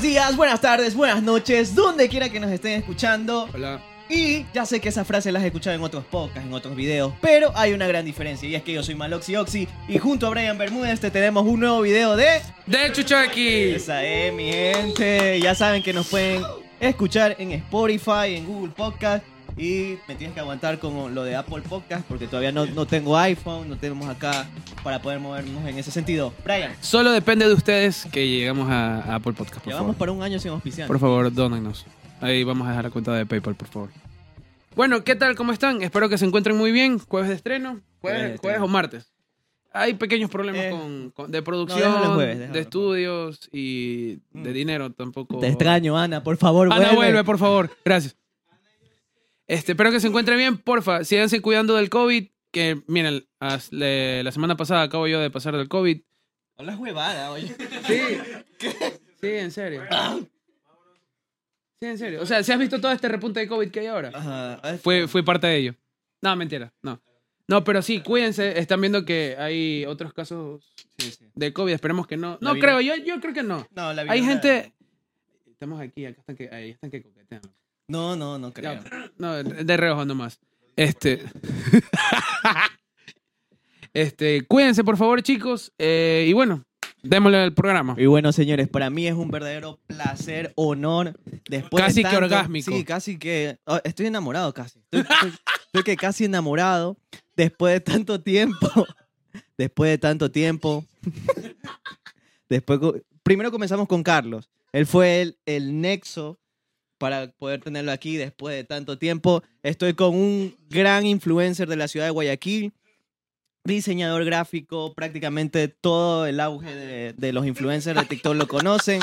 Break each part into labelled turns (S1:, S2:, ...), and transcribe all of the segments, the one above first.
S1: días, buenas tardes, buenas noches, donde quiera que nos estén escuchando.
S2: Hola.
S1: Y ya sé que esa frase la has escuchado en otros podcasts, en otros videos, pero hay una gran diferencia y es que yo soy Maloxi Oxy y junto a Brian Bermúdez te tenemos un nuevo video de...
S2: Del Chuchaki.
S1: Esa es mi gente, ya saben que nos pueden escuchar en Spotify, en Google Podcast y me tienes que aguantar con lo de Apple Podcast porque todavía no, no tengo iPhone, no tenemos acá para poder movernos en ese sentido. Brian,
S2: Solo depende de ustedes que llegamos a, a Apple Podcast, por
S1: llevamos
S2: favor.
S1: para un año sin auspiciar.
S2: Por favor, dónennos. Ahí vamos a dejar la cuenta de PayPal, por favor. Bueno, ¿qué tal? ¿Cómo están? Espero que se encuentren muy bien. Jueves de estreno,
S1: Jueves de
S2: jueves, jueves
S1: estreno.
S2: o martes. Hay pequeños problemas
S1: Eh,
S2: con, con- de producción,
S1: déjalo el jueves, déjalo
S2: de
S1: el jueves.
S2: estudios y de
S1: Mm.
S2: dinero tampoco.
S1: Te extraño, Ana, por favor,
S2: Ana, vuelve. por favor. Gracias. Este, espero que se encuentren bien, porfa. Síganse cuidando del COVID. Que, miren, as- le- la semana pasada acabo yo de pasar del COVID.
S1: No las huevadas, oye.
S2: Sí. Sí, en serio. Sí, en serio. O sea, si has visto todo este repunte de COVID que hay ahora?
S1: Ajá, es-
S2: Fue, fue parte de ello. No, mentira, no. No, pero sí, cuídense. Están viendo que hay otros casos
S1: sí, sí.
S2: de COVID. Esperemos que no.
S1: La
S2: No
S1: vida-
S2: creo, yo, yo creo que no.
S1: No, la
S2: Hay
S1: vida-
S2: gente... Estamos aquí, acá están que, ahí están que coquetean.
S1: No, no, no creo.
S2: No, de reojo nomás. Este. este, cuídense, por favor, chicos. Eh, y bueno, démosle al programa.
S1: Y bueno, señores, para mí es un verdadero placer, honor. Después de
S2: Casi que
S1: tanto-
S2: orgásmico.
S1: Sí, casi que. oh, estoy enamorado casi. Estoy, estoy- estoy que casi enamorado. Después de tanto tiempo. Después de tanto tiempo. Después, co- primero comenzamos con Carlos. Él fue el, el nexo para poder tenerlo aquí después de tanto tiempo. Estoy con un gran influencer de la ciudad de Guayaquil, diseñador gráfico, prácticamente todo el auge de, de los influencers de TikTok lo conocen.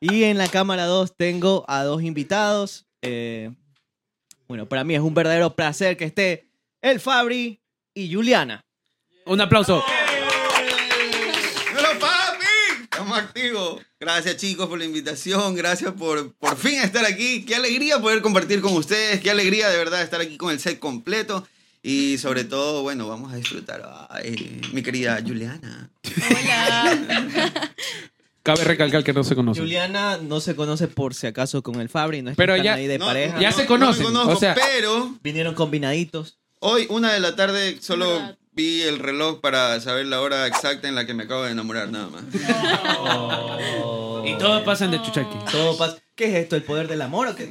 S1: Y en la cámara 2 tengo a dos invitados. Eh, bueno, para mí es un verdadero placer que esté el Fabri y Juliana.
S2: Un aplauso.
S3: ¡Hola, papi! Estamos activos. Gracias, chicos, por la invitación. Gracias por por fin estar aquí. Qué alegría poder compartir con ustedes. Qué alegría, de verdad, estar aquí con el set completo. Y sobre todo, bueno, vamos a disfrutar. Ay, mi querida Juliana.
S2: Cabe recalcar que no se conoce.
S1: Juliana no se conoce por si acaso con el Fabri, no es que
S2: Pero
S1: están
S2: ya-
S1: ahí de
S3: No,
S1: pareja.
S2: ya
S3: no,
S2: se
S3: no
S2: conocen,
S3: me conozco,
S2: o sea-
S3: pero
S1: Vinieron combinaditos.
S3: hoy, una de la tarde, solo
S4: Verdad.
S3: vi el reloj para saber la hora exacta en la que me acabo de enamorar, nada más.
S2: Y todos pasan de chuchaqui.
S4: Ah.
S1: Todo pasa. ¿Qué es esto? ¿El poder del amor o qué?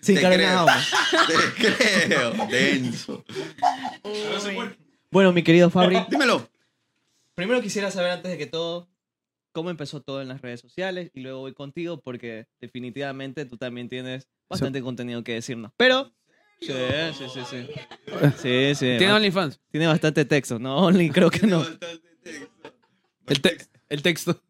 S1: Sin
S3: Te
S1: Carolina
S3: creo.
S1: Jaume.
S3: Te creo. Denso.
S1: Bueno, mi querido Fabri,
S3: Dímelo.
S1: primero quisiera saber antes de que todo cómo empezó todo en las redes sociales y luego voy contigo porque definitivamente tú también tienes bastante contenido que decirnos. Pero sí, sí, sí, sí.
S3: Eh,
S1: Sí, sí.
S2: Tiene
S1: ba-
S2: OnlyFans.
S1: tiene bastante texto, no only creo que no.
S2: El, te- el texto.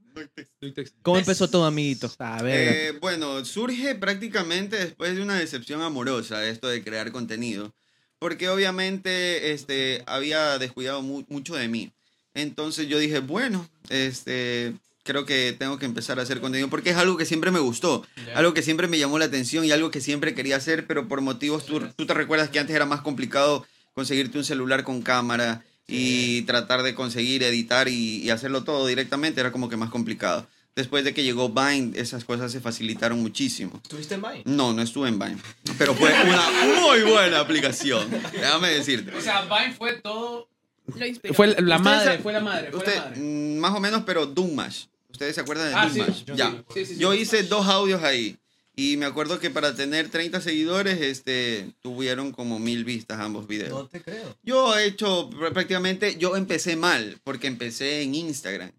S2: El texto.
S1: ¿Cómo empezó todo, amiguito? A
S3: Eh, bueno, surge prácticamente después de una decepción amorosa esto de crear contenido, porque obviamente este, había descuidado mu- mucho de mí. Entonces yo dije, bueno, este, creo que tengo que empezar a hacer contenido porque es algo que siempre me gustó, algo que siempre me llamó la atención y algo que siempre quería hacer, pero por motivos, tú, tú te recuerdas que antes era más complicado conseguirte un celular con cámara y tratar de conseguir editar y, y hacerlo todo directamente, era como que más complicado. Después de que llegó Vine, esas cosas se facilitaron muchísimo.
S1: ¿Tuviste en Vine?
S3: No, no estuve en Vine, pero fue una muy buena aplicación, déjame decirte.
S2: sea, Vine fue todo.
S4: Lo inspiró.
S2: Fue la
S3: Ustedes
S2: madre,
S3: sa-
S2: fue la madre, fue la
S3: Usted,
S2: madre.
S3: mm, más o menos, pero Dumash. ¿Ustedes se acuerdan de
S2: Ah, sí,
S3: Dumash?
S2: yo
S3: ya.
S2: sí, sí, sí,
S3: yo
S2: Doom
S3: hice dos audios ahí. Y me acuerdo que para tener 30 seguidores, este, tuvieron como mil vistas ambos videos.
S1: te creo.
S3: Yo he hecho pr- prácticamente, yo empecé mal, porque empecé en Instagram.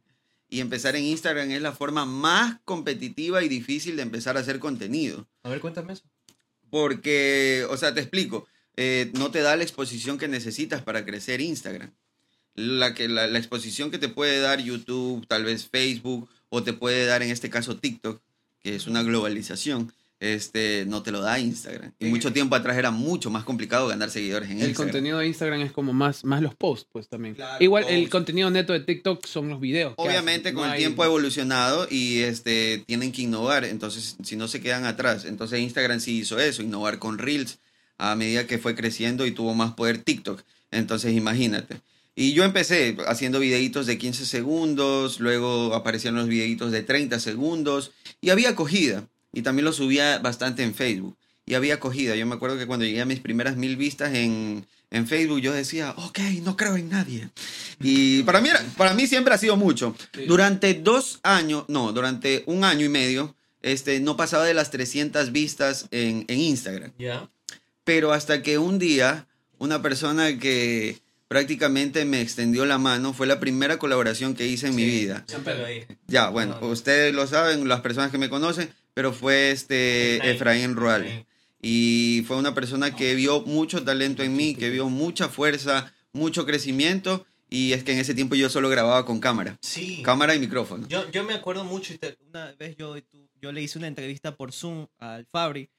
S3: Y empezar en Instagram es la forma más competitiva y difícil de empezar a hacer contenido.
S1: A ver, cuéntame eso.
S3: Porque, o sea, te explico, eh, no te da la exposición que necesitas para crecer Instagram. La, que, la, la exposición que te puede dar YouTube, tal vez Facebook, o te puede dar en este caso TikTok, que es una globalización, este, no te lo da Instagram. Y
S2: Sí.
S3: mucho tiempo atrás era mucho más complicado ganar seguidores en
S2: El
S3: Instagram.
S2: contenido de Instagram es como más, más los posts, pues también.
S3: Claro,
S2: Igual el
S3: posts.
S2: contenido neto de TikTok son los videos. que
S3: Obviamente
S2: hacen.
S3: con
S2: No
S3: el
S2: hay-
S3: tiempo ha evolucionado y este, tienen que innovar, entonces si no se quedan atrás. Entonces Instagram sí hizo eso, innovar con Reels a medida que fue creciendo y tuvo más poder TikTok. Entonces imagínate. Y yo empecé haciendo videitos de 15 segundos, luego aparecían los videitos de 30 segundos y había acogida. Y también lo subía bastante en Facebook. Y había acogida. Yo me acuerdo que cuando llegué a mis primeras mil vistas en, en Facebook, yo decía, ok, no creo en nadie. Y para mí, era- para mí siempre ha sido mucho.
S2: Sí.
S3: Durante dos años, no, durante un año y medio, este, no pasaba de las 300 vistas en, en Instagram.
S4: ¿Ya?
S3: Pero hasta que un día, una persona que prácticamente me extendió la mano, fue la primera colaboración que hice en mi vida.
S4: Ya te lo dije.
S3: Ya, bueno,
S4: Ajá.
S3: ustedes lo saben, las personas que me conocen, pero fue este
S4: Efraín.
S3: Efraín Rual.
S4: Sí.
S3: Y fue una persona que vio mucho talento en mí, que vio mucha fuerza, mucho crecimiento. Y es que en ese tiempo yo solo grababa con cámara.
S4: Sí.
S3: Cámara y micrófono.
S1: Yo, yo me acuerdo mucho, y te- una vez yo, y tú- yo le hice una entrevista por Zoom al Fabri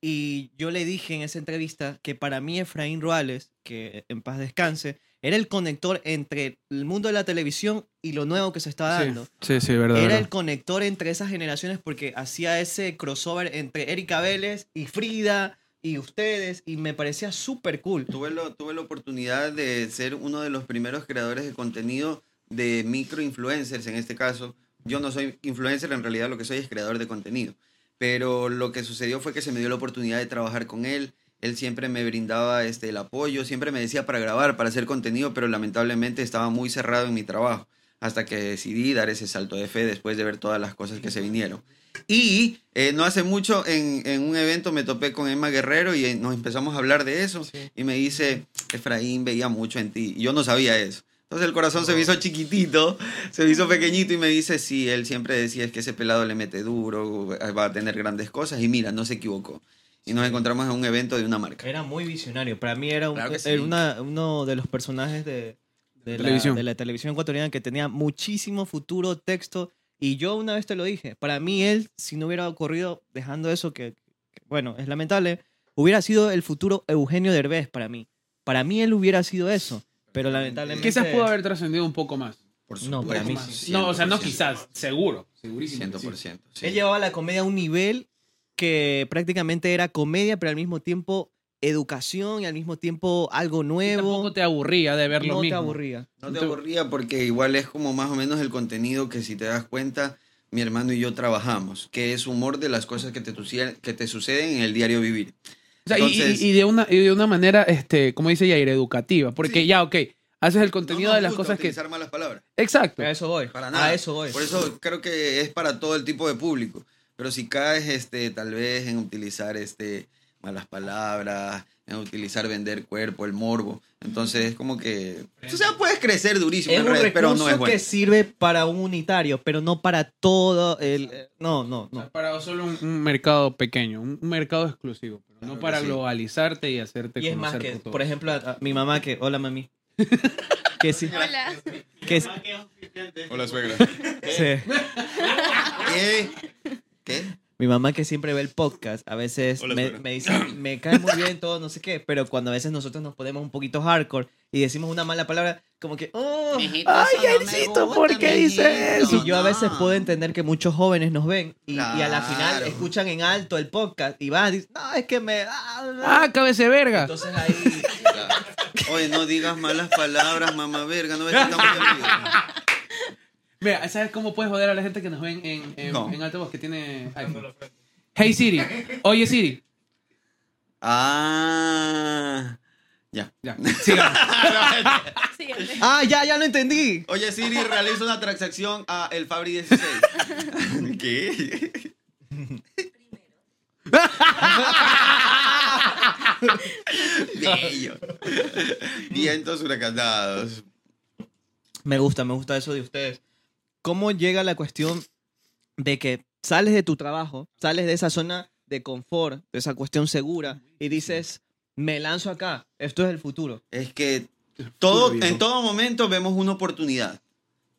S1: y yo le dije en esa entrevista que para mí Efraín Ruales, que en paz descanse, era el conector entre el mundo de la televisión y lo nuevo que se estaba
S2: Sí,
S1: dando.
S2: sí, sí, verdad.
S1: Era
S2: verdad.
S1: el conector entre esas generaciones porque hacía ese crossover entre Erika Vélez y Frida y ustedes y me parecía súper cool.
S3: Tuve, lo- tuve la oportunidad de ser uno de los primeros creadores de contenido de microinfluencers en este caso. Yo no soy influencer, en realidad lo que soy es creador de contenido. Pero lo que sucedió fue que se me dio la oportunidad de trabajar con él. Él siempre me brindaba este, el apoyo, siempre me decía para grabar, para hacer contenido, pero lamentablemente estaba muy cerrado en mi trabajo. Hasta que decidí dar ese salto de fe después de ver todas las cosas que se vinieron. Y eh, no hace mucho en, en un evento me topé con Emma Guerrero y eh, nos empezamos a hablar de eso. Y me dice, Efraín veía mucho en ti. Y yo no sabía eso. Entonces el corazón se me hizo chiquitito, se me hizo pequeñito y me dice, sí, él siempre decía, es que ese pelado le mete duro, va a tener grandes cosas. Y mira, no se equivocó. Y nos encontramos en un evento de una marca.
S1: Era muy visionario. Para mí era, un-
S3: Claro que sí.
S1: era una- uno de los personajes de, de, la,
S2: Televisión.
S1: de la televisión ecuatoriana que tenía muchísimo futuro, texto. Y yo una vez te lo dije, para mí él, si no hubiera ocurrido dejando eso, que, que, bueno, es lamentable, hubiera sido el futuro Eugenio Derbez para mí. Para mí él hubiera sido eso, pero lamentablemente...
S2: Quizás pudo haber trascendido un poco más.
S3: Por
S1: No,
S3: supuesto.
S1: para mí
S2: Un poco más. No, o sea, no
S3: 100%.
S2: quizás, seguro. Segurísimo.
S3: 100%. sí.
S1: Él llevaba la comedia a un nivel que prácticamente era comedia, pero al mismo tiempo educación y al mismo tiempo algo
S2: Y
S1: nuevo.
S2: Tampoco te aburría de ver lo
S1: no te
S2: mismo.
S1: aburría.
S3: No te aburría porque igual es como más o menos el contenido que si te das cuenta, mi hermano y yo trabajamos, que es humor de las cosas que te, tucie- que te suceden en el diario vivir.
S2: O sea, y-
S3: Entonces-
S2: y, y de una, y de una manera, este, como dice Yair, educativa. Porque
S3: Sí.
S2: ya, ok, haces el
S3: No
S2: contenido
S3: nos
S2: de las
S3: gusta
S2: cosas que...
S3: utilizar malas palabras.
S2: Exacto.
S1: A eso voy.
S3: Para nada.
S1: A eso voy.
S3: Por eso creo que es para todo el tipo de público. Pero si caes, este, tal vez en utilizar este, malas palabras, en utilizar vender cuerpo, el morbo. Entonces es como que. O sea, puedes crecer durísimo
S1: es
S3: en
S1: un
S3: redes,
S1: recurso
S3: pero no es
S1: que
S3: bueno.
S1: sirve para un unitario, pero no para todo el... eh, No, no, no.
S2: Para solo un, un mercado pequeño, un un mercado exclusivo. pero
S3: Claro
S2: no
S3: que
S2: para
S3: sí.
S2: globalizarte y hacerte
S1: Y es más
S2: conocer
S1: que,
S2: por todo.
S1: por ejemplo, a- a mi mamá que... Hola, mami. que sí,
S5: Hola.
S1: que sí.
S3: Hola, suegra.
S1: sí.
S3: ¿Qué? ¿Qué?
S1: Mi mamá que siempre ve el podcast, a veces
S3: Hola,
S1: me,
S3: suegra.
S1: me dice, me cae muy bien todo, no sé qué, pero cuando a veces nosotros nos ponemos un poquito hardcore y decimos una mala palabra, como que, oh,
S3: ¡Ay,
S1: Jaircito, ¿por qué dice eso? Y yo a veces puedo entender que muchos jóvenes nos ven y, y a la final
S3: Claro.
S1: escuchan en alto el podcast y van y dicen, no, es que me... ah, ah".
S2: ¡Ah, cabece verga!
S1: Entonces ahí...
S3: Oye, no digas malas palabras, mamá verga. No ves que estamos de olvido?
S2: Mira, ¿sabes cómo puedes joder a la gente que nos ven en, en,
S3: No.
S2: en altavoz que tiene iPhone? Hey Siri, oye Siri.
S3: Ah. Ya.
S2: Ya, sigamos.
S5: Siguiente.
S1: Ah, ya, ya lo entendí.
S3: Oye, Siri, realiza una transacción a el Fabri 16. ¿Qué? Bello. Vientos huracanados.
S1: Me gusta, me gusta eso de ustedes. ¿Cómo llega la cuestión de que sales de tu trabajo, sales de esa zona de confort, de esa cuestión segura, y dices, me lanzo acá, esto es el futuro?
S3: Es que todo,
S2: Puro
S3: en
S2: viejo.
S3: todo momento vemos una oportunidad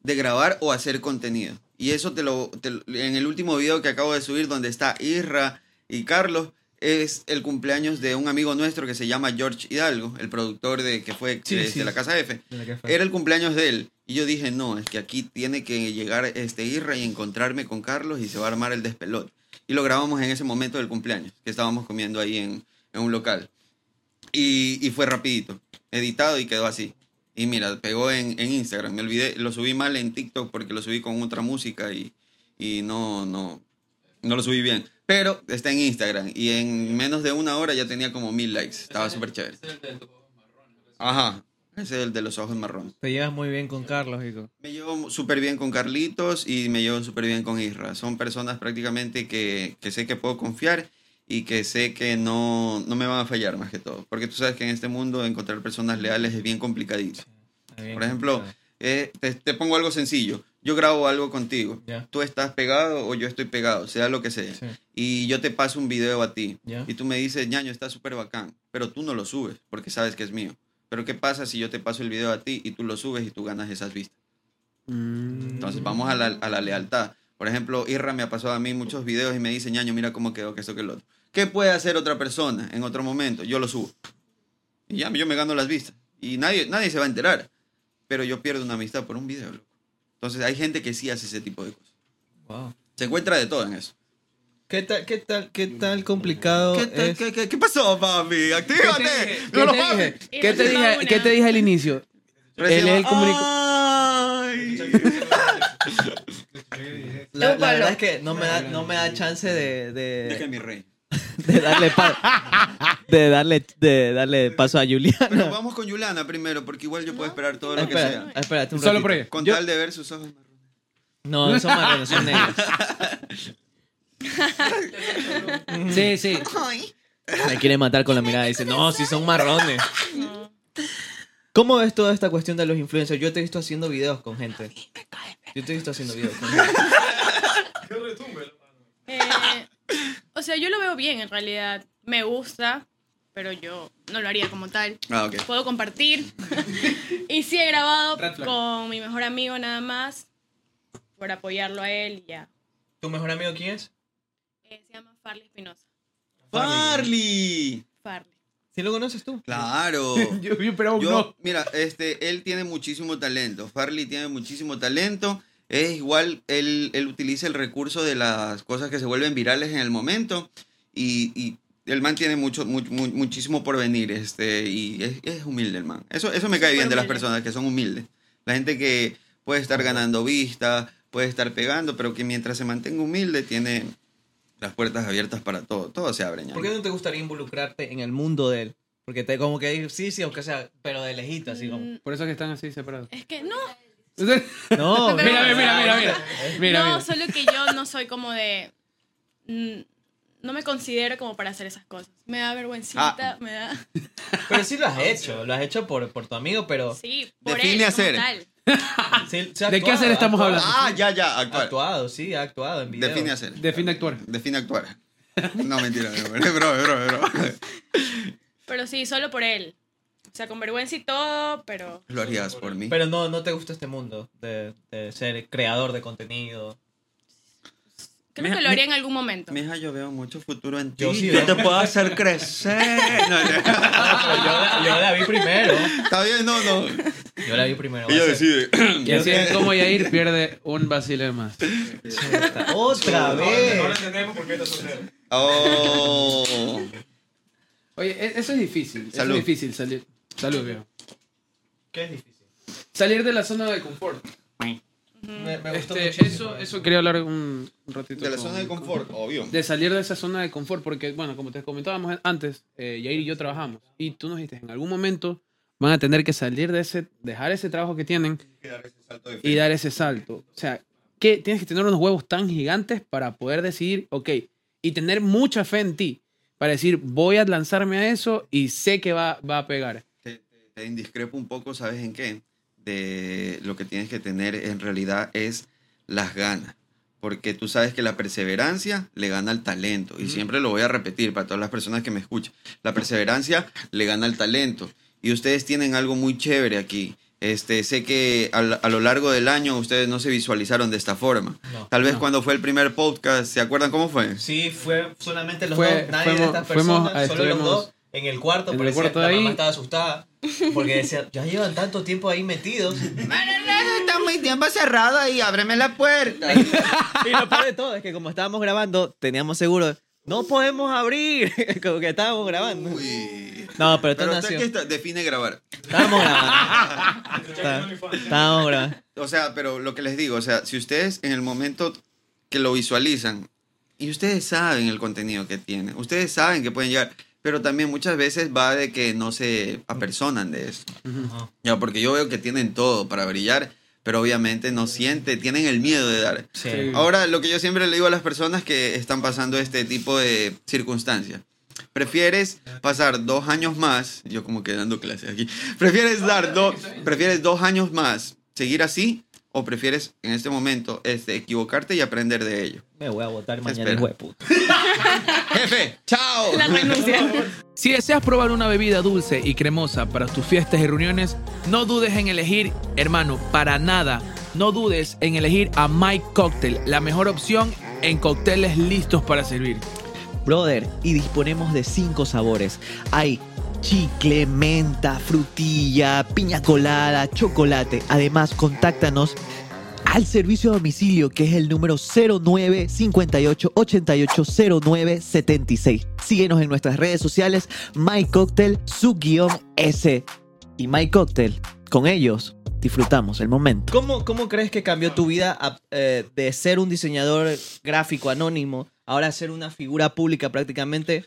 S3: de grabar o hacer contenido. Y eso te lo, te lo- en el último video que acabo de subir donde está Irra y Carlos es el cumpleaños de un amigo nuestro que se llama George Hidalgo, el productor de que fue
S1: Sí,
S3: de,
S1: sí.
S3: de la casa F. Era el cumpleaños de él. Y yo dije, no, es que aquí tiene que llegar este Irra y encontrarme con Carlos y se va a armar el despelote. Y lo grabamos en ese momento del cumpleaños, que estábamos comiendo ahí en, en un local. Y, y fue rapidito, editado y quedó así. Y mira, pegó en, en Instagram. Me olvidé, lo subí mal en TikTok porque lo subí con otra música y, y no, no, no lo subí bien. Pero está en Instagram y en menos de una hora ya tenía como mil likes. Estaba súper chévere. Ajá, ese es el de los ojos marrones.
S1: Te llevas muy bien con Carlos, hijo.
S3: Me llevo súper bien con Carlitos y me llevo súper bien con Isra. Son personas prácticamente que, que sé que puedo confiar y que sé que no, no me van a fallar más que todo. Porque tú sabes que en este mundo encontrar personas leales es bien complicadito. Por ejemplo, eh, te, te pongo algo sencillo. Yo grabo algo contigo.
S1: Ya.
S3: Tú estás pegado o yo estoy pegado, sea lo que sea.
S1: Sí.
S3: Y yo te paso un video a ti.
S1: Ya.
S3: Y tú me dices, ñaño, está súper bacán. Pero tú no lo subes porque sabes que es mío. Pero ¿qué pasa si yo te paso el video a ti y tú lo subes y tú ganas esas vistas?
S2: Mm.
S3: Entonces vamos a la, a la lealtad. Por ejemplo, Irra me ha pasado a mí muchos videos y me dice, ñaño, mira cómo quedó, que esto, que el otro. ¿Qué puede hacer otra persona en otro momento? Yo lo subo. Y ya, yo me gano las vistas. Y nadie, nadie se va a enterar. Pero yo pierdo una amistad por un video, loco. Entonces hay gente que sí hace ese tipo de cosas.
S1: Wow.
S3: Se encuentra de todo en eso.
S1: ¿Qué tal, qué tal, qué tal complicado
S3: ¿Qué, te-
S1: es?
S3: qué- qué- qué pasó, papi? ¡Actívate!
S2: ¿Qué
S3: ¡No
S2: te
S3: lo
S2: dije?
S3: papi!
S5: Y
S2: ¿Qué te
S5: resulta
S2: dije,
S5: una.
S2: ¿Qué te dije al inicio? Él es
S3: "Ah,
S2: el comunico-
S3: ¡Ay!
S1: La, la verdad es que no me da, no me da chance de,
S3: Deja
S1: de,
S3: mi rey.
S1: de darle pa- de darle de darle paso a
S3: Pero
S1: Juliana.
S3: vamos con Yulana primero, porque igual yo puedo esperar todo lo que
S1: Espera,
S3: sea.
S1: espérate un
S2: Solo
S1: ratito.
S2: por ella.
S3: Con
S2: Yo-
S3: tal de ver sus ojos marrones.
S1: No, no son marrones, son negros.
S2: Sí, sí.
S1: Me quiere matar con la mirada. Dice, no, si son marrones.
S5: No.
S1: ¿Cómo ves toda esta cuestión de los influencers? Yo te he visto haciendo videos con gente. Yo te he visto haciendo videos con gente.
S5: Eh, o sea, yo lo veo bien en realidad. Me gusta, pero yo no lo haría como tal.
S3: Ah, ok.
S5: Puedo compartir. y sí he grabado
S2: Red flag.
S5: con mi mejor amigo nada más. Por apoyarlo a él y ya.
S1: ¿Tu mejor amigo quién es?
S5: Eh, se llama Farley Espinosa.
S3: ¡Farley!
S5: Farley.
S1: ¿Sí lo conoces tú?
S3: Claro.
S2: Yo, yo pero
S3: Yo,
S2: no.
S3: mira, este, él tiene muchísimo talento. Farley tiene muchísimo talento. Es igual, él, él utiliza el recurso de las cosas que se vuelven virales en el momento. Y, y el man tiene mucho, mu- mu- muchísimo por venir. Este, y es, es humilde el man. Eso, eso me cae bien de las
S5: Humilde.
S3: personas que son humildes. La gente que puede estar ganando vista, puede estar pegando, pero que mientras se mantenga humilde tiene las puertas abiertas para todo. Todo se abre. ñaño.
S1: ¿Por qué no te gustaría involucrarte en el mundo de él? Porque te como que sí, sí, aunque sea, pero de lejito, así como.
S5: Mm,
S2: Por eso es que están así separados.
S5: Es que no,
S2: mira,
S1: No,
S2: mira, mira, mira, mira. Mira,
S5: no,
S2: mira.
S5: solo que yo no soy como de. mm, No me considero como para hacer esas cosas. Me da vergüencita,
S2: Ah.
S5: me da.
S1: Pero sí lo has hecho, lo has hecho por, por tu amigo, pero.
S5: Sí, por
S3: Define
S5: él,
S3: hacer.
S5: Como tal.
S1: Sí, se ha
S2: ¿De qué hacer estamos
S1: ha
S2: hablando?
S3: Ah, ya,
S1: actuado, Ha
S3: ya, actuar.
S1: actuado, sí, ha actuado en video.
S3: Define hacer.
S2: Define actuar.
S3: Define actuar. No, mentira, bro, bro, bro, bro.
S5: Pero sí, solo por él. O sea, con vergüenza y todo, pero.
S3: Lo harías por mí.
S1: Pero no, no te gusta este mundo de, de ser creador de contenido.
S5: Creo
S3: Mija,
S5: que lo
S3: mi-
S5: haría en algún momento.
S3: Mija, yo veo mucho futuro en ti.
S1: Yo sí
S3: yo
S1: veo.
S3: te puedo hacer crecer. No, no.
S1: Ah, pero yo, la, yo la vi primero.
S3: Está bien, no, no.
S1: Yo la vi primero.
S3: Ella
S1: va a ser-
S3: decide.
S2: Y así es como Yair pierde un vacile más.
S1: Chuta, Otra vez.
S4: entendemos por qué está soltero.
S3: Oh.
S2: Oye, e- eso es difícil. Eso
S3: Salud.
S2: es difícil salir. Salud, viejo.
S1: ¿Qué es difícil?
S2: Salir de la zona de confort.
S1: Me, me gustó
S2: Este,
S1: muchísimo
S2: eso, eso quería hablar un un ratito.
S3: De la
S2: con-
S3: zona de confort, obvio.
S2: de salir de esa zona de confort, porque, bueno, como te comentábamos antes, eh, Yair y yo trabajamos, y tú nos dijiste, en algún momento van a tener que salir de ese, dejar ese trabajo que tienen y dar ese salto. O sea, que tienes que tener unos huevos tan gigantes para poder decidir, ok, y tener mucha fe en ti, para decir, voy a lanzarme a eso y sé que va, va a pegar.
S3: Te, te- te indiscrepo un poco, ¿sabes en qué? De lo que tienes que tener en realidad es las ganas. Porque tú sabes que la perseverancia le gana al talento. Y siempre lo voy a repetir para todas las personas que me escuchan. La perseverancia le gana al talento. Y ustedes tienen algo muy chévere aquí. Este, sé que al- a lo largo del año ustedes no se visualizaron de esta forma.
S1: No,
S3: Tal vez
S2: no.
S3: cuando fue el primer podcast, ¿se acuerdan cómo fue?
S1: Sí, fue solamente los
S2: Fue-
S1: dos, nadie de
S2: fuimos-
S1: estas
S2: fuimos
S1: personas,
S2: a-
S1: solo los
S2: estuvimos
S1: dos en el cuarto,
S2: en el
S1: porque
S2: cuarto
S1: la
S2: ahí.
S1: mamá estaba asustada, porque decía, ya llevan tanto tiempo ahí metidos.
S3: Está muy tiempo cerrado ahí, ábreme la puerta.
S1: y lo peor de todo es que como estábamos grabando, teníamos seguro, No podemos abrir, como que estábamos grabando.
S3: Uy.
S1: No, pero esto
S3: Pero usted
S1: nació.
S3: que está- define grabar.
S1: Estábamos grabando. Está- Estábamos grabando.
S3: O sea, pero lo que les digo, o sea, si ustedes en el momento que lo visualizan y ustedes saben el contenido que tiene, ustedes saben que pueden llegar, pero también muchas veces va de que no se apersonan de eso.
S1: Ajá.
S3: Ya, porque yo veo que tienen todo para brillar, pero obviamente no siente, tienen el miedo de dar.
S1: Sí.
S3: Ahora, lo que yo siempre le digo a las personas que están pasando este tipo de circunstancias. Prefieres pasar dos años más, yo como que dando clases aquí, prefieres dar dos, prefieres dos años más, seguir así, o prefieres en este momento este, equivocarte y aprender de ello.
S1: Me voy a votar mañana,
S3: Espera.
S1: hijo de puta.
S3: Jefe, chao.
S5: La renuncia.
S2: Si deseas probar una bebida dulce y cremosa para tus fiestas y reuniones, no dudes en elegir, hermano, para nada, no dudes en elegir a Mike Cocktail, la mejor opción en cócteles listos para servir.
S1: Brother, y disponemos de cinco sabores. Hay chicle, menta, frutilla, piña colada, chocolate. Además, contáctanos al servicio a domicilio que es el número 09 58 88 09 76. Síguenos en nuestras redes sociales MyCocktail su guión S y MyCocktail. Con ellos disfrutamos el momento. ¿Cómo, cómo crees que cambió tu vida a- eh, de ser un diseñador gráfico anónimo ahora a ser una figura pública prácticamente?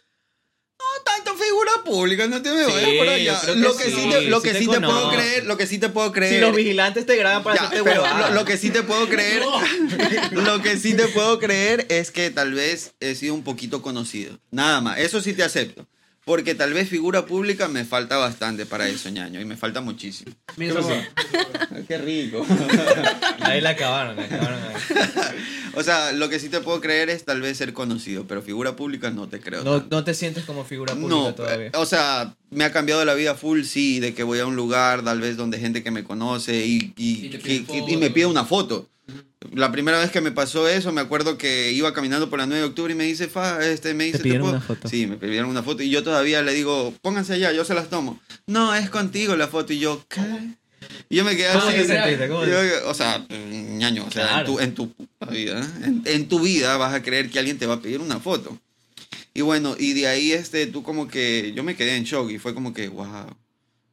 S3: Tanto figura pública, no te me
S1: Sí,
S3: vayas por allá.
S1: yo creo que
S3: Lo que
S1: sí,
S3: sí te- lo
S1: sí
S3: que
S1: te
S3: sí te puedo
S1: conozco.
S3: creer, lo que sí te puedo
S1: Si los
S3: creer
S1: vigilantes te graban para
S3: Este, Ya,
S1: hacerte
S3: pero
S1: huevada.
S3: lo, lo que sí te puedo creer, lo que sí te puedo creer es que tal vez he sido un poquito conocido. Nada más, eso sí te acepto. Porque tal vez figura pública me falta bastante para eso, ñaño, y me falta muchísimo. Qué rico.
S4: Ahí la acabaron, la acabaron ahí.
S3: O sea, lo que sí te puedo creer es tal vez ser conocido, pero figura pública no te creo.
S4: No,
S3: tanto.
S4: no te sientes como figura pública
S3: No,
S4: todavía.
S3: eh, o sea, me ha cambiado la vida full, sí, de que voy a un lugar, tal vez donde gente que me conoce y, y-
S2: Y te
S3: que-
S2: piden
S3: que- y
S2: fotos.
S3: me pide una foto. La primera vez que me pasó eso, me acuerdo que iba caminando por la 9 de octubre y me dice, Fa, este, me dice,
S1: pidieron
S3: puedo-"
S1: una foto.
S3: Sí, me pidieron una foto y yo todavía le digo, pónganse allá, yo se las tomo. No, es contigo la foto y yo, ¿qué? Y yo me quedé
S4: ¿Cómo
S3: así.
S4: te sentiste? ¿Cómo te-
S3: Yo- o sea, ñaño, o sea,
S4: Claro.
S3: en, tu, en tu puta vida, ¿eh? en, en tu vida vas a creer que alguien te va a pedir una foto. Y bueno, y de ahí este, tú como que, yo me quedé en shock y fue como que, wow.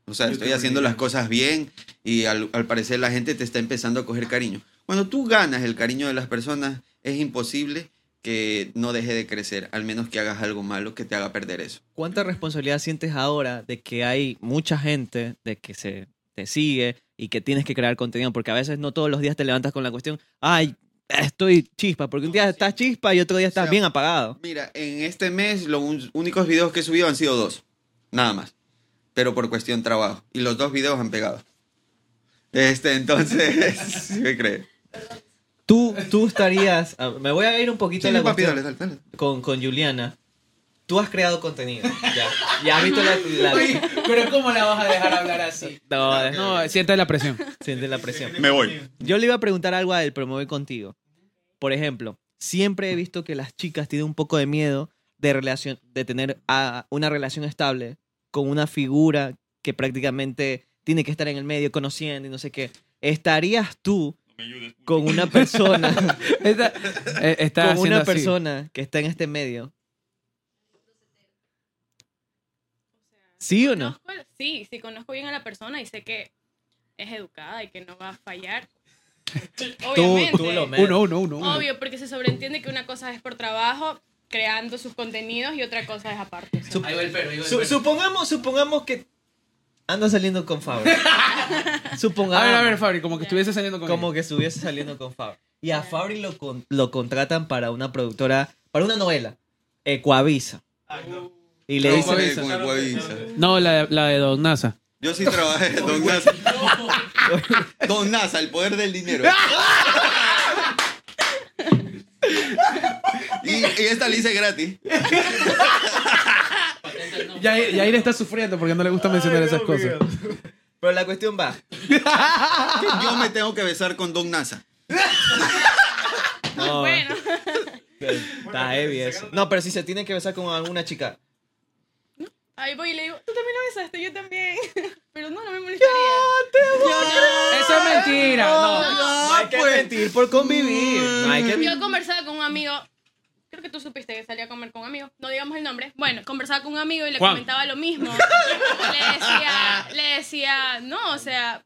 S3: O sea, estoy haciendo las cosas bien y al, al parecer la gente te está empezando a coger cariño. Cuando tú ganas el cariño de las personas, es imposible que no deje de crecer, al menos que hagas algo malo que te haga perder eso.
S1: ¿Cuánta responsabilidad sientes ahora de que hay mucha gente de que se te sigue y que tienes que crear contenido? Porque a veces no todos los días te levantas con la cuestión, ay, estoy chispa, porque un día estás chispa y otro día estás
S3: O sea,
S1: bien apagado.
S3: Mira, en este mes los un- únicos videos que he subido han sido dos, nada más, pero por cuestión trabajo. Y los dos videos han pegado. Este, entonces, sí me cree.
S1: Tú, tú estarías, ah, me voy a ir un poquito
S3: Sí,
S1: a la
S3: papi,
S1: cuestión
S3: dale, dale, dale.
S1: con, con Juliana. Tú has creado contenido, ya. Y has visto la... la-
S4: Pero ¿cómo la vas a dejar hablar así?
S1: no, no,
S2: No, siente la presión.
S1: sientes la presión.
S3: Me voy.
S1: Yo le iba a preguntar algo a él, pero me voy contigo. Por ejemplo, siempre he visto que las chicas tienen un poco de miedo de, relación, de tener a- una relación estable con una figura que prácticamente tiene que estar en el medio conociendo y no sé qué. ¿Estarías tú con una persona,
S2: Está, eh, está
S1: con
S2: haciendo
S1: una
S2: así.
S1: persona que está en este medio? ¿Sí o no?
S5: Conozco- Sí, sí, conozco bien a la persona y sé que es educada y que no va a fallar. Obviamente.
S1: tú lo metes.
S2: Uno, uno, uno. uno.
S5: Obvio, porque se sobreentiende que una cosa es por trabajo, creando sus contenidos, y otra cosa es aparte. o sea.
S1: Sup-
S4: Ahí va el perro, ahí va el
S1: su-
S4: perro.
S1: supongamos, supongamos que anda saliendo con Fabio. supongamos.
S2: A ver, a ver, Fabri, como que estuviese saliendo con
S1: como
S2: ella.
S1: que estuviese saliendo con Fabri. Y a Fabri lo, con- lo contratan para una productora, para una novela, Ecuavisa. Y le
S3: No,
S1: dicen,
S3: Ecuavisa. con Ecuavisa.
S2: No, la, la de Don NASA.
S3: Yo sí trabajé, Don NASA. Don NASA, el poder del dinero. Y, y esta le hice gratis.
S2: Yair, Yair está sufriendo porque no le gusta mencionar esas cosas.
S1: pero la cuestión va.
S3: Yo me tengo que besar con Don NASA.
S1: No,
S5: Bueno,
S1: está heavy eso. No, pero si se tiene que besar con alguna chica.
S5: ahí voy y le digo, tú también lo besaste, yo también. Pero no, no me molestaría.
S2: Eso es mentira. No.
S1: No hay que mentir por convivir. No hay que
S5: Mm. Yo conversaba con un amigo, creo creo que tú supiste que salía a comer con un amigo, no digamos el nombre. Bueno, conversaba con un amigo y le
S2: Juan.
S5: comentaba lo mismo. le, decía, le decía, no, o sea,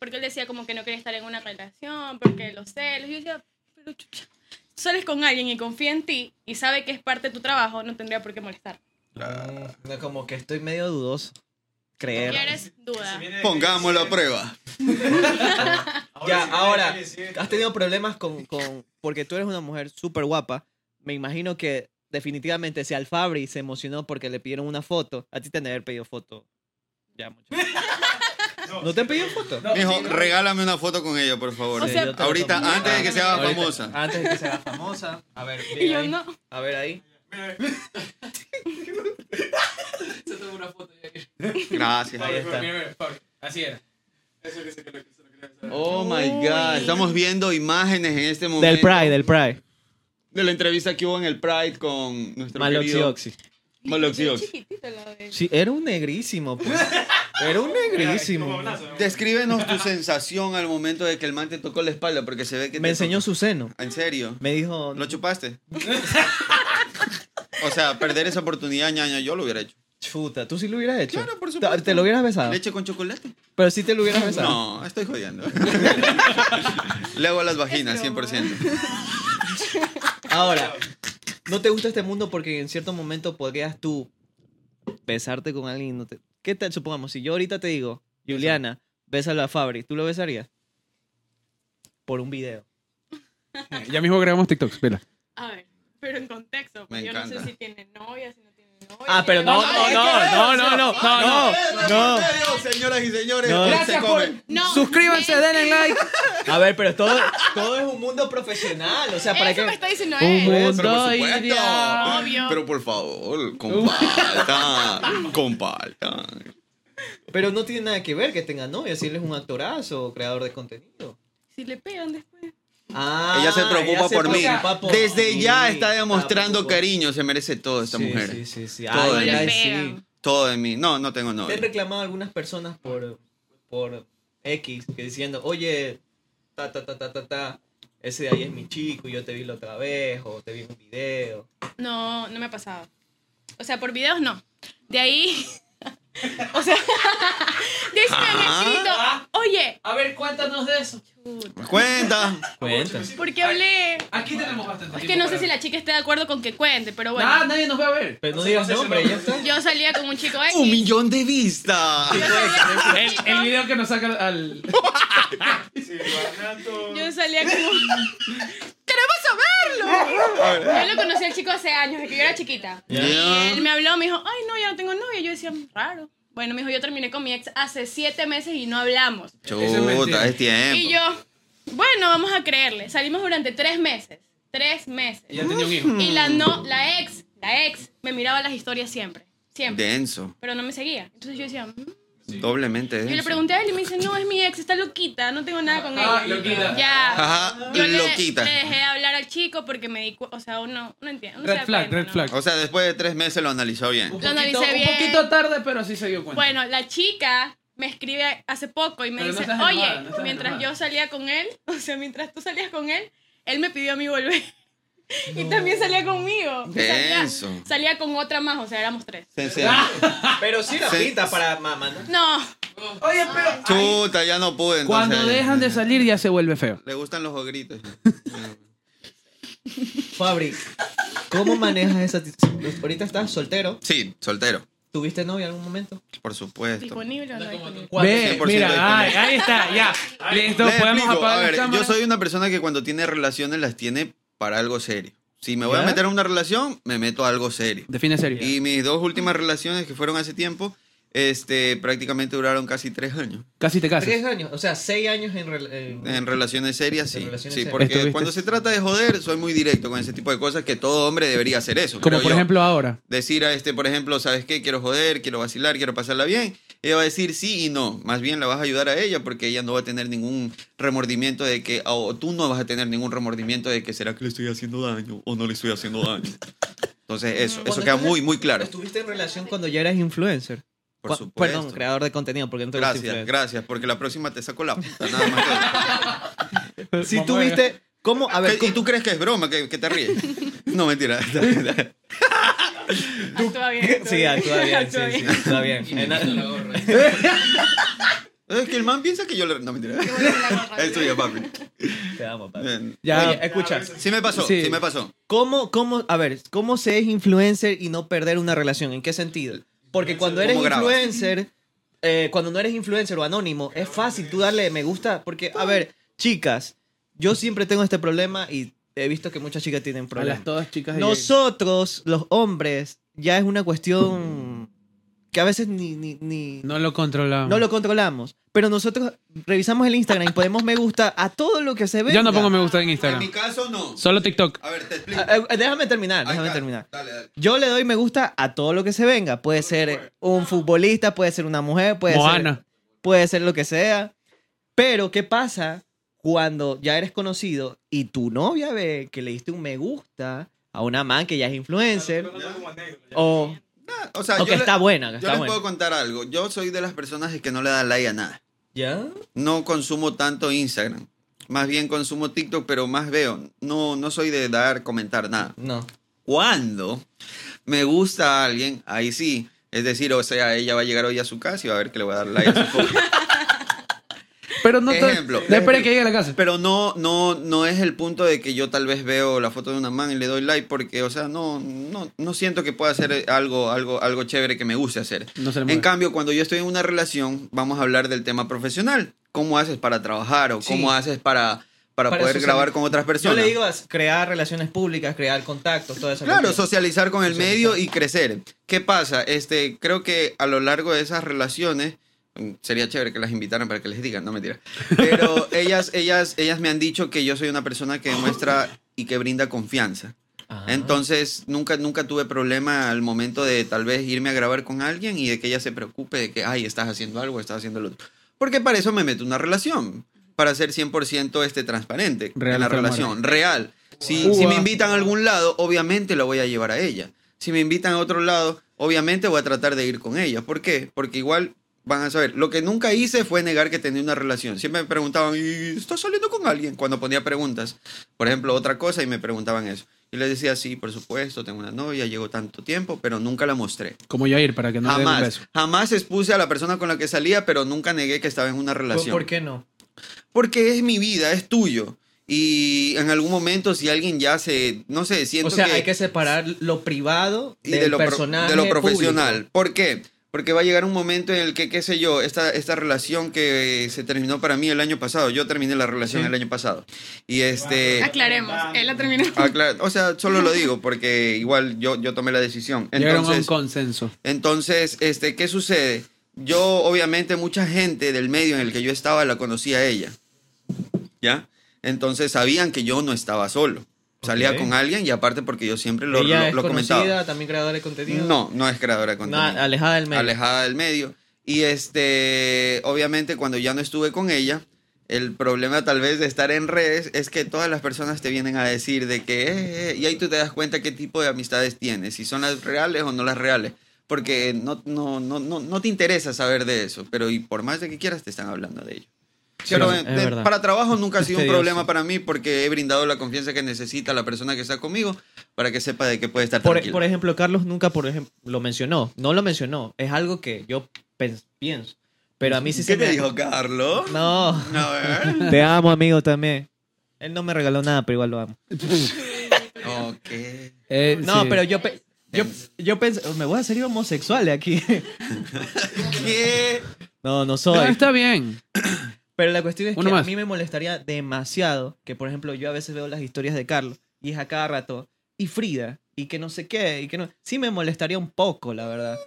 S5: porque él decía como que no quería estar en una relación, porque los celos. Y yo decía, pero chucha, tú sales con alguien y confía en ti y sabe que es parte de tu trabajo, no tendría por qué molestar.
S1: Mm, no, como que estoy medio dudoso. Creer.
S5: ¿Quieres duda?
S3: Pongámoslo a prueba.
S1: Ya,
S4: sí,
S1: ahora,
S4: sí, sí.
S1: has tenido problemas con, con- Porque tú eres una mujer súper guapa. Me imagino que definitivamente si Alfabri se emocionó porque le pidieron una foto, a ti te han de haber pedido foto. Ya, mucho. ¿No te han pedido foto?
S4: No,
S3: Mijo,
S4: sí, no.
S3: regálame una foto con ella, por favor.
S5: O sea,
S1: yo te lo
S3: Ahorita,
S1: tomo.
S3: antes de que se haga
S4: Ahorita,
S3: Ah, famosa.
S4: Antes de que sea famosa. A ver,
S5: Y
S4: llega
S5: yo
S4: ahí.
S5: no.
S4: A ver ahí.
S2: Se tomó una foto de Yair.
S3: Gracias.
S4: Ahí
S2: Mira,
S4: está.
S2: mira, mira, Pablo. Así era.
S3: Oh my God. Estamos viendo imágenes en este momento.
S1: Del Pride, del Pride.
S3: De la entrevista que hubo en el Pride con nuestro
S1: Maloxi
S3: querido
S1: Oxi.
S3: Maloxi Ox.
S5: Chiquitito lo de...
S1: Sí, era un negrísimo, pues. Era un negrísimo.
S3: Descríbenos tu sensación al momento de que el man te tocó la espalda, porque se ve que
S1: Me
S3: te
S1: enseñó
S3: tocó.
S1: su seno.
S3: ¿En serio?
S1: Me dijo...
S3: ¿Lo chupaste? o sea, perder esa oportunidad, ñaña, yo lo hubiera hecho.
S1: Chuta, tú sí lo hubieras hecho.
S3: Claro, por
S1: Te-
S3: supuesto.
S1: Te lo hubieras besado.
S3: ¿Leche con chocolate?
S1: Pero sí te lo hubieras besado.
S3: No, estoy jodiendo. Le hago a las vaginas,
S1: Este
S5: Es broma.
S3: 100%.
S1: Ahora, ¿no te gusta este mundo porque en cierto momento podrías tú besarte con alguien? y No te... ¿Qué tal, supongamos, si yo ahorita te digo, Juliana, bésalo a Fabri, ¿tú lo besarías? Por un video.
S2: Ya mismo grabamos TikToks, vela.
S5: A ver, pero en contexto. pues,
S3: Me
S5: yo no
S3: encanta.
S5: sé si tiene novia, si no tiene novia.
S1: Ah, pero no, no,
S5: Ay, qué
S1: no, no, no, no, no, no.
S3: Señoras y señores,
S1: No.
S3: se come.
S5: No,
S2: Suscríbanse,
S5: ven.
S2: denle like.
S1: A ver, pero todo, todo es un mundo profesional, o sea, ¿para
S5: Eso
S1: qué?
S5: me está diciendo
S2: Un
S5: él.
S3: Pero por
S2: mundo
S3: supuesto.
S2: ideal.
S5: Obvio.
S3: Pero por favor, compartan. compartan.
S1: Pero no tiene nada que ver que tenga novia, si él es un actorazo o creador de contenido.
S5: Si le pegan después.
S1: Ah,
S3: ella se preocupa
S1: ella
S3: por mí.
S1: preocupa por
S3: Desde
S1: mí.
S3: ya está demostrando
S1: Ah, por-
S3: cariño. Se merece todo esta
S1: Sí,
S3: mujer.
S1: Sí, sí, sí.
S3: Todo
S1: Ay,
S3: de
S1: ay,
S5: mí.
S1: sí.
S5: Pegan.
S3: Todo de mí. No, no tengo
S1: Te han
S3: novia.
S1: reclamado algunas personas por, por X, que diciendo, oye, ta, ta, ta, ta, ta, ta, ese de ahí es mi chico y yo te vi la otra vez, o te vi en un video.
S5: No, no me ha pasado. O sea, por videos no. De ahí. o sea, de ahí sí me han
S3: Ah.
S5: escrito. Oye,
S4: A ver, cuéntanos de eso.
S5: puta,
S3: Cuenta.
S1: Cuenta.
S5: ¿por qué hablé?
S2: Aquí tenemos bastante
S5: Es que
S2: tiempo
S5: no sé
S2: para-
S5: si la chica esté de acuerdo con que cuente, pero bueno.
S2: Ah, nadie nos va a ver.
S1: Pero no digas nombre, ya está.
S5: Yo salía con un chico X.
S3: Un millón de vistas.
S5: Yo salía con un
S2: El,
S5: chico-
S2: el video que nos saca al.
S5: Yo salía como. ¡Queremos saberlo! Yo lo conocí al chico hace años, de que yo era chiquita.
S3: Ya.
S5: Y él me habló, me dijo, ay, no, ya no tengo novia. Yo decía, raro. Bueno, me dijo, yo terminé con mi ex hace siete meses y no hablamos.
S2: es mentira.
S3: Chuta, es tiempo.
S5: Y yo, bueno, vamos a creerle. Salimos durante tres meses. Tres meses.
S2: Ya tenía un hijo.
S5: Y la no, la ex, la ex, me miraba las historias siempre. Siempre.
S3: Denso.
S5: Pero no me seguía. Entonces yo decía, "Mm".
S3: Doblemente denso.
S5: yo le pregunté a él y me dice, no, es mi ex, está loquita, no tengo nada con
S2: Ah,
S5: ella.
S2: loquita.
S5: Ya.
S3: Ajá,
S5: Yo le,
S3: loquita.
S5: le dejé de hablar al chico porque me di cu- O sea, uno no entiende. uno se
S2: Red
S5: da
S2: flag,
S5: cuenta,
S2: red
S5: ¿no?
S2: flag.
S3: O sea, después de tres meses lo analizó bien.
S2: Un
S5: Lo analicé
S2: poquito-
S5: bien.
S2: Un poquito tarde, pero sí se dio cuenta.
S5: Bueno, la chica me escribe hace poco y me
S2: Pero no
S5: dice,
S2: estás enojada,
S5: oye,
S2: no estás
S5: mientras
S2: enojada".
S5: yo salía con él, o sea, mientras tú salías con él, él me pidió a mí volver. Y también salía conmigo. Y Salía,
S3: Denso.
S5: salía con otra más, o sea, éramos tres.
S3: Sensei.
S1: Pero sí la
S3: Sí.
S1: pinta para mamá, ¿no?
S5: No,
S2: Oye, pero.
S3: Chuta, ya no pude. entonces.
S2: Cuando dejan de salir ya se vuelve feo.
S3: Le gustan los ogritos.
S1: Fabri, ¿cómo manejas esa actitud? Ahorita estás soltero.
S3: Sí, soltero.
S1: ¿Tuviste novia en algún momento?
S3: Por supuesto.
S5: disponible o no disponible.
S2: Ve,
S3: 100%
S2: mira,
S3: disponible.
S2: ay, ahí está, ya. Listo,
S3: Les
S2: podemos
S3: explico,
S2: apagar
S3: a
S2: las
S3: ver, yo
S2: cámaras.
S3: soy una persona que cuando tiene relaciones las tiene para algo serio. Si me voy a
S1: ¿Ya?
S3: meter en una relación, me meto a algo serio.
S2: Define serio.
S3: Y mis dos últimas relaciones que fueron hace tiempo, este, prácticamente duraron casi tres años.
S2: Casi te
S1: Tres
S2: casas.
S1: años, o sea, seis años en... rel- en-
S3: En relaciones serias, sí.
S1: relaciones
S3: sí
S1: serias.
S3: porque
S2: Estuviste-
S3: cuando se trata de joder, soy muy directo con ese tipo de cosas que todo hombre debería hacer eso.
S2: Como
S3: creo
S2: por
S3: yo.
S2: ejemplo ahora.
S3: Decir a este, por ejemplo, ¿sabes qué? Quiero joder, quiero vacilar, quiero pasarla bien. Ella va a decir sí y no. Más bien la vas a ayudar a ella porque ella no va a tener ningún remordimiento de que, o tú no vas a tener ningún remordimiento de que será que le estoy haciendo daño o no le estoy haciendo daño. Entonces, eso, eso
S1: Cuando
S3: queda
S1: estás-
S3: muy, muy claro.
S1: Estuviste en relación cuando ya eras influencer.
S3: Por
S1: Cu-
S3: supuesto.
S1: Perdón, creador de contenido, porque no te gusta
S3: Gracias,
S1: influencer.
S3: gracias, porque la próxima te saco la puta, nada más. que-
S1: Si
S2: Vamos a ver.
S1: tuviste. ¿Cómo? A ver,
S3: ¿Y tú crees que es broma? ¿Que, que te ríes? No, mentira.
S5: Actúa bien. actúa
S1: Sí, actúa bien, sí,
S5: actúa
S1: sí,
S5: bien.
S1: actúa bien.
S4: Y me
S1: En-
S4: quito la gorra.
S3: es que el man piensa que yo le... No, mentira.
S5: Qué bonita la gorra.
S3: Es tuyo, papi.
S1: Te amo, papi.
S3: Bien. eh,
S2: Ya,
S1: Oye, escucha,
S3: Sí me pasó,
S2: Sí.
S3: sí, me pasó.
S1: ¿cómo, cómo, a ver, ¿cómo se es influencer y no perder una relación? ¿En qué sentido? Porque cuando eres
S3: ¿Cómo grabas?
S1: influencer, eh, cuando no eres influencer o anónimo, es fácil tú darle me gusta. Porque, a ver, chicas, yo siempre tengo este problema y he visto que muchas chicas tienen
S2: a las
S1: problemas.
S2: todas chicas de Yairi.
S1: Nosotros, los hombres, ya es una cuestión que a veces ni, ni, ni-
S2: No lo controlamos.
S1: no lo controlamos. Pero nosotros revisamos el Instagram y ponemos me gusta a todo lo que se ve.
S2: Yo no pongo me gusta en
S3: En mi
S2: Instagram.
S3: caso, no.
S2: Solo TikTok.
S3: A ver, te explico.
S1: Ah, eh, Déjame terminar,
S3: Ahí
S1: déjame
S3: está.
S1: terminar.
S3: Dale, dale.
S1: Yo le doy me gusta a todo lo que se venga. Puede ser un futbolista, puede ser una mujer, puede ser
S2: Moana.
S1: puede ser lo que sea. Pero ¿qué pasa cuando ya eres conocido y tu novia ve que le diste un me gusta a una man que ya es influencer o,
S3: Ah, O sea,
S1: o
S3: yo,
S1: que
S3: le-
S1: está buena, que
S3: yo
S1: está
S3: les
S1: buena?
S3: puedo contar algo. Yo soy de las personas que no le da like a nada.
S1: ¿Ya?
S3: No consumo tanto Instagram. Más bien consumo TikTok, pero más veo. No, no soy de dar, comentar nada.
S1: No.
S3: Cuando me gusta a alguien, ahí sí. Es decir, o sea, ella va a llegar hoy a su casa y va a ver que le voy a dar like a su foto.
S2: Pero no te.
S3: Ejemplo.
S2: No esperes que llegue a la casa.
S3: Pero no, no, no es el punto de que yo tal vez veo la foto de una man y le doy like porque, o sea, no, no, no siento que pueda hacer algo, algo, algo chévere que me guste hacer.
S1: Mm,
S2: No se le
S3: En
S2: mueve.
S3: cambio, cuando yo estoy en una relación, vamos a hablar del tema profesional. ¿Cómo haces para trabajar o
S1: Sí.
S3: cómo haces para, para,
S1: Para
S3: poder
S1: socializar.
S3: grabar con otras
S1: Yo
S3: personas?
S1: le digo a crear relaciones públicas, crear contactos, todo eso.
S3: Claro, socializar con el medio y crecer. ¿Qué pasa? Este, creo que a lo largo de esas relaciones mm, sería chévere que las invitaran para que les digan, no mentira. Pero ellas, ellas, ellas me han dicho que yo soy una persona que demuestra y que brinda confianza. Entonces, nunca, nunca tuve problema al momento de tal vez irme a grabar con alguien y de que ella se preocupe de que, ay, estás haciendo algo, estás haciendo lo otro. Porque para eso me meto en una relación, para ser 100% este, transparente
S2: Real
S3: en la
S2: hasta la
S3: relación, real. Si,
S2: Uva.
S3: si me invitan a algún lado, obviamente la voy a llevar a ella. Si me invitan a otro lado, obviamente voy a tratar de ir con ella. ¿Por qué? Porque igual van a saber. Lo que nunca hice fue negar que tenía una relación. Siempre me preguntaban, ¿y estás saliendo con alguien? Cuando ponía preguntas. Por ejemplo, otra cosa y me preguntaban eso. Y les decía, sí, por supuesto, tengo una novia, llevo tanto tiempo, pero nunca la mostré.
S2: Como Yair, para que no le den un
S3: jamás,
S2: beso.
S3: jamás expuse a la persona con la que salía, pero nunca negué que estaba en una relación.
S1: ¿Por qué no?
S3: Porque es mi vida, es tuyo. Y en algún momento, si alguien ya se, no sé, siento
S1: O sea,
S3: que,
S1: hay que separar lo privado
S3: y
S1: del
S3: de lo, pro-
S1: personal.
S3: de lo profesional. ¿Por qué? Porque va a llegar un momento en el que, qué sé yo, esta, esta relación que se terminó para mí el año pasado, yo terminé la relación el año pasado. Y este...
S5: Aclaremos. Él la terminó.
S3: Ah, claro. O sea, solo lo digo porque igual yo, yo tomé la decisión.
S2: Llegaron a un
S3: Entonces,
S2: consenso.
S3: entonces, este, ¿qué sucede? Yo, obviamente, mucha gente del medio en el que yo estaba la conocía a ella. ¿Ya? Entonces sabían que yo no estaba solo. Salía
S1: Ok.
S3: con alguien y aparte porque yo siempre lo,
S1: Ella
S3: lo-
S1: es
S3: lo comentaba.
S1: conocida, también creadora de contenido.
S3: No, no es creadora de
S1: No,
S3: contenido.
S1: alejada del medio.
S3: alejada del medio. Y este, obviamente cuando ya no estuve con ella, el problema tal vez de estar en redes es que todas las personas te vienen a decir de que, eh, eh, y ahí tú te das cuenta qué tipo de amistades tienes, si son las reales o no las reales. Porque no, no, no, no, no te interesa saber de eso, pero y por más de que quieras te están hablando de ello. Pero,
S1: es- es
S3: eh,
S1: verdad.
S3: para trabajo nunca ha
S1: Es
S3: sido un
S1: tedioso.
S3: problema para mí porque he brindado la confianza que necesita la persona que está conmigo para que sepa de que puede estar
S1: Por, e-
S3: tranquilo.
S1: por ejemplo, Carlos nunca por ejemplo, lo mencionó. No lo mencionó. Es algo que yo pens- pienso. Pero a mí sí
S3: ¿Qué
S1: se
S3: te
S1: me-
S3: dijo Carlos?
S1: No.
S3: A ver.
S1: Te amo, amigo, también. Él no me regaló nada, pero igual lo amo.
S3: Ok.
S2: Eh,
S1: No,
S2: sí.
S1: pero yo, pe- yo, yo pensé... Me voy a salir homosexual de aquí.
S3: ¿Qué?
S1: No, no
S2: No,
S1: soy.
S2: está bien.
S1: Pero la cuestión es
S2: Uno
S1: que a
S2: más.
S1: mí me molestaría demasiado que, por ejemplo, yo a veces veo las historias de Carlos y es a cada rato, y Frida, y que no sé qué, y que no... Sí me molestaría un poco, la verdad.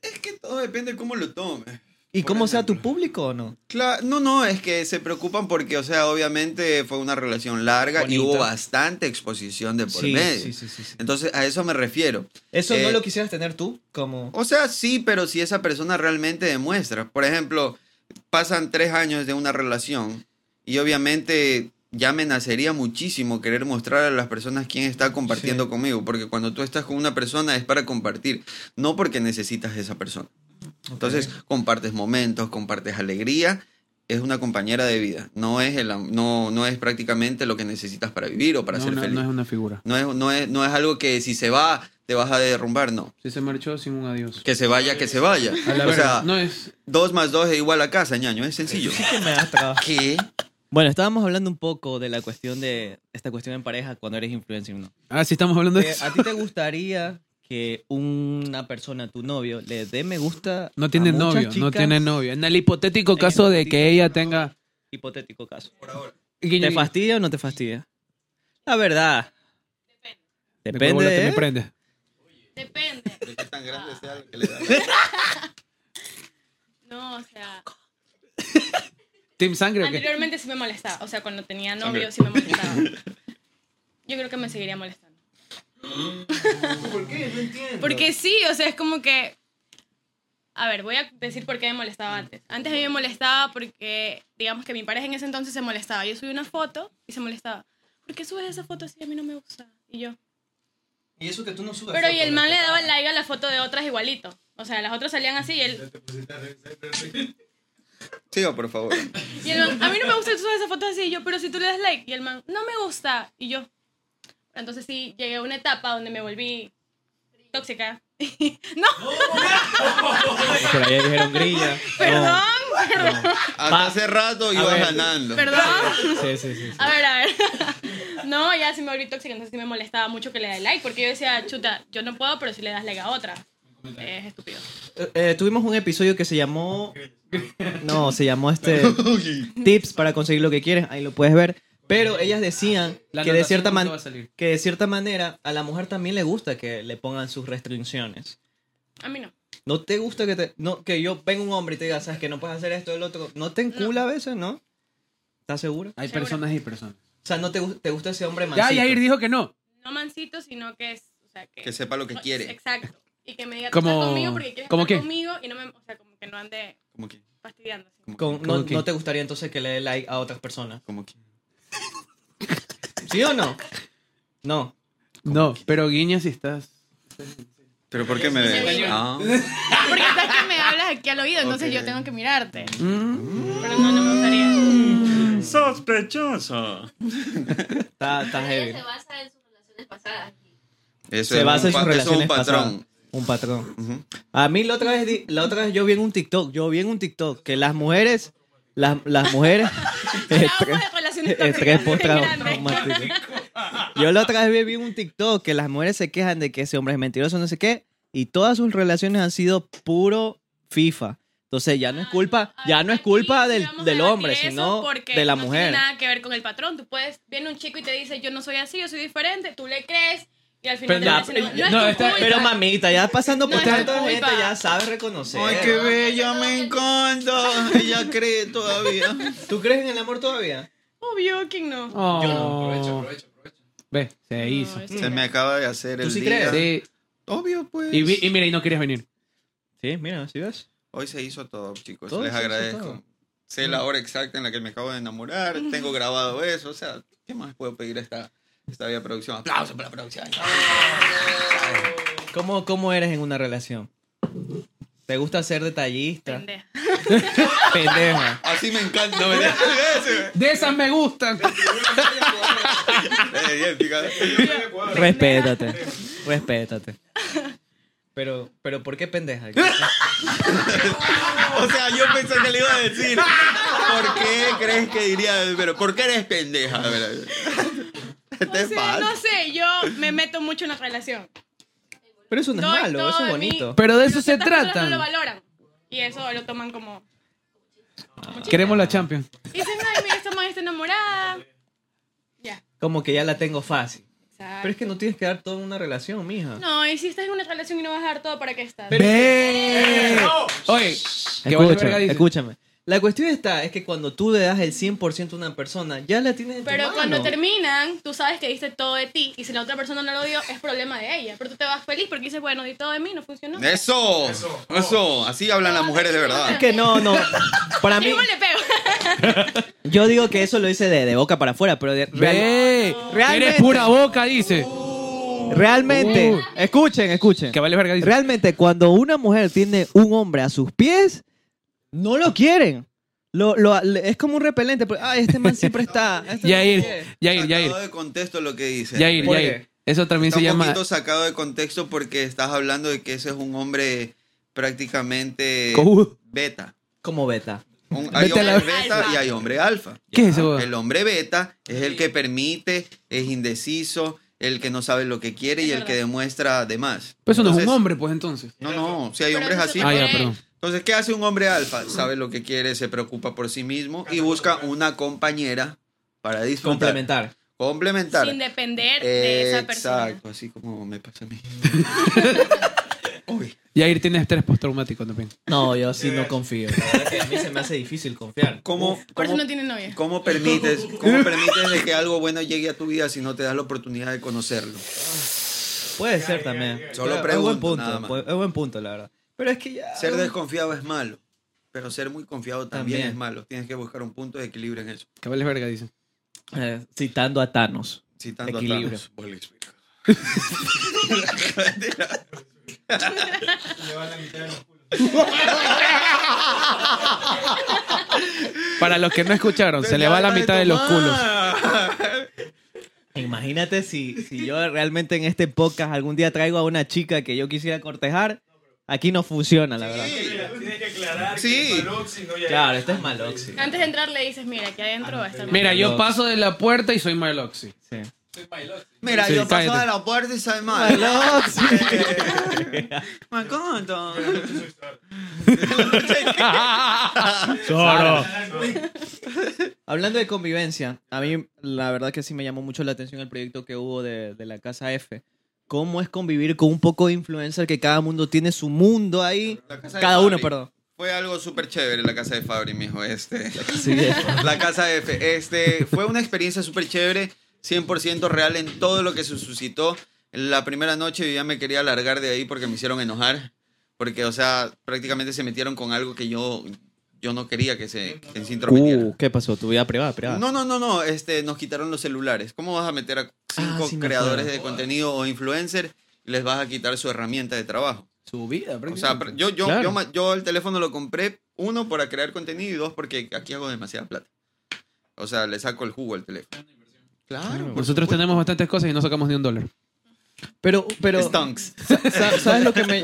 S3: Es que todo depende de cómo lo tomes.
S1: ¿Y
S3: Por
S1: cómo sea tu
S3: ejemplo.
S1: público o no?
S3: Claro, no, no, es que se preocupan porque, o sea, obviamente fue una relación larga y
S1: Bonita.
S3: hubo bastante exposición de por
S1: Sí,
S3: medio.
S1: sí, sí, sí, sí.
S3: Entonces, a eso me refiero.
S1: ¿Eso no
S3: Eh,
S1: lo quisieras tener tú? Como...
S3: O sea, sí, pero si esa persona realmente demuestra. Por ejemplo, pasan tres años de una relación y obviamente ya me nacería muchísimo querer mostrar a las personas quién está compartiendo conmigo. Porque cuando tú estás con una persona es para compartir, no porque necesitas esa persona. Entonces, compartes momentos, compartes alegría es una compañera de vida, no es, el, am- no, no es prácticamente lo que necesitas para vivir o para
S2: no,
S3: ser
S2: una-
S3: feliz.
S2: no es una figura.
S3: No es, no, es, no es algo que si se va te vas a derrumbar, no.
S2: Si se marchó sin un adiós.
S3: Que se vaya, que se vaya.
S2: A la
S3: O
S2: verga.
S3: sea,
S2: no es.
S3: dos más dos es igual a casa, ñaño, es sencillo.
S4: Sí que me das trabajo.
S3: ¿Qué?
S1: Bueno, estábamos hablando un poco de la cuestión de esta cuestión en pareja cuando eres influencer, ¿no?
S2: Ah, sí, estamos hablando de
S1: Eh,
S2: eso.
S1: ¿A ti te gustaría que una persona, tu novio, le dé me gusta?
S2: No tiene
S1: a muchas
S2: novio, no
S1: chicas?
S2: tiene novio. En el hipotético
S1: En el
S2: caso de
S1: hipotético
S2: que ella
S1: caso.
S2: tenga.
S1: Hipotético caso. ¿Te
S2: Guiño-
S1: fastidia o no te fastidia? La verdad.
S2: Me
S1: Depende.
S2: cuelgo la que me
S1: ¿eh?
S2: prende.
S5: Depende.
S3: ¿Qué tan grande sea lo que le da?
S5: No, o sea,
S2: Team Sangre. o qué?
S5: anteriormente sí me molestaba. O sea, cuando tenía
S3: Hombre.
S5: novio sí me molestaba. Yo creo que me seguiría molestando.
S4: ¿Por qué? No entiendo.
S5: Porque sí, o sea, es como que... A ver, voy a decir por qué me molestaba antes. Antes a mí me molestaba porque, digamos que mi pareja en ese entonces se molestaba. Yo subí una foto y se molestaba. ¿Por qué subes esa foto así? A mí no me gusta. Y yo...
S4: Y eso que tú no
S1: Pues
S4: subes.
S5: Pero y el man
S4: mal
S5: le daba like a la foto de otras igualito. O sea, las otras salían así y él...
S3: Siga, oh, por favor.
S5: Y el man, a mí no me gusta que tú subas esa foto así. Y yo, pero si tú le das like. Y el man, no me gusta. Y yo... Entonces sí, llegué a una etapa donde me volví tóxica. no,
S1: Por ahí dijeron grilla.
S5: perdón,
S3: Hasta hace rato ibas ganando.
S5: perdón.
S1: Sí, sí, sí.
S5: A ver, a ver. No, ya se me volví tóxica, entonces sí me molestaba mucho que le dé like, porque yo decía, chuta, yo no puedo, pero si le das like a otra. Es estúpido.
S1: Eh, tuvimos un episodio que se llamó. No, se llamó este.
S3: Uy.
S1: Tips para conseguir lo que quieres. Ahí lo puedes ver. Pero ellas decían
S2: La
S1: que de
S2: anotación
S1: cierta
S2: nunca
S1: manera.
S2: va a salir.
S1: que de cierta manera a la mujer también le gusta que le pongan sus restricciones.
S5: A mí no.
S1: No te gusta que te no que yo venga un hombre y te diga, sabes que no puedes hacer esto el otro. No te encula a veces, ¿no? ¿Estás segura?
S2: Hay
S5: Seguro.
S2: personas y personas.
S1: O sea, no te, gu- te gusta ese hombre mansito.
S2: Ya, Yair dijo que no.
S5: No mansito, sino que es. O sea, que,
S3: Que sepa lo que quiere.
S5: Exacto. Y que me diga,
S2: Como-
S5: como, conmigo porque quieres
S2: ¿como
S5: estar
S2: qué?
S5: conmigo y no me. O sea, como que no ande
S3: Como que,
S5: fastidiando. así.
S1: Con-
S2: ¿Cómo
S1: no,
S2: que?
S1: no te gustaría entonces que le dé like a otras personas.
S3: como que.
S1: ¿Sí o no? No.
S2: No, pero guiña si estás.
S3: ¿Pero por qué me ves? Ah.
S5: Porque sabes que me hablas aquí al oído, entonces
S3: Ok.
S5: yo tengo que mirarte.
S2: Mm.
S5: Pero no, no me gustaría.
S3: Sospechoso.
S1: Está, está heavy.
S6: se basa en sus relaciones pasadas.
S3: Eso
S1: Se
S3: es
S1: basa en sus
S3: un pa- eso es
S1: relaciones
S3: un patrón.
S1: pasadas. Un patrón.
S3: Ujú.
S1: A mí la otra vez di- la otra vez yo vi en un TikTok, yo vi en un TikTok que las mujeres las, las mujeres
S5: Trauma de relaciones
S1: Eh, tres
S5: tóxicas.
S1: por trau-
S5: grande.
S1: traumático. Yo la otra vez vi un TikTok que las mujeres se quejan de que ese hombre es mentiroso, no sé qué, y todas sus relaciones han sido puro FIFA. Entonces ya no es culpa,
S5: Ah,
S1: ya no es
S5: aquí
S1: culpa
S5: sí
S1: del,
S5: vamos a
S1: del
S5: debatir
S1: hombre,
S5: eso
S1: sino
S5: porque
S1: de la
S5: no
S1: mujer.
S5: tiene nada que ver con el patrón. Tú puedes, viene un chico y te dice, yo no soy así, yo soy diferente, tú le crees y al final
S2: Pero ya,
S5: te relacionas-
S2: no,
S5: no, es tu
S2: está-
S5: culpa.
S1: eh, Pero mamita, ya pasando
S5: No
S1: por
S5: es tu
S1: tanta gente,
S5: culpa.
S1: ya sabes reconocer.
S3: Ay, qué bella, me encanta. Ella cree todavía.
S1: ¿Tú crees en el amor todavía?
S5: Obvio, ¿quién no?
S2: Oh.
S4: aprovecho, aprovecho.
S2: Ve, se hizo.
S5: No, eso
S3: Se
S5: no.
S3: me acaba de hacer
S1: ¿Tú
S3: el
S1: sí
S3: día.
S1: crees?
S2: Sí.
S3: Obvio, pues.
S2: Y, vi- y mira, y no querías venir.
S1: Sí, mira, ¿sí ves?
S3: Hoy se hizo todo, chicos.
S1: Todo
S3: Les
S1: se hizo
S3: agradezco.
S1: todo.
S3: Sé la hora exacta en la que me acabo de enamorar. Tengo grabado eso. O sea, ¿qué más puedo pedir a esta, esta bella producción? Aplausos para la producción.
S1: ¿Cómo, ¿Cómo eres en una relación? ¿Te gusta ser detallista?
S5: Pendeja.
S1: Pendeja.
S3: Así me encanta. No, ¿verdad? Ese.
S2: De esas me gustan.
S3: Eh, bien, fíjate.
S1: Respétate, respétate. Pero, pero ¿por qué pendeja?
S3: O sea, yo pensé que le iba a decir. ¿Por qué crees que diría? Pero, ¿por qué eres pendeja? ¿Verdad?
S5: O
S3: Te
S5: sea,
S3: pasa.
S5: no sé, yo me meto mucho en la relación.
S1: Pero eso no es
S5: Doy
S1: malo,
S5: todo
S1: eso es
S5: de mí.
S1: bonito.
S2: Pero de
S5: Pero
S2: eso se
S5: ciertas personas No lo
S2: tratan.
S5: valoran. Y eso lo toman como...
S2: Queremos la Champions.
S5: Y dicen, ay, mira, esta man está enamorada. Ya,
S1: Como que ya la tengo fácil.
S5: exacto.
S1: Pero es que no tienes que dar todo en una relación, mija.
S5: No, y si estás en una relación y no vas a dar todo para que estás.
S2: Ve. Oye, que vale verga
S1: Escúchame,
S2: dice.
S1: escúchame. La cuestión está, es que cuando tú le das el 100% a una persona, ya la tienes en tu
S5: Pero
S1: mano.
S5: cuando terminan, tú sabes que diste todo de ti y si la otra persona no lo dio, es problema de ella. Pero tú te vas feliz porque dices, bueno, di todo de mí, no funcionó.
S3: Eh, Eso, eso,
S4: Eso.
S3: así hablan las mujeres de
S1: Es
S3: verdad.
S1: que no, no. Para mí,
S5: Igual le pego.
S1: yo digo que eso lo hice de, de boca para afuera, pero de- real-
S2: Ve.
S1: Realmente.
S2: Eres pura boca, dice.
S1: realmente,
S2: Uh.
S1: escuchen, escuchen.
S2: Que vale verga dice.
S1: Realmente, cuando una mujer tiene un hombre a sus pies, no lo quieren. Lo, lo- le- es como un repelente. porque, ah, este man siempre está. este man
S2: Yair,
S1: siempre-
S2: Yair, Yair,
S3: Sacado de contexto lo que dice.
S2: Yair,
S1: ¿Por
S2: Yair.
S1: qué?
S2: Eso también
S3: Está
S2: se
S3: un
S2: llama...
S3: poquito sacado de contexto porque estás hablando de que ese es un hombre prácticamente
S2: Cojudo.
S3: beta.
S1: Como beta.
S3: Un- hay
S2: Vete a la-
S3: hombre beta
S5: Alfa.
S3: y hay hombre alfa.
S2: ¿Qué es eso?
S3: Ah, El hombre beta es el que permite, es indeciso, el que no sabe lo que quiere y
S5: Es
S3: el que
S5: verdad.
S3: demuestra de más.
S2: Pues eso no es un
S3: Entonces-
S2: hombre, pues entonces.
S3: No, no, si hay
S5: Pero
S3: hombres
S5: eso se
S3: así. pues,
S2: Ah,
S5: supone-
S2: ya, perdón.
S3: Entonces, ¿qué hace un hombre alfa? Sabe lo que quiere, se preocupa por sí mismo y busca una compañera para disfrutar.
S1: Complementar.
S3: Complementar.
S5: Sin depender de esa persona.
S3: Exacto, así como me pasa a mí.
S2: Yair tiene estrés postraumático también.
S1: No, yo sí no confío. La verdad que a mí se me hace difícil confiar.
S3: ¿Cómo,
S5: Por eso
S3: cómo-
S5: no tiene novia.
S3: cómo permites, cómo permites de que algo bueno llegue a tu vida si no te das la oportunidad de conocerlo?
S1: Puede ser también.
S3: Solo
S1: Es
S3: pregunto,
S1: buen punto.
S3: nada más.
S1: pues, Es buen punto, la verdad. Pero es que ya.
S3: Ser desconfiado es malo, pero ser muy confiado también,
S1: También.
S3: es malo. Tienes que buscar un punto de equilibrio en eso.
S2: Que vale verga, dice.
S1: Eh, Citando a Thanos.
S3: Citando
S1: Equilibrio.
S3: a Thanos. Vuelve a explicar.
S4: Le va la mitad de los culos.
S2: Para los que no escucharon, se le va la mitad de los culos.
S1: Imagínate si, si yo realmente en este podcast algún día traigo a una chica que yo quisiera cortejar. Aquí no funciona, la verdad.
S4: Mira, Tiene que aclarar
S3: Sí.
S4: que el Maloxi no ya-
S1: Claro, este es Maloxi.
S5: Antes de entrar le dices, mira, que adentro
S3: Ah,
S5: va a estar
S2: Mira, yo
S1: Malox.
S2: paso de la puerta y soy Marloxi.
S1: Sí.
S3: Mira,
S2: Sí,
S3: yo paso
S2: cállate.
S3: de la puerta y sabe mal.
S1: Maloxi.
S3: Me conto.
S2: Soro.
S1: Hablando de convivencia, a mí la verdad que sí me llamó mucho la atención el proyecto que hubo de, de la Casa F. ¿Cómo es convivir con un poco de influencer que cada mundo tiene su mundo ahí?
S3: La casa de
S1: Cada uno,
S3: Fabri.
S1: perdón.
S3: Fue algo súper chévere la casa de Fabri, mijo. Este.
S1: Sí,
S3: La Casa F. Este, fue una experiencia súper chévere, 100% real en todo lo que se suscitó. La primera noche yo ya me quería largar de ahí porque me hicieron enojar. Porque, o sea, prácticamente se metieron con algo que yo, yo no quería que se, que se intrometiera.
S1: Uh, ¿Qué pasó? ¿Tu vida privada? privada?
S3: No, no, no, no. Este, nos quitaron los celulares. ¿Cómo vas a meter a cinco
S1: Ah, sí me
S3: creadores
S1: acuerdo.
S3: de contenido o influencers y les vas a quitar su herramienta de trabajo?
S2: Su vida,
S3: O sea, pr- yo, yo,
S1: Claro.
S3: yo, ma- yo el teléfono lo compré, uno, para crear contenido y dos, porque aquí hago demasiada plata. O sea, le saco el jugo al teléfono. Claro. por
S2: Nosotros
S3: supuesto.
S2: tenemos bastantes cosas y no sacamos ni un dólar.
S1: Pero, pero
S3: Stunks.
S1: sa- ¿sabes lo que me...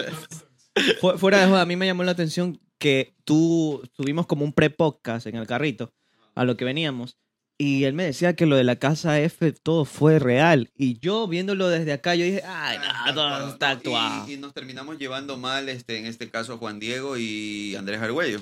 S1: Fu- Fuera de joda, a mí me llamó la atención que tú tuvimos como un pre-podcast en el carrito a lo que veníamos y él me decía que lo de la Casa F todo fue real y yo viéndolo desde acá yo dije, ay, Ah, no, todo está actuado.
S3: Ah, Y, y nos terminamos llevando mal, este, en este caso, Juan Diego y Andrés Argüello.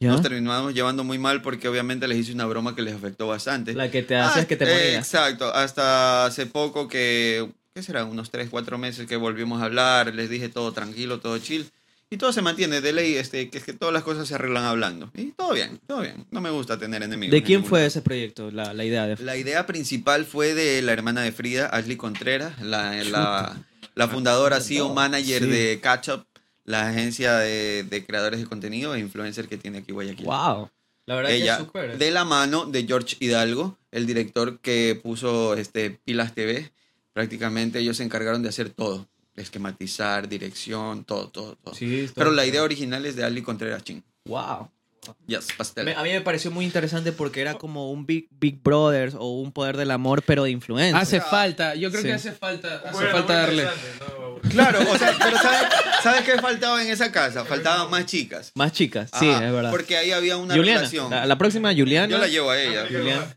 S1: ¿Ya?
S3: Nos terminamos llevando muy mal porque obviamente les hice una broma que les afectó bastante.
S1: La que te
S3: Ah,
S1: haces que te
S3: eh,
S1: morías.
S3: Exacto, hasta hace poco que, ¿qué será? Unos 3, 4 meses que volvimos a hablar, les dije todo tranquilo, todo chill. Y todo se mantiene de ley, este, que es que todas las cosas se arreglan hablando. Y todo bien, todo bien. No me gusta tener enemigos.
S1: ¿De quién
S3: ninguno.
S1: fue ese proyecto, la, la idea? De...
S3: La idea principal fue de la hermana de Frida, Ashley Contreras, la, la, la fundadora, CEO, manager de Catch Up, la agencia de, de creadores de contenido e influencer que tiene aquí Guayaquil
S1: ¡Wow! La verdad
S3: ella
S1: que es súper.
S3: de la mano de George Hidalgo, el director que puso este Pilas TV. Prácticamente ellos se encargaron de hacer todo, esquematizar, dirección, todo, todo, todo.
S1: Sí,
S3: Pero la idea original es de Ali Contreras Chin.
S1: ¡Wow!
S3: Yes, pastel.
S1: Me- a mí me pareció muy interesante porque era como un Big, Big Brothers o un poder del amor, pero de influencia.
S2: Hace falta, yo creo
S1: Sí.
S2: que hace falta, hace
S4: Bueno,
S2: falta
S4: muy
S2: darle.
S4: interesante, ¿no?
S3: Claro, o sea, pero ¿sabes, ¿sabes qué faltaba en esa casa? Faltaban más chicas.
S1: Más chicas, Ah, sí,
S3: Ajá,
S1: es verdad.
S3: Porque ahí había una
S1: Juliana,
S3: relación.
S1: la, Ah, la próxima Juliana.
S3: Yo la llevo a ella.
S1: Juliana.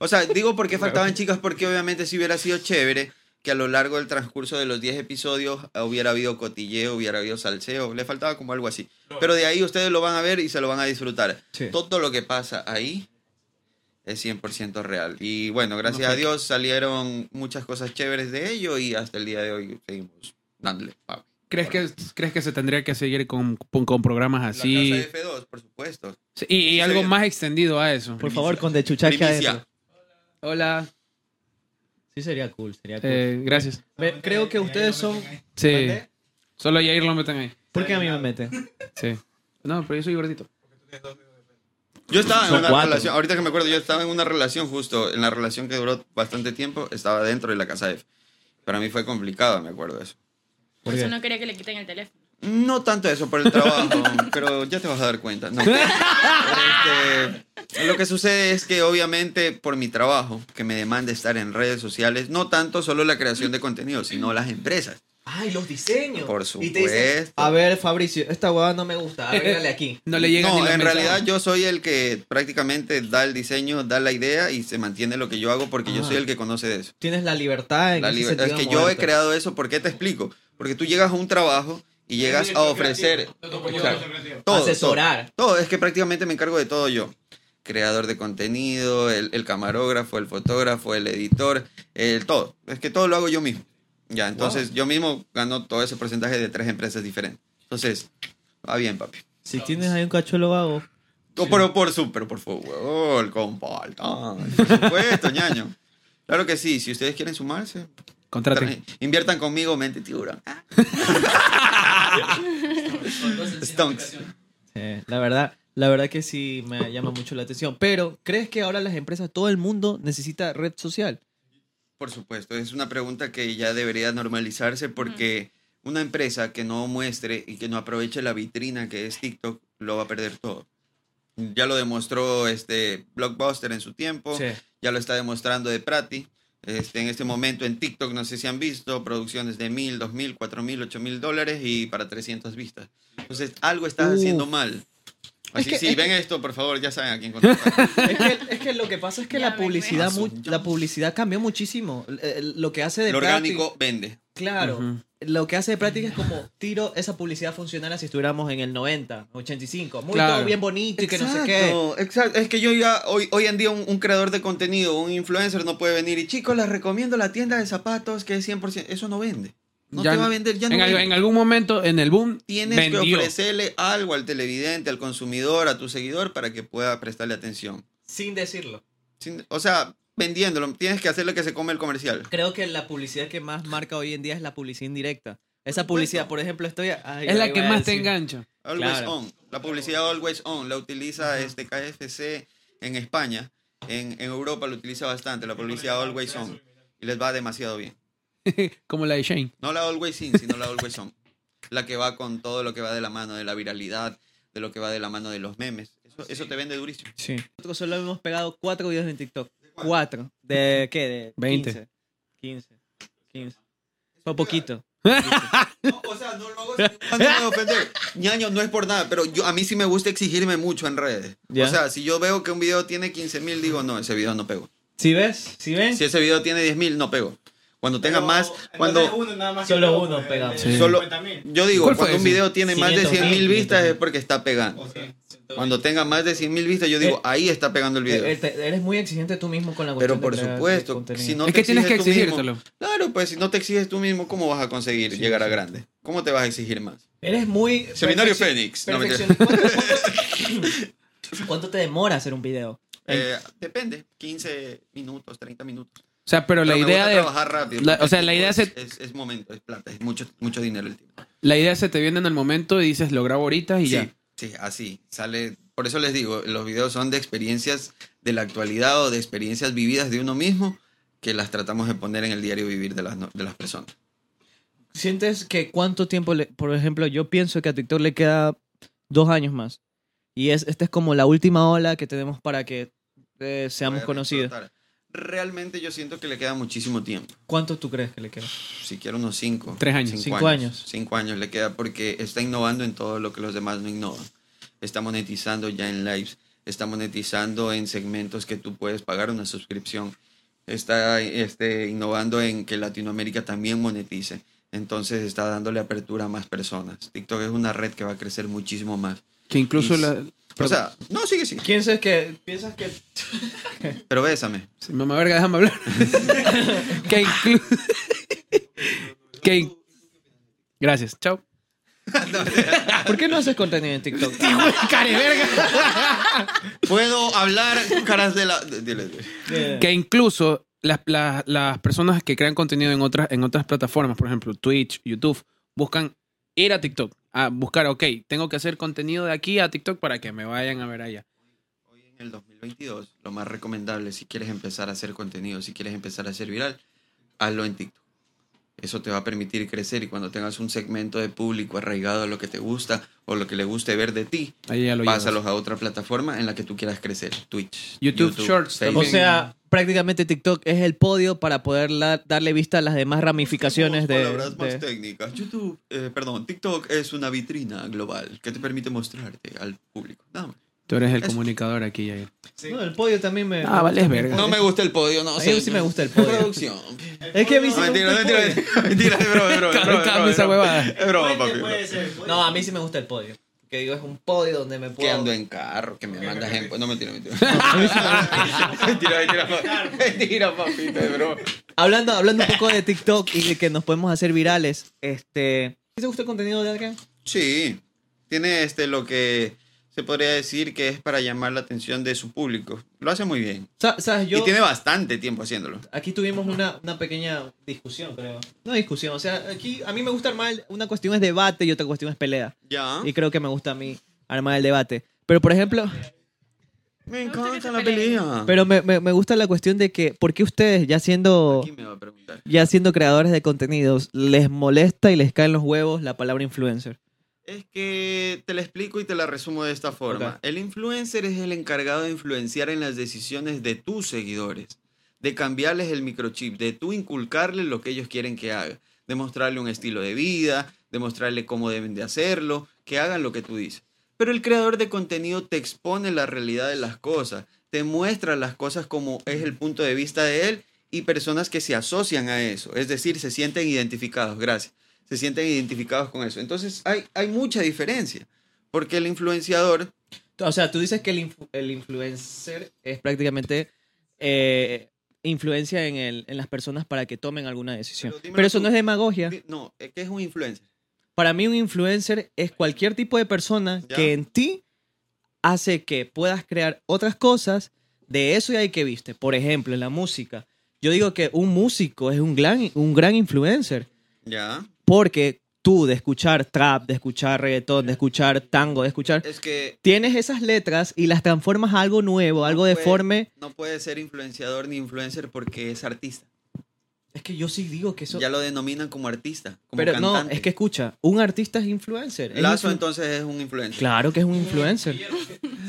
S3: O sea, digo porque faltaban chicas, porque obviamente si hubiera sido chévere que a lo largo del transcurso de los 10 episodios eh, hubiera habido cotilleo, hubiera habido salseo, le faltaba como algo así. Pero de ahí ustedes lo van a ver y se lo van a disfrutar.
S1: Sí.
S3: Todo lo que pasa ahí es 100% real. Y bueno, gracias a Dios salieron muchas cosas chéveres de ello y hasta el día de hoy seguimos dándole. papi.
S2: ¿Crees que, ¿Crees que se tendría que seguir con, con, con programas
S3: La
S2: así?
S3: casa F2, por supuesto.
S2: Sí, Y, y
S3: Sí,
S2: algo
S3: sí.
S2: más extendido a eso.
S1: Por favor, con de chuchaje adentro.
S3: Primicia.
S2: Hola,
S1: Sí, sería cool, sería cool.
S2: eh, gracias.
S1: Me- creo que ustedes son.
S2: Sí,
S1: ¿Mandé?
S2: solo Yair lo meten ahí.
S1: ¿Por qué a mí me meten?
S2: Sí. No, pero yo soy gordito.
S3: Yo estaba en
S1: Son
S3: una
S1: cuatro.
S3: relación, ahorita que me acuerdo, yo estaba en una relación justo, en la relación que duró bastante tiempo, estaba dentro de la casa F. Para mí fue complicado, me acuerdo de eso.
S5: Por
S1: qué?
S5: eso no quería que le quiten el teléfono.
S3: No tanto eso por el trabajo, pero ya te vas a dar cuenta. No. Este, lo que sucede es que obviamente por mi trabajo, que me demanda estar en redes sociales, no tanto solo la creación de contenido, sino las empresas.
S7: Ah, y los diseños.
S3: Por
S7: Y te dicen,
S3: supuesto.
S7: a ver, Fabricio, esta huevada no me gusta, arréglale aquí.
S2: No le llegan ni
S3: No,
S2: los
S3: en
S2: mensajes.
S3: realidad yo soy el que prácticamente da el diseño, da la idea y se mantiene lo que yo hago porque yo
S7: Ah.
S3: soy el que conoce de eso.
S7: Tienes la libertad en
S3: La
S7: ese
S3: liber-
S7: sentido
S3: es que
S7: de
S3: yo he
S7: moverte.
S3: creado eso, ¿por qué te explico? Porque tú llegas a un trabajo y llegas a ofrecer todo,
S7: Asesorar.
S3: Todo, todo. es que prácticamente me encargo de todo yo. Creador de contenido, el, el camarógrafo, el fotógrafo, el editor, el todo. Es que todo lo hago yo mismo. Ya, entonces yo mismo gano todo ese porcentaje de tres empresas diferentes. Entonces, va bien, papi.
S1: Si tienes ahí un cachuelo vago.
S3: No, pero por su, pero por favor, compartan. Por supuesto, ñaño. Claro que sí, si ustedes quieren sumarse,
S2: Contraten.
S3: tra- inviertan conmigo, mente tiburón. Ah. Stonks.
S1: Sí, eh, la verdad, la verdad que sí me llama mucho la atención. Pero, ¿crees que ahora las empresas, todo el mundo necesita red social?
S3: Por supuesto, es una pregunta que ya debería normalizarse porque una empresa que no muestre y que no aproveche la vitrina que es TikTok lo va a perder todo. Ya lo demostró este Blockbuster en su tiempo, ya lo está demostrando de Prati. Este, en este momento en TikTok, no sé si han visto, producciones de mil, dos mil, cuatro mil, ocho mil dólares y para 300 vistas. Entonces, algo estás
S1: Uf.
S3: haciendo mal. Así
S1: que-
S3: si
S1: es
S3: ven esto, por favor, ya saben a quién contactar.
S1: Es que, es que lo que pasa es que
S5: Ya
S1: la
S5: me
S1: publicidad,
S3: veo.
S1: mu- la publicidad cambió muchísimo. El- el- Lo que hace de
S3: Lo
S1: práctica-
S3: orgánico vende.
S7: Claro.
S2: Ujú.
S7: Lo que hace de práctica es como tiro esa publicidad funcionara si estuviéramos en el 90, 85. Muy
S2: Claro.
S7: todo bien bonito y que no sé qué.
S3: Exacto, exacto. Es que yo ya, hoy, hoy en día, un, un creador de contenido, un influencer, no puede venir y chicos, les recomiendo la tienda de zapatos que es 100%. Eso no vende. No
S2: Ya
S3: te
S2: no-
S3: va a vender, ya no
S2: en, al-
S3: vende.
S2: en algún momento, en el boom,
S3: Tienes que
S2: vendió.
S3: ofrecerle algo al televidente, al consumidor, a tu seguidor para que pueda prestarle atención.
S7: Sin decirlo.
S3: Sin- o sea, vendiéndolo, tienes que hacerle que se come el comercial.
S7: Creo que la publicidad que más marca hoy en día es la publicidad indirecta. Esa publicidad, por ejemplo, estoy... ay,
S2: Es la
S7: ay,
S2: que
S7: voy a
S2: más te
S7: decir.
S2: engancha.
S3: Always
S7: Claro.
S3: on. La publicidad always on la utiliza este KFC en España. En, en Europa lo utiliza bastante, la publicidad always on. Y les va demasiado bien.
S2: Como la de Shane.
S3: No la Always In, sino la Always On. La que va con todo lo que va de la mano de la viralidad, de lo que va de la mano de los memes. Eso, eso te vende durísimo.
S1: Sí. Nosotros solo hemos pegado cuatro videos en TikTok. Cuatro. ¿De qué? De
S2: Veinte.
S1: 15. 15. 15. Fue poquito.
S3: o sea, no lo hago ofender. Ñaño, no es por nada, pero yo, a mí sí me gusta exigirme mucho en redes.
S1: Ya.
S3: O sea, si yo veo que un video tiene 15 mil, digo, no, ese video no pego.
S1: ¿Sí ves? ¿Sí ves?
S3: Si ese video tiene 10 mil, no pego. Cuando tenga más, cuando...
S7: Solo uno pegado.
S2: Sí.
S3: Solo, yo digo,
S2: ¿Cuál fue
S3: cuando un
S2: ese?
S3: video tiene más de 100 mil
S7: 500.000,
S3: vistas es porque está pegando. Cuando tenga más de 100 mil vistas, yo digo,
S7: Eh,
S3: ahí está pegando el video.
S7: Eh, te- Eres muy exigente tú mismo con la cuestión
S3: Pero por
S7: de crear
S3: supuesto,
S7: contenido.
S3: si no
S2: es
S3: te
S2: que tienes que
S3: exiges tú mismo-
S2: exigírtelo.
S3: claro, pues si no te exiges tú mismo, ¿cómo vas a conseguir llegar a grande? ¿Cómo te vas a exigir más?
S7: Eres muy...
S3: Seminario
S7: perfecci-
S3: Fénix. No, mentira.
S7: perfeccionista. ¿Cuánto- cuánto- ¿Cuánto te demora hacer un video?
S3: Eh, depende, 15 minutos, 30 minutos.
S2: O sea, pero, la
S3: Pero me
S2: idea
S3: gusta
S2: de.
S3: trabajar rápido.
S2: la- o
S3: porque
S2: sea,
S3: el
S2: la
S3: tiempo
S2: idea
S3: es,
S2: se-
S3: es, es momento, es plata, es mucho, mucho dinero el tiempo.
S2: La idea se te viene en el momento y dices, lo grabo ahorita y
S3: sí,
S2: ya.
S3: sí, así sale. Por eso les digo, los videos son de experiencias de la actualidad o de experiencias vividas de uno mismo que las tratamos de poner en el diario vivir de las, no- de las personas.
S1: ¿Sientes que cuánto tiempo, le- por ejemplo, yo pienso que a TikTok le queda dos años más? Y es, esta es como la última ola que tenemos para que eh, seamos
S3: Poder
S1: conocidos.
S3: explotar. Realmente yo siento que le queda muchísimo tiempo.
S1: ¿Cuánto tú crees que le queda?
S3: pues, siquiera unos cinco.
S2: Tres años.
S1: Cinco años.
S3: Cinco años le queda porque está innovando en todo lo que los demás no innovan. Está monetizando ya en lives, está monetizando en segmentos que tú puedes pagar una suscripción, está este, innovando en que Latinoamérica también monetice. Entonces está dándole apertura a más personas. TikTok es una red que va a crecer muchísimo más.
S2: Que incluso
S3: Y-
S2: la.
S3: O sea, no, sigue, sigue.
S7: ¿Piensas que, piensas que
S3: Pero bésame.
S2: Sí, mamá verga, déjame hablar. que incluso. que in- Gracias, chao.
S1: ¿Por qué no haces contenido en TikTok?
S3: Puedo hablar caras de la... Dile, dile.
S1: Eh,
S2: Que incluso las, las- las personas que crean contenido en otras, en otras plataformas, por ejemplo, Twitch, YouTube, buscan ir a TikTok. A buscar, ok, tengo que hacer contenido de aquí a TikTok para que me vayan a ver allá.
S3: Hoy en el 2022, lo más recomendable si quieres empezar a hacer contenido, si quieres empezar a ser viral, hazlo en TikTok. Eso te va a permitir crecer y cuando tengas un segmento de público arraigado a lo que te gusta o lo que le guste ver de ti,
S2: Ahí ya lo llevas.
S3: pásalos a otra plataforma en la que tú quieras crecer. Twitch.
S2: YouTube Shorts
S3: Facebook.
S1: O
S2: también.
S1: sea, prácticamente TikTok es el podio para poder la- darle vista a las demás ramificaciones de...
S3: Palabras más
S1: de-
S3: técnicas. YouTube, eh, perdón, TikTok es una vitrina global que te permite mostrarte al público. Nada más.
S2: Tú eres el
S3: es-
S2: comunicador aquí, Yair.
S1: No, el podio también me...
S2: Ah, vale, es verga.
S3: No me gusta el podio, no.
S1: A mí sí me gusta el podio.
S3: Producción.
S1: Es que a mí sí
S3: No,
S1: me
S3: mentira,
S1: gusta el
S3: mentira,
S1: podio.
S3: mentira, mentira, es broma, es broma, es broma, es broma,
S2: Cambia
S3: es
S2: esa
S3: broma.
S2: huevada.
S3: Es broma, papi. es broma.
S4: Puede ser, puede
S7: No, a mí
S4: ser.
S7: sí me gusta el podio. Que digo, es un podio donde me puedo...
S3: Que ando en carro, que me mandas en... No, mentira, mentira. mentira, mentira, papi. Mentira, papito, es broma.
S1: Hablando, hablando un poco de TikTok y de que nos podemos hacer virales, este... ¿Sí ¿Te gusta el contenido de Adrián?
S3: Sí, tiene este lo que se podría decir que es para llamar la atención de su público. Lo hace muy bien.
S7: Sa- ¿Sabes? Yo...
S3: Y tiene bastante tiempo haciéndolo.
S7: Aquí tuvimos una, una pequeña discusión, creo. No discusión, o sea, aquí a mí me gusta armar... el- Una cuestión es debate y otra cuestión es pelea.
S3: Ya.
S1: Y creo que me gusta a mí armar el debate. Pero, por ejemplo...
S3: Me
S5: gusta que
S3: encanta
S5: se
S3: la
S5: peleen.
S3: pelea.
S1: Pero me, me- me gusta la cuestión de que, ¿por qué ustedes, ya siendo,
S3: Aquí me va a preguntar.
S1: ya siendo creadores de contenidos, les molesta y les caen los huevos la palabra influencer?
S3: Es que te la explico y te la resumo de esta forma. El influencer es el encargado de influenciar en las decisiones de tus seguidores, de cambiarles el microchip, de tú inculcarles lo que ellos quieren que haga, de mostrarle un estilo de vida, de mostrarle cómo deben de hacerlo, que hagan lo que tú dices. Pero el creador de contenido te expone la realidad de las cosas, te muestra las cosas como es el punto de vista de él y personas que se asocian a eso, es decir, se sienten identificados, gracias, se sienten identificados con eso. Entonces hay, hay mucha diferencia, porque el influenciador,
S1: O sea, tú dices que el, influ- el influencer es prácticamente eh, influencia en, el- en las personas para que tomen alguna decisión.
S3: Pero
S1: Pero,
S3: dímelo
S1: eso
S3: tú.
S1: no es demagogia.
S3: no, es que es un influencer.
S1: Para mí un influencer es cualquier tipo de persona
S3: Ya.
S1: que en ti hace que puedas crear otras cosas de eso y hay que viste. Por ejemplo, en la música. Yo digo que un músico es un gran, un gran influencer
S3: Ya,
S1: porque tú de escuchar trap, de escuchar reggaetón, de escuchar tango, de escuchar...
S3: es que
S1: Tienes esas letras y las transformas a algo nuevo, algo
S3: puede-
S1: deforme.
S3: no puede ser influenciador ni influencer porque es artista.
S1: Es que yo sí digo que eso...
S3: Ya lo denominan como artista, como
S1: pero
S3: cantante.
S1: no, es que escucha, un artista es influencer. es
S3: Lazo
S1: influ-
S3: entonces es un influencer.
S1: Claro que es un influencer.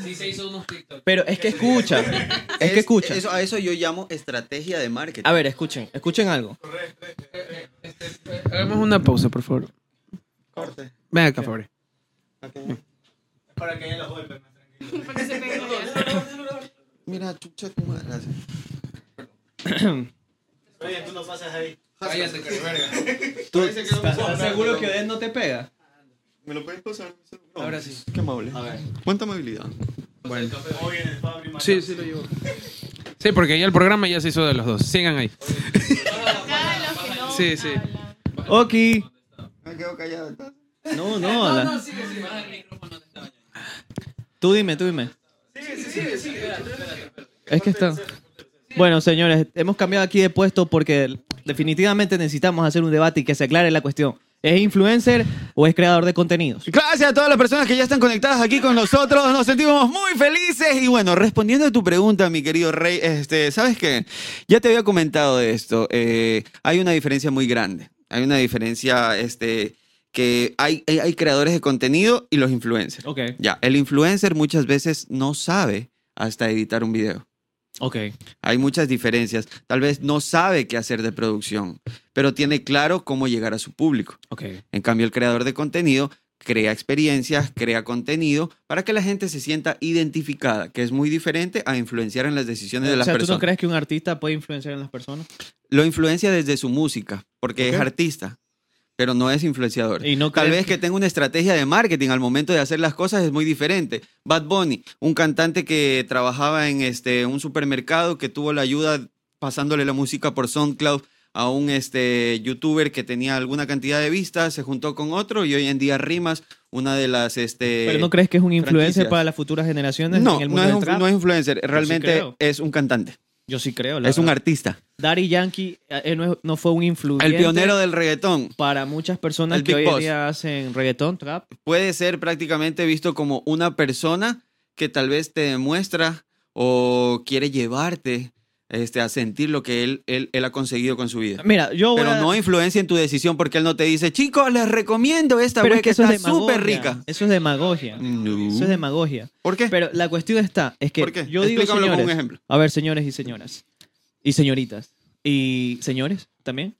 S4: Sí se hizo unos TikTok.
S1: Pero es que escucha, es que escucha.
S3: eso- a eso yo llamo estrategia de marketing.
S1: A ver, escuchen, escuchen algo.
S2: Hagamos una pausa, por favor.
S3: Corte.
S2: Ven acá, Fabre.
S4: Para que ella los vuelva más tranquilo.
S5: Porque se pegó.
S3: Mira, chucha, tu madre.
S4: Oye, tú no pasas ahí.
S2: Cállate,
S3: Tú
S1: Seguro que Odette no te pega.
S3: ¿Me lo puedes pasar? No,
S2: Ahora sí.
S3: Qué amable. ¿Cuánta amabilidad?
S4: Hoy en el Fabri Mata.
S2: Sí, sí lo llevo. Sí, porque ya el programa ya se hizo de los dos. Sigan ahí.
S5: Acá los que no
S2: Sí, sí.
S5: hablan.
S1: Ok.
S3: Me quedo callado.
S1: No, no. la- Tú dime, tú dime. Es que está. Bueno, señores, hemos cambiado aquí de puesto porque definitivamente necesitamos hacer un debate y que se aclare la cuestión. ¿Es influencer o es creador de contenidos?
S3: Gracias a todas las personas que ya están conectadas aquí con nosotros. Nos sentimos muy felices. Y bueno, respondiendo a tu pregunta, mi querido Rey, este, ¿sabes qué? Ya te había comentado de esto. eh, hay una diferencia muy grande. Hay una diferencia este, que hay, eh, hay, hay creadores de contenido y los influencers.
S1: Ok,
S3: Ya, el influencer muchas veces no sabe hasta editar un video.
S1: ok.
S3: Hay muchas diferencias. Tal vez no sabe qué hacer de producción, pero tiene claro cómo llegar a su público.
S2: Ok.
S3: En cambio, el creador de contenido crea experiencias, crea contenido para que la gente se sienta identificada, que es muy diferente a influenciar en las decisiones de
S1: Eh, o
S3: las
S1: sea, ¿tú no
S3: personas. Eh,
S1: crees que un artista puede influenciar en las personas?
S3: Lo influencia desde su música, porque es
S1: Ok.
S3: artista, pero no es influenciador.
S1: Y no
S3: Tal
S1: crees
S3: vez que tenga una estrategia de marketing al momento de hacer las cosas es muy diferente. Bad Bunny, un cantante que trabajaba en este, un supermercado que tuvo la ayuda pasándole la música por SoundCloud a un este, youtuber que tenía alguna cantidad de vistas, se juntó con otro y hoy en día Rimas, una de las... Este,
S1: ¿Pero no crees que es un influencer
S3: franquicias.
S1: para las futuras generaciones
S3: no,
S1: en el
S3: no
S1: mundo
S3: es
S1: del
S3: un-
S1: trap?
S3: no es influencer, realmente
S1: creo.
S3: es un cantante,
S1: Yo sí creo.
S3: es un artista.
S1: Daddy Yankee eh, no, es- no fue un influyente.
S3: El pionero del reggaetón.
S1: para muchas personas
S3: El
S1: que
S3: Big
S1: hoy en
S3: Boss.
S1: día hacen reggaetón, trap.
S3: puede ser prácticamente visto como una persona que tal vez te demuestra o quiere llevarte este, a sentir lo que él, él, él ha conseguido con su vida.
S1: Mira, yo voy
S3: Pero
S1: a-
S3: no influencia en tu decisión porque él no te dice, chicos, les recomiendo esta
S1: Pero
S3: web
S1: es que eso
S3: está
S1: es demagogia.
S3: súper rica.
S1: Eso es demagogia.
S3: No.
S1: Eso es demagogia.
S3: ¿Por qué?
S1: Pero la cuestión está, es que
S3: ¿Por qué?
S1: yo digo
S3: Explícamelo con un
S1: señores,
S3: ejemplo.
S1: a ver, señores y señoras y señoritas y señores también.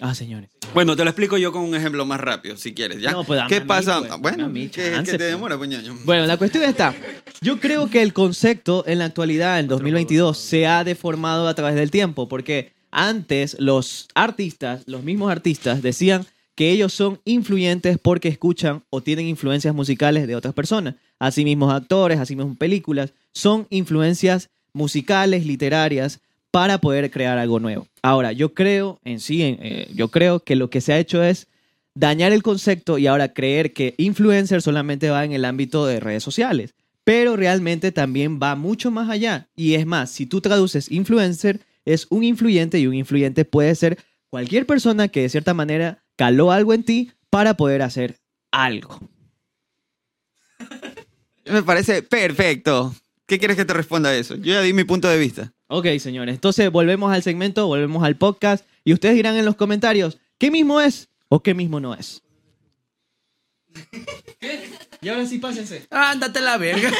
S1: Ah, señores.
S3: Bueno, te lo explico yo con un ejemplo más rápido, si quieres. ¿ya?
S1: No, pues, dame
S3: ¿Qué
S1: a mí,
S3: pasa?
S1: pues, dame
S3: bueno,
S1: a mí
S3: que,
S1: chance,
S3: que te
S1: pues.
S3: demora, puñaño.
S1: Bueno, la cuestión está. Yo creo que el concepto en la actualidad, en 2022, se ha deformado a través del tiempo, porque antes los artistas, los mismos artistas, decían que ellos son influyentes porque escuchan o tienen influencias musicales de otras personas. Así mismos actores, así mismos películas, son influencias musicales, literarias, para poder crear algo nuevo. Ahora, yo creo en sí, en- eh, yo creo que lo que se ha hecho es dañar el concepto y ahora creer que influencer solamente va en el ámbito de redes sociales. Pero realmente también va mucho más allá. Y es más, si tú traduces influencer, es un influyente y un influyente puede ser cualquier persona que de cierta manera caló algo en ti para poder hacer algo.
S3: Me parece perfecto. ¿Qué quieres que te responda a eso? Yo ya di mi punto de vista.
S1: Ok, señores. Entonces volvemos al segmento, volvemos al podcast y ustedes dirán en los comentarios qué mismo es o qué mismo no es.
S7: Y ahora sí, pásense.
S2: Ándate la verga.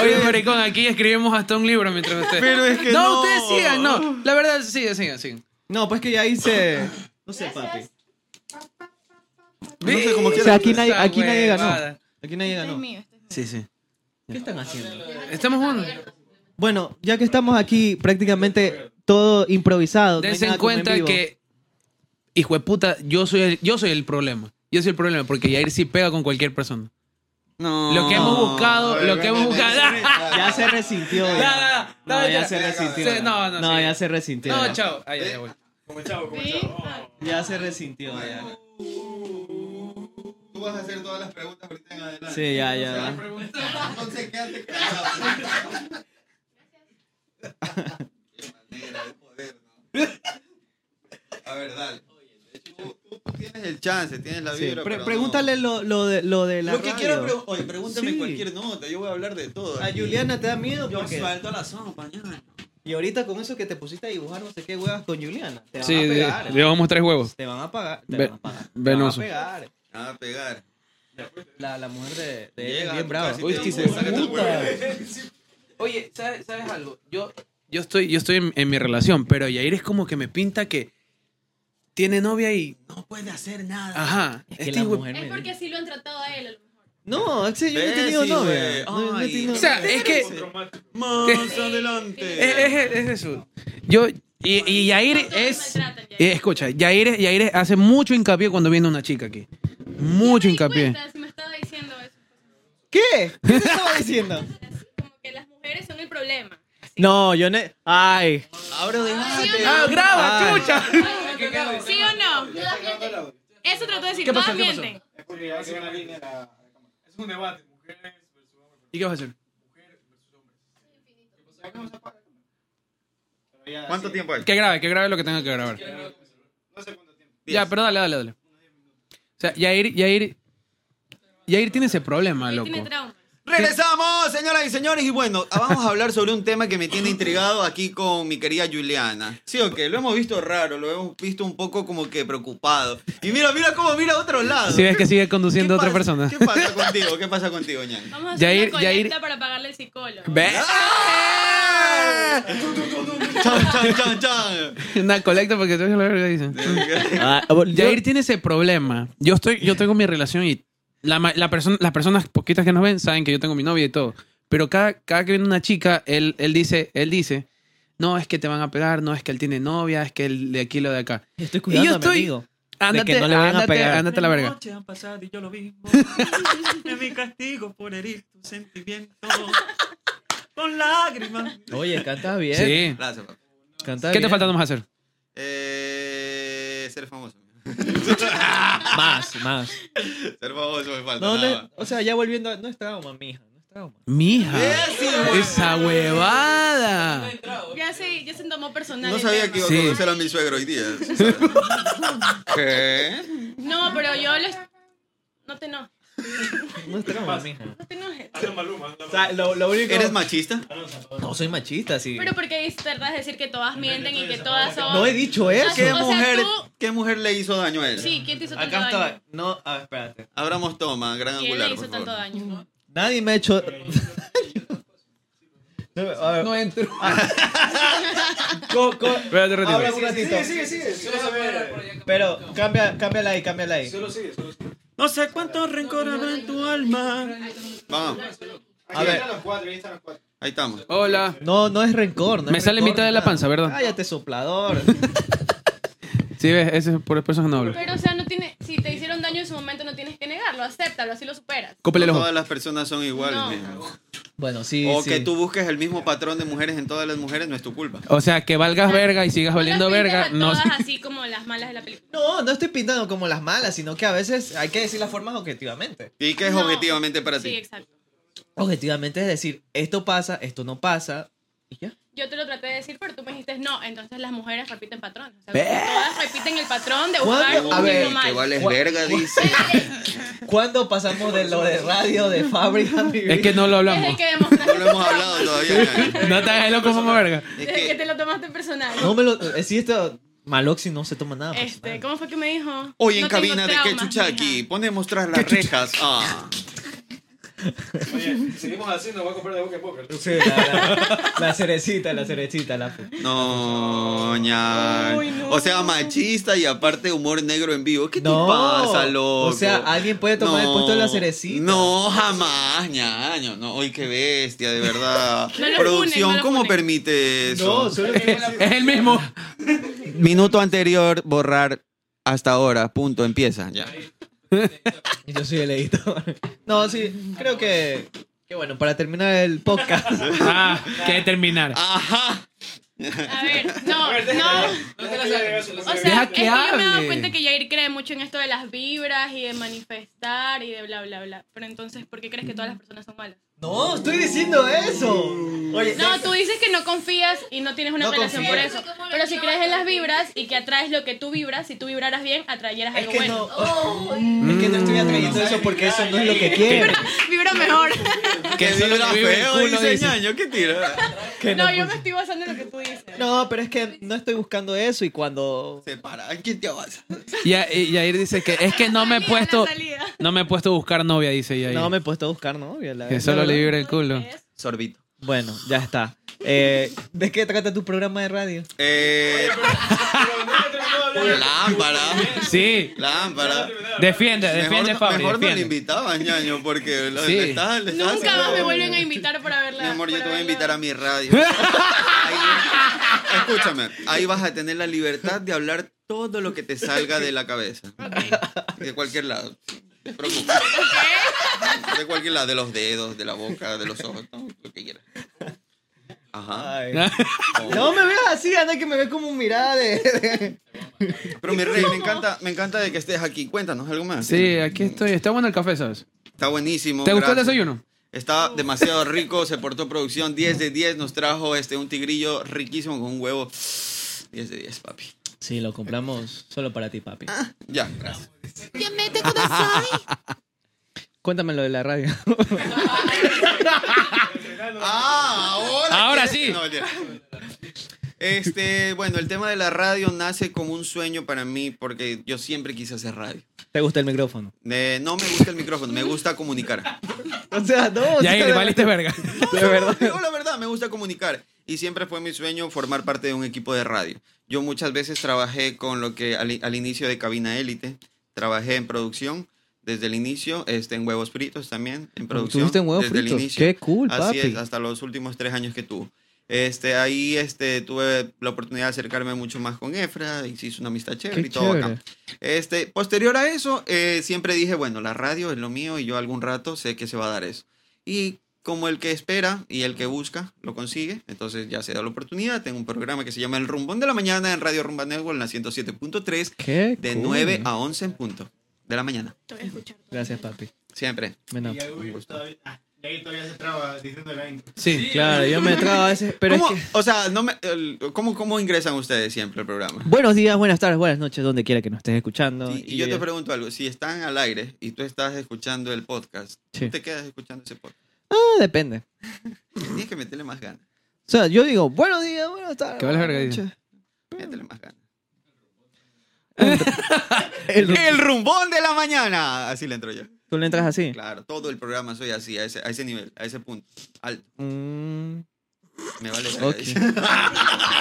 S2: Oye, maricón, aquí escribimos hasta un libro mientras ustedes...
S3: Pero es que
S2: no,
S3: no.
S2: ustedes sigan, no. La verdad, sigan, sigan, sigan.
S1: No, pues que ya hice... No sé, papi.
S6: Gracias.
S3: No sé cómo
S1: O
S3: quieras.
S1: sea, aquí nadie, aquí nadie ganó.
S2: Huevada.
S1: Aquí nadie
S5: Este es
S1: ganó.
S5: mío, este es mío.
S2: Sí, sí.
S7: ¿Qué están haciendo?
S2: Estamos uno.
S1: Bueno, ya que estamos aquí prácticamente todo improvisado. no hay
S2: Dense
S1: nada
S2: en
S1: como
S2: cuenta
S1: vivo.
S2: que, hijo de puta, yo soy, el, yo soy el problema. Yo soy el problema porque Yair sí pega con cualquier persona.
S3: No.
S2: Lo que hemos buscado, lo que hemos buscado.
S1: Ya se resintió.
S2: No, no, no,
S1: No, ya
S2: mentira.
S1: se resintió.
S2: Sí, no, no, sí.
S1: ya se resintió.
S2: No,
S1: ya.
S2: chao. Ay, ay, ay, voy.
S4: Como chavo, como
S5: Sí.
S4: chavo.
S5: Ah,
S1: Ya se resintió. ya.
S3: Tú vas a hacer todas las preguntas ahorita en adelante.
S1: Sí, ya, ya.
S3: Entonces quédate callado. Qué manera de poder, ¿no? A ver, dale. Tú, tú tienes el chance, tienes la
S1: Sí,
S3: vibra.
S1: pre-
S3: pero no.
S1: Preguntarle lo, lo de, lo de la
S3: Lo que
S1: radio.
S3: quieras, pero oye, pregúntame
S1: Sí.
S3: cualquier nota, yo voy a hablar de todo.
S1: A Juliana te da miedo
S3: yo
S1: porque...
S3: suelto la sopa, ñaño.
S1: Y ahorita con eso que te pusiste a dibujar no sé qué huevas con Juliana. Te van
S2: Sí,
S1: a
S2: de-
S1: pegar.
S2: llevamos tres huevos.
S1: Te van a pagar. Te
S2: Ve-
S1: van a pagar. te
S2: venoso.
S1: van a pegar.
S3: Me va a pegar.
S1: La, la mujer de, de él es
S3: Llega,
S1: bien brava.
S3: casi
S2: Uy,
S3: te
S2: que se-
S3: empuja, sácate el
S1: puta.
S3: huevo.
S2: Oye, ¿sabes, sabes algo? Yo, yo estoy, yo estoy en, en mi relación, pero Yair es como que me pinta que tiene novia y.
S3: No puede hacer nada.
S2: Ajá.
S1: Es que
S2: este
S1: la
S2: hijo de-
S1: mujer
S5: Es
S1: me-
S5: porque sí lo han tratado a él, a lo mejor.
S1: No, es que yo no he
S3: Ve,
S1: tenido
S3: sí,
S1: novia.
S3: güey.
S1: No, no he
S3: Ay.
S1: tenido-
S2: O sea, es que.
S4: Traumático.
S3: Más adelante.
S2: Es, es- es eso. Yo. Y, y Yair es.
S5: Maltratan,
S2: y
S5: Yair.
S2: escucha, Yair, es- Yair es- hace mucho hincapié cuando viene una chica aquí. Mucho
S5: Me di
S2: hincapié.
S5: cuenta, si me estaba diciendo eso. pues,
S1: ¿Qué? ¿Qué te estaba diciendo?
S5: Como que las mujeres son el problema.
S1: No, yo no. Ay.
S3: Ahora déjate.
S2: Ah, graba,
S1: Ay.
S2: chucha.
S5: ¿Sí o no? Eso trató de decir.
S2: ¿Qué pasó?
S5: todas
S2: ¿Qué pasó?
S5: mienten.
S4: Es porque ya quedó una línea la- la cámara. Es un debate, mujeres versus hombres.
S2: ¿Y qué vas a hacer?
S4: Mujeres versus hombres. ¿Qué pasó? Ya que no se apaga. Pero ya,
S3: ¿Cuánto
S4: sí.
S3: tiempo hay?
S2: Que grabe, que grabe lo que tenga que grabar.
S4: No sé cuánto tiempo.
S2: Ya, pero dale, dale, dale. O sea, Yair, Yair. Yair tiene ese problema,
S5: Él
S2: loco.
S5: tiene trauma.
S3: Regresamos, señoras y señores. Y bueno, ah, vamos a hablar sobre un tema que me tiene intrigado aquí con mi querida Juliana. Sí, ok, lo hemos visto raro, lo hemos visto un poco como que preocupado. Y mira, mira cómo mira a otro lado.
S2: Si ves que sigue conduciendo
S3: ¿Qué
S2: otra
S3: pasa-
S2: persona.
S3: ¿Qué pasa contigo? ¿Qué pasa contigo, ñan?
S5: Vamos a hacer
S2: Yair-
S5: una
S2: Yair-
S5: colecta para pagarle al psicólogo.
S2: ¿Ves?
S3: Chan, chan, chan, chan.
S2: Una colecta porque tú la verga dicen.
S1: Ah,
S2: Jair tiene ese problema. Yo estoy, yo tengo mi relación y la, ma- la persona, las personas poquitas que nos ven saben que yo tengo mi novia y todo. Pero cada, cada que viene una chica, él, él dice, él dice, no es que te van a pegar, no es que él tiene novia, es que él de aquí lo de acá.
S1: Estoy
S2: cuidando
S1: cuidando
S2: a mi
S1: estoy...
S2: amigo.
S1: De
S2: Ándate,
S1: que no le vayan a
S2: ándate,
S1: pegar.
S2: ándate a la verga.
S8: noches han pasado y yo lo mismo. es mi castigo por herir tus sentimientos. Con lágrimas.
S1: Oye, cantas bien.
S2: Sí.
S3: Gracias, papá.
S1: Cantas
S2: ¿Qué te
S1: bien.
S2: falta nomás hacer?
S3: Eh, ser famoso.
S1: Más, más.
S3: Ser famoso me falta.
S1: No, no,
S3: nada.
S1: o sea, ya volviendo. a- No es trauma, mija. No es trauma.
S2: Mija.
S3: Eh, sí, güey.
S2: Esa huevada.
S5: Ya se, ya se tomó personal.
S3: No
S5: el
S3: sabía
S5: tema.
S3: que iba a
S2: Sí.
S3: conocer a mi suegro hoy día. ¿Qué?
S5: No, pero yo les. No te no.
S1: No estamos, mija.
S5: No te enojes.
S3: Ah,
S8: Hazlo Maluma. hazlo
S1: O sea,
S8: Maluma.
S1: lo, lo único...
S3: ¿Eres machista?
S8: Hazlo Zapata.
S1: No soy machista, sí.
S5: Pero ¿por qué tratas de decir que todas mienten y que
S8: Entonces,
S5: todas
S8: ¿cómo
S5: son...?
S1: No he dicho eso.
S5: O
S3: ¿Qué
S5: sea,
S3: mujer,
S5: tú-
S3: ¿Qué mujer le hizo daño a él?
S5: Sí, ¿quién te hizo tanto
S1: Acá
S5: daño?
S1: está... No, a ver, espérate.
S3: Abramos toma, gran
S5: ¿Quién
S3: angular,
S5: le
S3: por
S5: hizo tanto
S3: favor.
S5: daño?
S1: Nadie me ha hecho... A ver,
S2: No entro.
S1: co- co-
S2: Espérate un ratito.
S1: Habla un ratito.
S8: Sigue, sigue, sigue. Solo sigue.
S1: Pero cambia, cámbiala ahí, cámbiala ahí.
S8: Solo sigue, solo sigue.
S9: No sé cuántos rencores habrá en tu alma.
S3: Vamos,
S1: A
S8: Ahí
S1: ver.
S8: están los cuatro, ahí están los cuatro.
S3: ahí estamos.
S2: Hola.
S1: No, no es rencor. No
S2: Me
S1: es
S2: sale
S1: rencor,
S2: mitad de la
S1: nada.
S2: panza, ¿verdad?
S1: Cállate, soplador.
S2: Sí, ves, ese es por el personas no hablo.
S5: Pero, o sea, no tiene, si te hicieron daño en su momento, no tienes que negarlo, acéptalo, así lo superas.
S2: Cópele el
S3: No
S2: ojo.
S3: todas las personas son iguales,
S5: No.
S3: mijo.
S1: Bueno, sí,
S3: O
S1: sí.
S3: que tú busques el mismo patrón de mujeres en todas las mujeres no es tu culpa.
S2: O sea, que valgas verga y sigas
S5: No
S2: valiendo
S5: las pintes
S2: verga.
S5: a
S2: No.
S5: todas así como las malas de la película.
S1: No, no estoy pintando como las malas, sino que a veces hay que decir las formas objetivamente.
S3: ¿Y qué es
S5: No.
S3: objetivamente para
S5: Sí,
S3: ti?
S5: exacto.
S1: Objetivamente es decir, esto pasa, esto no pasa, y ya.
S5: Yo te lo traté de decir, pero tú me dijiste no. Entonces las mujeres repiten patrones. O sea, todas repiten el patrón de buscar
S1: ¿Cuándo?
S5: un
S1: A ver,
S5: mismo
S3: Uy,
S5: mal.
S3: que vales
S1: Gua-
S3: verga, dice.
S1: ¿Cuándo pasamos de lo de radio, de fábrica, a mi vida?
S2: Es que no lo
S5: Desde
S2: hablamos.
S5: que demostraste
S3: No lo hemos hablado todavía. ya.
S2: No te hagas loco como verga.
S3: Es
S5: Desde que
S3: que,
S5: te lo tomaste personal.
S1: No me lo... eh, Si esto... Maloxi no se toma nada. pues.
S5: Este,
S1: personal.
S5: ¿cómo fue que me dijo?
S3: hoy en
S5: No tengo
S3: cabina de
S5: traumas,
S3: Quechuchaki,
S5: mija.
S3: pone mostrar las rejas. Ah.
S8: Oye, seguimos así, nos va a comprar de boca en boca.
S1: Sí, la, la- la cerecita, la cerecita. La...
S3: No, ña.
S5: Uy, no.
S3: O sea, machista y aparte humor negro en vivo. ¿Qué
S1: No,
S3: te pasa, loco?
S1: o sea, alguien puede tomar el puesto de la cerecita.
S3: No, jamás, ñaño. No, uy, qué bestia, de verdad.
S5: No lo
S3: Producción,
S5: funen, no lo
S3: ¿cómo
S5: funen.
S3: permite eso?
S1: solo que...
S2: Es el mismo.
S3: Minuto anterior, borrar hasta ahora, punto, empieza. Ya.
S1: Yo soy el editor. No, sí, creo que... Que bueno, para terminar el podcast.
S2: Ah, que terminar.
S3: Ajá.
S5: A ver, no, no. O sea,
S2: Deja
S5: es
S2: que
S5: que yo me he
S2: hable.
S5: dado cuenta que Jair cree mucho en esto de las vibras y de manifestar y de bla, bla, bla. Pero entonces, ¿por qué crees que todas las personas son malas?
S1: No, estoy diciendo eso. Oye,
S5: No, tú dices que no confías y no tienes una
S1: No
S5: relación por
S1: confío.
S5: eso. Pero si crees en las vibras y que atraes lo que tú vibras, si tú vibraras bien, atrayeras
S1: es
S5: algo
S1: que no,
S5: bueno.
S1: es que no estoy atrayendo eso porque eso no es lo que quiero.
S5: Vibra mejor.
S3: Que
S2: solo
S3: vibra
S2: te vibra el
S3: feo,
S2: culo,
S3: dice
S2: dice.
S3: ñaño. ¿Qué tira?
S1: Que no,
S5: No, yo me
S1: pues.
S5: estoy basando en lo que tú dices.
S1: No, pero es que no estoy buscando eso y cuando
S3: Se para. ¿Quién te avanza?
S2: Y a- y Yair dice que es que no me he
S5: Salida,
S2: puesto.
S5: la salida.
S2: No me he puesto a buscar novia, dice Yair.
S1: no me he puesto a buscar novia. la-
S2: Que solo
S1: la
S2: le
S1: verdad.
S2: vibra el culo.
S3: Sorbito.
S1: Bueno, ya está. Eh, ¿De qué trata tu programa de radio?
S3: Eh, lámpara.
S2: Sí.
S3: Lámpara.
S2: Defiende, defiende,
S3: Mejor,
S2: Fabri.
S3: mejor no le
S2: defiende.
S3: invitaban, ñaño, porque lo-
S2: Sí.
S3: le estás, le estás
S5: Nunca más
S3: haciendo-
S5: me vuelven a invitar para verla.
S3: Mi amor, yo
S5: para
S3: te voy a
S5: verla.
S3: invitar a mi radio. Ahí- escúchame, ahí vas a tener la libertad de hablar todo lo que te salga de la cabeza. De cualquier lado. No te preocupes. De cualquier lado, de los dedos, de la boca, de los ojos, todo lo que quieras. Ajá. Oh.
S1: Ay. No me veas así, anda que me ve como mirada de... de-
S3: Pero mi rey, me encanta, me encanta de que estés aquí. Cuéntanos algo más.
S2: Sí, aquí estoy. Está bueno el café, ¿sabes?
S3: Está buenísimo.
S2: ¿Te gustó el
S3: gracias.
S2: desayuno?
S3: Está demasiado rico, se portó producción 10 de 10, nos trajo este un tigrillo riquísimo con un huevo. 10 de 10, papi.
S1: Sí, lo compramos solo para ti, papi.
S3: Ya, gracias.
S1: Cuéntame lo de la radio.
S3: Ah, ahora.
S2: Ahora
S3: ¿quieres?
S2: sí.
S3: No, mentira. este, bueno, el tema de la radio nace como un sueño para mí porque yo siempre quise hacer radio.
S1: ¿Te gusta el micrófono?
S3: Eh, no me gusta el micrófono, me gusta comunicar.
S1: O sea, no. o sea,
S2: Yair,
S1: de-
S2: valiste verga.
S1: De verdad.
S3: Digo la verdad, me gusta comunicar. Y siempre fue mi sueño formar parte de un equipo de radio. Yo muchas veces trabajé con lo que al, al inicio de Cabina Élite, trabajé en producción desde el inicio, este, en Huevos Fritos también, en producción.
S1: ¿Tuviste en huevos
S3: desde el
S1: fritos?
S3: inicio.
S1: Qué cool,
S3: Así
S1: papi.
S3: es, hasta los últimos tres años que tuvo. Este, ahí este, tuve la oportunidad de acercarme mucho más con Efra, y se hizo una amistad chévere
S1: Qué
S3: y todo acá.
S1: chévere.
S3: Este, posterior a eso, eh, siempre dije, bueno, la radio es lo mío y yo algún rato sé que se va a dar eso. Y como el que espera y el que busca lo consigue, entonces ya se da la oportunidad. Tengo un programa que se llama El Rumbón de la Mañana en Radio Rumba Network, en la 107.3,
S1: Qué
S3: de
S1: cool.
S3: 9 a 11 en punto de la mañana.
S5: Te voy a escuchar.
S1: Gracias, papi.
S3: Siempre.
S1: Bueno,
S4: pues,
S8: Y ya hubo- todavía- ah,
S4: Y ahí todavía se traba diciendo la intro.
S2: Sí, claro, yo me trago a veces, pero es
S3: ¿Cómo,
S2: que...
S3: O sea, no me- el- ¿cómo, ¿cómo ingresan ustedes siempre al programa?
S1: Buenos días, buenas tardes, buenas noches, donde quiera que nos estés escuchando.
S3: Sí, y yo te pregunto algo, si están al aire y tú estás escuchando el podcast,
S1: Sí.
S3: ¿tú te quedas escuchando ese podcast?
S1: Ah, depende.
S3: Tienes que meterle más ganas,
S1: O sea, yo digo, buenos días, buenas tardes.
S2: Que vale
S1: buenas
S2: verga, dice.
S1: noches.
S3: métele más ganas.
S1: El-
S3: ¡El rumbón de la mañana! Así le entro yo.
S1: Tú le entras así.
S3: Claro, todo el programa soy así, a ese, a ese nivel, a ese punto. Alto,
S1: Mm,
S3: me vale.
S1: ok.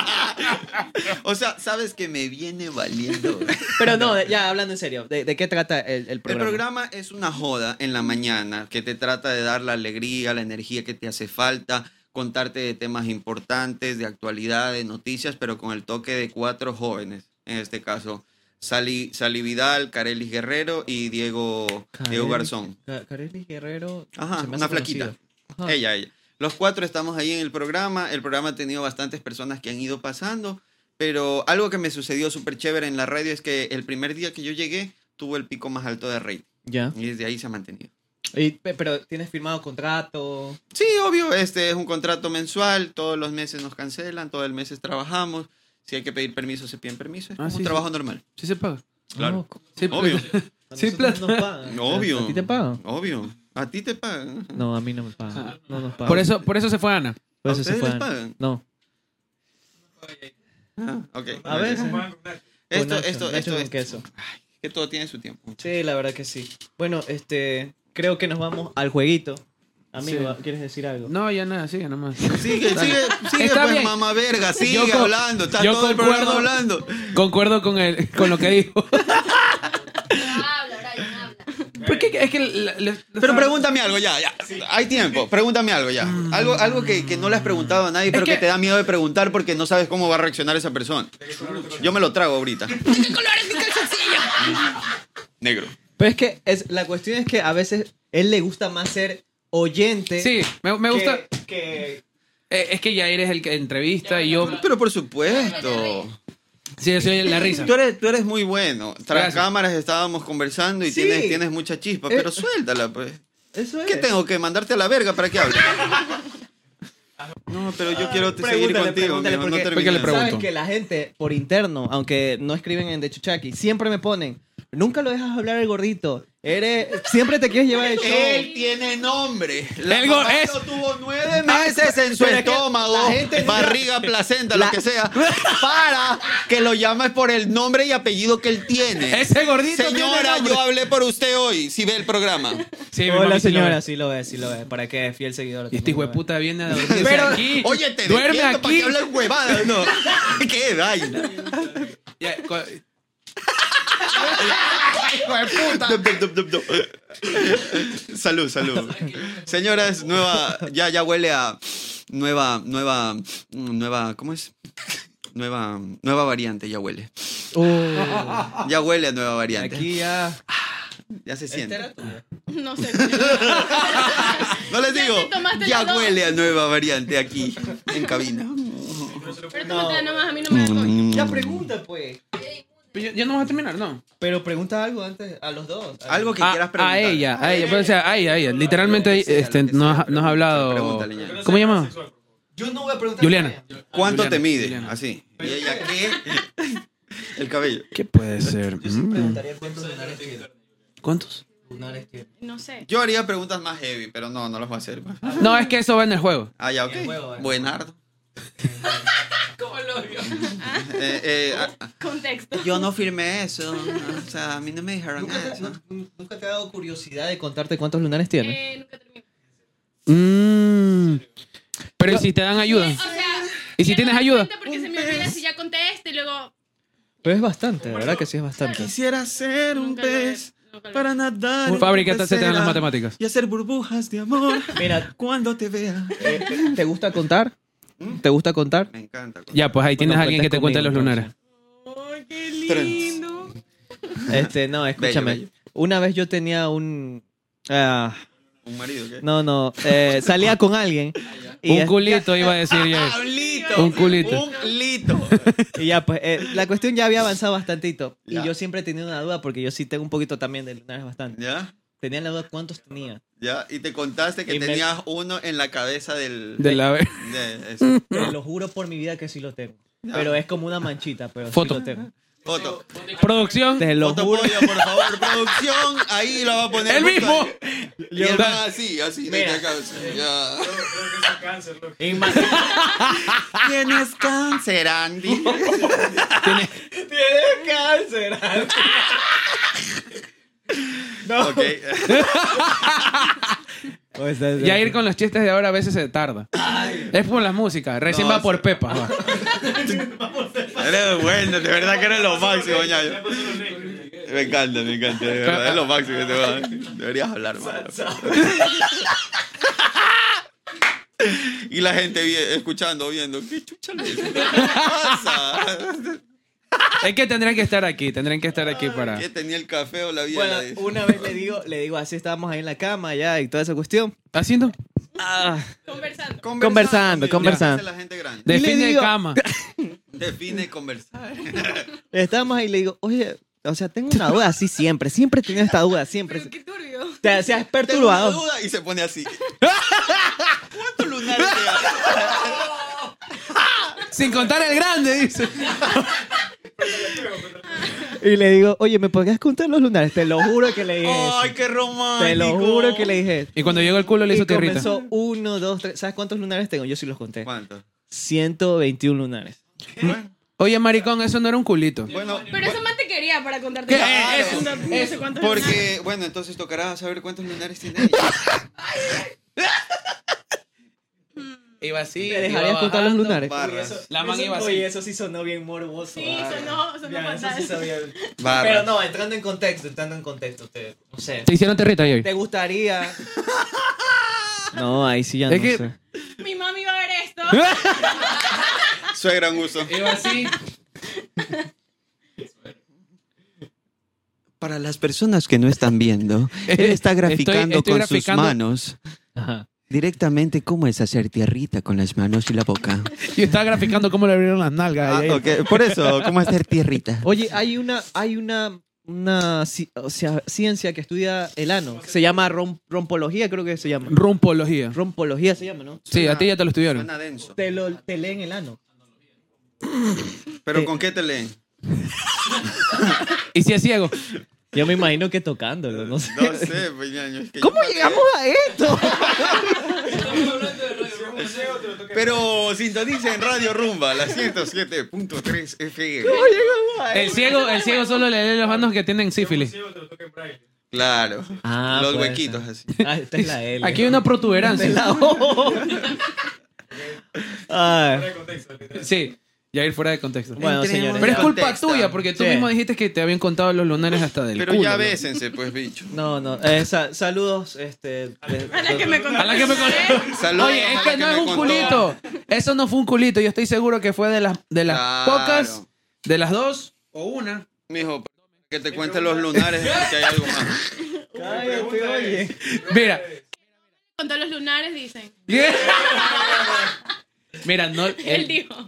S3: O sea, sabes que me viene valiendo.
S1: Pero no, de- ya hablando en serio, ¿de, de qué trata el, el
S3: El
S1: programa?
S3: programa es una joda en la mañana que te trata de dar la alegría, la energía que te hace falta, contarte de temas importantes, de actualidad, de noticias, pero con el toque de cuatro jóvenes, en este caso. Sali, Sali Vidal, Carelis Guerrero y Diego, Diego
S1: Carelis.
S3: Garzón.
S1: Ca- Carelis Guerrero.
S3: Ajá,
S1: se me hace
S3: una flaquita.
S1: conocido. Ajá.
S3: Ella, ella. Los cuatro estamos ahí en el programa. El programa ha tenido bastantes personas que han ido pasando, pero algo que me sucedió súper chévere en la radio es que el primer día que yo llegué tuvo el pico más alto de rey
S1: Ya.
S3: y desde ahí se ha mantenido.
S1: Y- pe- pero tienes firmado contrato.
S3: Sí, obvio, este es un contrato mensual, todos los meses nos cancelan, todos los meses trabajamos, si hay que pedir permiso se piden permiso, es
S2: Ah,
S3: como
S2: sí, Oh,
S3: un
S2: sí.
S3: trabajo normal.
S2: Sí se paga.
S3: Claro.
S1: No,
S2: Sí,
S3: Obvio,
S1: a
S2: Sí,
S1: nosotros
S2: plata.
S1: no nos pagan.
S3: obvio.
S1: ¿A ti te pagan?
S3: Obvio, a ti te pagan.
S1: No, a mí no me pagan. No nos pagan.
S2: Por eso, por eso se fue Ana.
S1: Por
S3: ¿A
S1: eso se
S3: ustedes les
S1: fueron.
S3: pagan?
S1: No.
S3: Ah, ok.
S1: A veces.
S3: Esto,
S1: Con
S3: esto,
S1: nacho,
S3: esto,
S1: nacho
S3: es-
S1: con queso.
S3: Ay, que todo tiene su tiempo.
S1: Sí, la verdad que sí. Bueno, este, creo que nos vamos al jueguito. Amigo, ¿quieres decir algo?
S2: No, ya nada, sigue nomás.
S3: Sigue,
S2: Dale.
S3: sigue, sigue,
S2: Está
S3: pues,
S2: bien.
S3: mamá verga, sigue
S2: Yo con-
S3: hablando, está
S2: yo
S3: todo el programa
S2: concuerdo.
S3: hablando.
S2: Concuerdo con, el, con lo que dijo.
S6: Habla, Brian, habla.
S2: Porque es que... la- la-
S3: Pero pregúntame algo ya, ya. Hay tiempo, pregúntame algo ya. Algo, algo que, que no le has preguntado a nadie, pero que...
S2: que-
S3: te da miedo de preguntar porque no sabes cómo va a reaccionar esa persona. Yo me lo trago ahorita.
S5: ¿Qué color es mi calzoncillo?
S3: Negro.
S1: Pero es que es, la cuestión es que a veces él le gusta más ser oyente.
S2: Sí, me, me
S1: que-
S2: gusta...
S1: Que,
S2: Eh, es que ya eres el que entrevista y yo...
S3: Pero por supuesto.
S2: Sí, yo soy la risa.
S3: Tú eres, tú eres muy bueno. Tras
S2: Gracias.
S3: cámaras estábamos conversando y
S1: Sí.
S3: tienes, tienes mucha chispa,
S1: Eh.
S3: pero suéltala, pues.
S1: eso es.
S3: ¿Qué tengo que mandarte a la verga para que hable? No, pero yo quiero te seguir
S1: Pregúntale,
S3: contigo.
S1: pregúntale,
S3: mijo,
S1: porque-
S3: no
S2: porque le
S3: terminemos.
S2: pregunto.
S1: Sabes que la gente por interno, aunque no escriben en De Chuchaki, siempre me ponen, nunca lo dejas hablar el gordito. Eres, siempre te quieres llevar el show.
S3: Él tiene nombre. La
S2: El go-
S3: mamá
S2: es-
S3: lo tuvo nueve meses en su
S1: Ah, pero es que
S3: estómago,
S1: la gente no-
S3: barriga, placenta,
S1: La-
S3: lo que sea, para que lo llames por el nombre y apellido que él tiene.
S2: Ese gordito
S3: Señora, yo hablé por usted hoy, si ve el programa.
S2: Sí, mi
S1: Hola
S2: mami sí lo
S1: señora,
S2: ve.
S1: sí lo es, sí lo es. ¿Para qué? Fiel seguidor.
S2: Y
S1: también
S2: este hijo
S1: lo
S2: de
S1: ve.
S2: puta viene a dormirse
S1: Pero-
S2: aquí.
S3: Oye, te
S2: Duerme
S3: despierto para
S2: aquí.
S3: que hables huevadas, ¿no? ¡Qué vaina!
S2: Ya, co-
S3: ¡Hijo de puta! salud, salud. Señoras, nueva, ya, ya huele a nueva, nueva, nueva, ¿cómo es? Nueva, nueva variante, ya huele.
S1: Uh,
S3: Ya huele a nueva variante.
S1: aquí ya.
S3: Ya se
S1: Este
S3: siente.
S1: era tu-
S5: No sé.
S3: No les
S5: Ya
S3: digo,
S5: te tomaste
S3: ya
S5: las dos.
S3: huele a nueva variante aquí, en cabina.
S5: Pero tú no te nomás, a mí no me da
S2: Mm.
S5: coño.
S3: Mm.
S1: Ya pregunta pues.
S2: Pero ya- ya no vas a terminar, ¿no.
S1: Pero pregunta algo antes a los dos.
S3: Algo que
S2: a,
S3: quieras
S2: a
S3: preguntar.
S2: ella, a ella, pero, o sea, a ella, a ella.
S3: Lo
S2: Literalmente
S3: que sea,
S2: este,
S3: lo que sea,
S2: nos, ha- nos ha
S3: pregúntale,
S2: hablado.
S3: pregúntale, ya.
S2: ¿Cómo llamaba?
S1: Yo no voy a preguntar.
S2: Juliana.
S3: ¿Cuánto
S2: Juliana,
S3: te mide?
S2: Juliana.
S3: Así. ¿Y ella qué? El cabello.
S2: ¿Qué puede ser? Mm.
S1: Preguntaría cuántos lunares tiene.
S2: ¿Cuántos?
S1: Lunares tiene.
S5: No sé.
S3: Yo haría preguntas más heavy, pero no, no las voy a hacer.
S2: No, es que eso va en el juego.
S3: Ah, ya, ok.
S1: Bien, huevo, eh.
S3: Buenardo. ¿Cómo lo vio? ah,
S5: Contexto.
S3: yo no firmé eso. O sea, a mí no me dijeron
S1: ¿Nunca te, nu- Ah, nunca te ha dado curiosidad de contarte cuántos lunares tiene?
S5: Eh, nunca termino.
S2: Mm. Pero ¿y si te dan ayuda.
S5: O sea,
S2: ¿Y si
S5: ya
S2: tienes
S5: no me
S2: ayuda?
S5: cuenta Porque se me olvida si ya conté este y luego.
S1: Pero es bastante, ¿verdad que sí es bastante?
S3: Quisiera ser un
S5: Nunca lo he-
S3: pez
S5: nunca lo he-
S3: para nadar. en
S2: Fábrica,
S3: tu
S2: se te dan las
S3: pecera
S2: matemáticas.
S3: Y hacer burbujas de amor
S1: Mira,
S3: cuando te vea.
S1: eh, ¿te gusta contar?
S3: ¿Mm?
S1: ¿Te gusta contar?
S3: Me encanta.
S2: Ya, pues ahí tienes
S1: Bueno,
S2: a alguien que te cuente
S1: cuentes
S2: los
S1: conmigo,
S2: lunares.
S5: Ay, qué
S3: Tres.
S5: lindo.
S1: Este, no, escúchame.
S3: bello.
S1: Una vez yo tenía un... ah,
S3: Un marido, ¿qué?
S1: no, no, eh, salía con alguien. y
S2: Un
S1: es-
S2: culito iba a decir yo.
S3: lito.
S2: Un culito.
S3: Un lito.
S1: Y ya, pues, eh, la cuestión ya había avanzado bastantito.
S3: Ya.
S1: Y yo siempre tenía una duda, porque yo sí tengo un poquito también de lunares bastante.
S3: ¿Ya?
S7: Tenía la duda cuántos tenía.
S3: ¿Ya? Y te contaste que
S7: Y me-
S3: tenías uno en la cabeza del...
S2: De la vez.
S3: de- eso.
S7: Te lo juro por mi vida que sí lo tengo. Pero es como una manchita, pero
S2: Foto.
S7: sí lo tengo.
S3: Foto.
S2: Producción.
S1: Te lo
S3: Foto
S1: juro.
S3: pollo, por favor. Producción. Ahí la va a poner.
S2: El mismo.
S3: Y el man así, así. de
S7: Mira.
S3: acá, así, ya.
S7: Imagínate.
S3: Tienes cáncer, Andy.
S7: Tienes cáncer. Andy. no.
S3: Ok.
S1: O sea,
S2: Ya ir con los chistes de ahora a veces se tarda. Es por las músicas. Recién
S3: No,
S2: va por Pepa. va.
S3: Eres bueno, de verdad que eres lo máximo, ñaño. Me encanta, me encanta. De verdad, es lo máximo que te va. Deberías hablar más. Y la gente vi- escuchando, viendo, ¿qué chucha le ¿Qué pasa?
S2: Es que tendrían que estar aquí. Tendrían que estar aquí para.
S3: ¿Qué tenía el café o la vida?
S7: Bueno, una vez le digo, le digo, así estábamos ahí en la cama ya y toda esa cuestión.
S2: Haciendo.
S5: Conversando.
S1: Conversando,
S3: mira,
S1: conversando.
S3: esa es La gente grande.
S2: Define
S1: digo-
S2: cama.
S3: Define conversar.
S1: Estábamos ahí y le digo, oye, o sea, tengo una duda así siempre. Siempre he tenido esta duda, siempre.
S5: Pero qué turbio.
S1: O sea, o sea, es
S3: Tengo una
S1: perturbador.
S3: duda y se pone así. ¿Cuántos lunares te da?
S2: Sin contar el grande, dice.
S1: Y le digo, oye, ¿me podrías contar los lunares? Te lo juro que le dije. eso.
S3: ¡Ay, qué romántico!
S1: Te lo juro que le dije. eso.
S2: Y cuando llegó el culo le
S1: Y
S2: hizo tierrita.
S1: comenzó uno, dos, tres. ¿Sabes cuántos lunares tengo? Yo sí los conté.
S3: ¿Cuántos?
S1: 121 lunares.
S3: Bueno,
S2: Oye, maricón, eso no era un culito.
S3: bueno,
S5: Pero eso más te quería para contarte.
S2: ¿Qué?
S5: Claro.
S2: Eso,
S5: No, no sé cuántos lunares.
S3: Porque, bueno, entonces tocará saber cuántos lunares tiene ella.
S2: Iba así.
S1: ¿Te dejarías contar los lunares?
S3: Barras.
S2: La man
S7: Eso-
S2: iba así.
S7: Oye, eso sí sonó bien morboso.
S5: Sí,
S7: Ah,
S5: sonó, sonó
S7: ya, eso sí
S5: fatal.
S7: sonó bien. Pero
S3: Barras.
S7: no, entrando en contexto, entrando en contexto, te, no sé.
S2: Te hicieron territa ayer.
S7: ¿Te gustaría?
S1: No, ahí sí ya
S2: Es
S1: no
S2: que-
S1: sé.
S5: Mi mami va a ver esto.
S3: Suegra en uso.
S2: Iba así.
S3: Para las personas que no están viendo, él está graficando
S2: estoy
S3: con
S2: graficando.
S3: sus manos directamente cómo es hacer tierrita con las manos y la boca.
S2: Y estaba graficando cómo le abrieron las nalgas.
S3: Ah,
S2: ahí, ahí.
S3: ok, Por eso, cómo hacer tierrita.
S1: Oye, hay una, hay una, una ci- o sea, ciencia que estudia el ano. que se llama rom- rompología, creo que se llama.
S2: Rumpología.
S1: Rompología se llama, ¿no?
S2: Sí, a ti ya te lo estudiaron.
S3: Suena denso.
S1: Te, lo, te leen el ano.
S3: ¿Pero con qué te leen?
S2: Y si es ciego.
S1: Yo me imagino que tocándolo, no sé.
S3: No sé, pues, ñaño, es que
S1: ¿Cómo
S3: yo-
S1: llegamos a esto?
S3: Pero sintoniza en Radio Rumba, la 107.3 FM.
S2: El ciego, el ciego solo le lee los manos que tienen sífilis.
S3: Claro.
S1: Ah,
S3: Los
S1: puede
S3: huequitos
S1: ser.
S3: así.
S7: Ah, esta es la L.
S2: Aquí hay una protuberancia.
S1: Ay,
S2: Sí, ya ir fuera de contexto.
S1: bueno, señores.
S2: Pero es
S1: ya.
S2: culpa
S3: Contexto.
S2: tuya, porque tú
S1: Sí.
S2: mismo dijiste que te habían contado los lunares hasta del
S3: Pero
S2: culo.
S3: ya
S2: ¿no?
S3: bésense, pues, bicho.
S1: No, no. eh, sa- saludos, este. de-
S5: A la que me contó.
S2: A la que me con-
S3: Saludos
S2: Oye,
S3: a
S2: es
S3: la
S2: que este no
S3: me
S2: es un
S3: contó.
S2: culito. Eso no fue un culito. Yo estoy seguro que fue de las, de las
S3: Claro.
S2: pocas, de las dos o una.
S3: Mijo, que te cuente los lunares que hay algo más.
S1: Cállate, oye.
S2: Mira.
S5: Contó los lunares, dicen.
S2: Mira, no.
S5: Él
S2: el-
S5: dijo.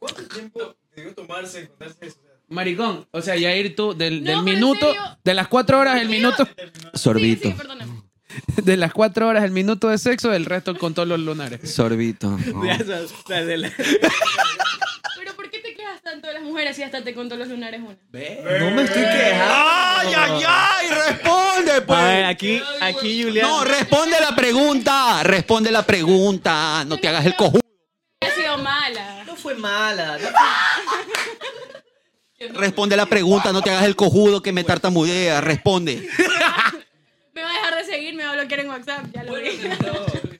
S4: ¿Cuánto tiempo debió tomarse en contarse eso?
S2: Maricón, o sea, ya ir tú del, del
S5: No, pero en
S2: minuto,
S5: serio.
S2: de las cuatro horas, el
S5: Yo-
S2: minuto.
S5: Sí, sí, perdóname.
S2: De las cuatro horas, el minuto de sexo, el resto con todos los lunares.
S3: Sorbito.
S7: Ya, sa- sa- de la-
S5: Pero ¿por qué te quejas tanto de las mujeres si hasta te contó los lunares una?
S1: No me estoy quejando.
S3: ¡Ay, ay, ay! ¡Responde, pues!
S7: A ver, aquí, aquí Julián.
S3: No, responde la pregunta. Responde la pregunta. No te hagas el cojudo.
S5: Ha sido mala.
S7: no fue mala. no-
S3: Responde la pregunta. No te hagas el cojudo que me tartamudea. Responde.
S5: Me va a dejar de seguir, me va a bloquear en WhatsApp. Ya lo vi.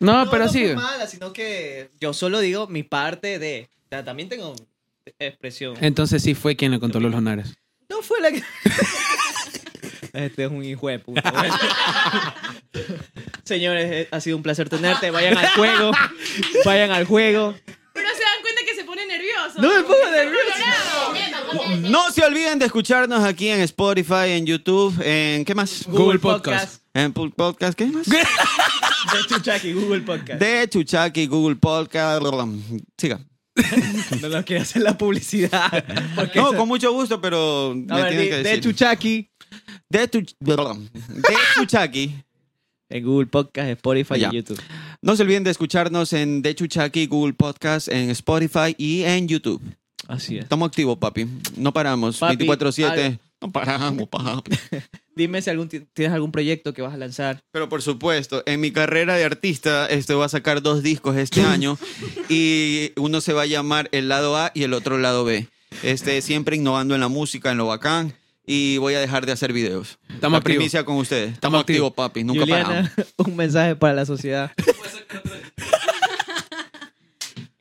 S2: No, pero
S7: no
S2: sí.
S7: fue mala, sino que yo solo digo mi parte de. o sea, también tengo expresión.
S2: Entonces sí fue quien le contó los lunares.
S7: No fue la que.
S1: Este es un hijo de puta. bueno. Señores, eh, ha sido un placer tenerte. Vayan al juego. Vayan al juego.
S5: Pero se dan cuenta que se pone nervioso.
S1: No me pongo nervioso.
S3: No se olviden de escucharnos aquí en Spotify, en YouTube, en ¿qué más?
S2: Google Podcast.
S3: En Pu- Podcast, ¿qué más?
S1: De Chuchaki, Google Podcast.
S3: De Chuchaki, Google Podcast. Siga.
S1: No nos quiere hacer la publicidad. Porque
S3: No,
S1: eso-
S3: con mucho gusto, pero me
S1: A ver,
S3: tienen
S1: di-
S3: que
S1: de
S3: decir.
S1: Chuchaki,
S3: De tu, de tu Chucky.
S1: En Google Podcast, Spotify
S3: Ya.
S1: y YouTube.
S3: No se olviden de escucharnos en De Chuchaki, Google Podcast, en Spotify y en YouTube.
S1: Así es.
S3: Estamos activos, papi. No paramos.
S1: Papi,
S3: 24-7. No paramos, papi.
S1: Dime si algún, ti- tienes algún proyecto que vas a lanzar.
S3: Pero por supuesto, en mi carrera de artista, este voy a sacar dos discos este año y uno se va a llamar el lado A y el otro lado B. Este, siempre innovando en la música, en lo bacán y voy a dejar de hacer videos.
S2: Estamos
S3: la
S2: activos.
S3: primicia con ustedes.
S2: Estamos
S3: Estamos activos, papi. Nunca paramos.
S1: Juliana, un mensaje para la sociedad.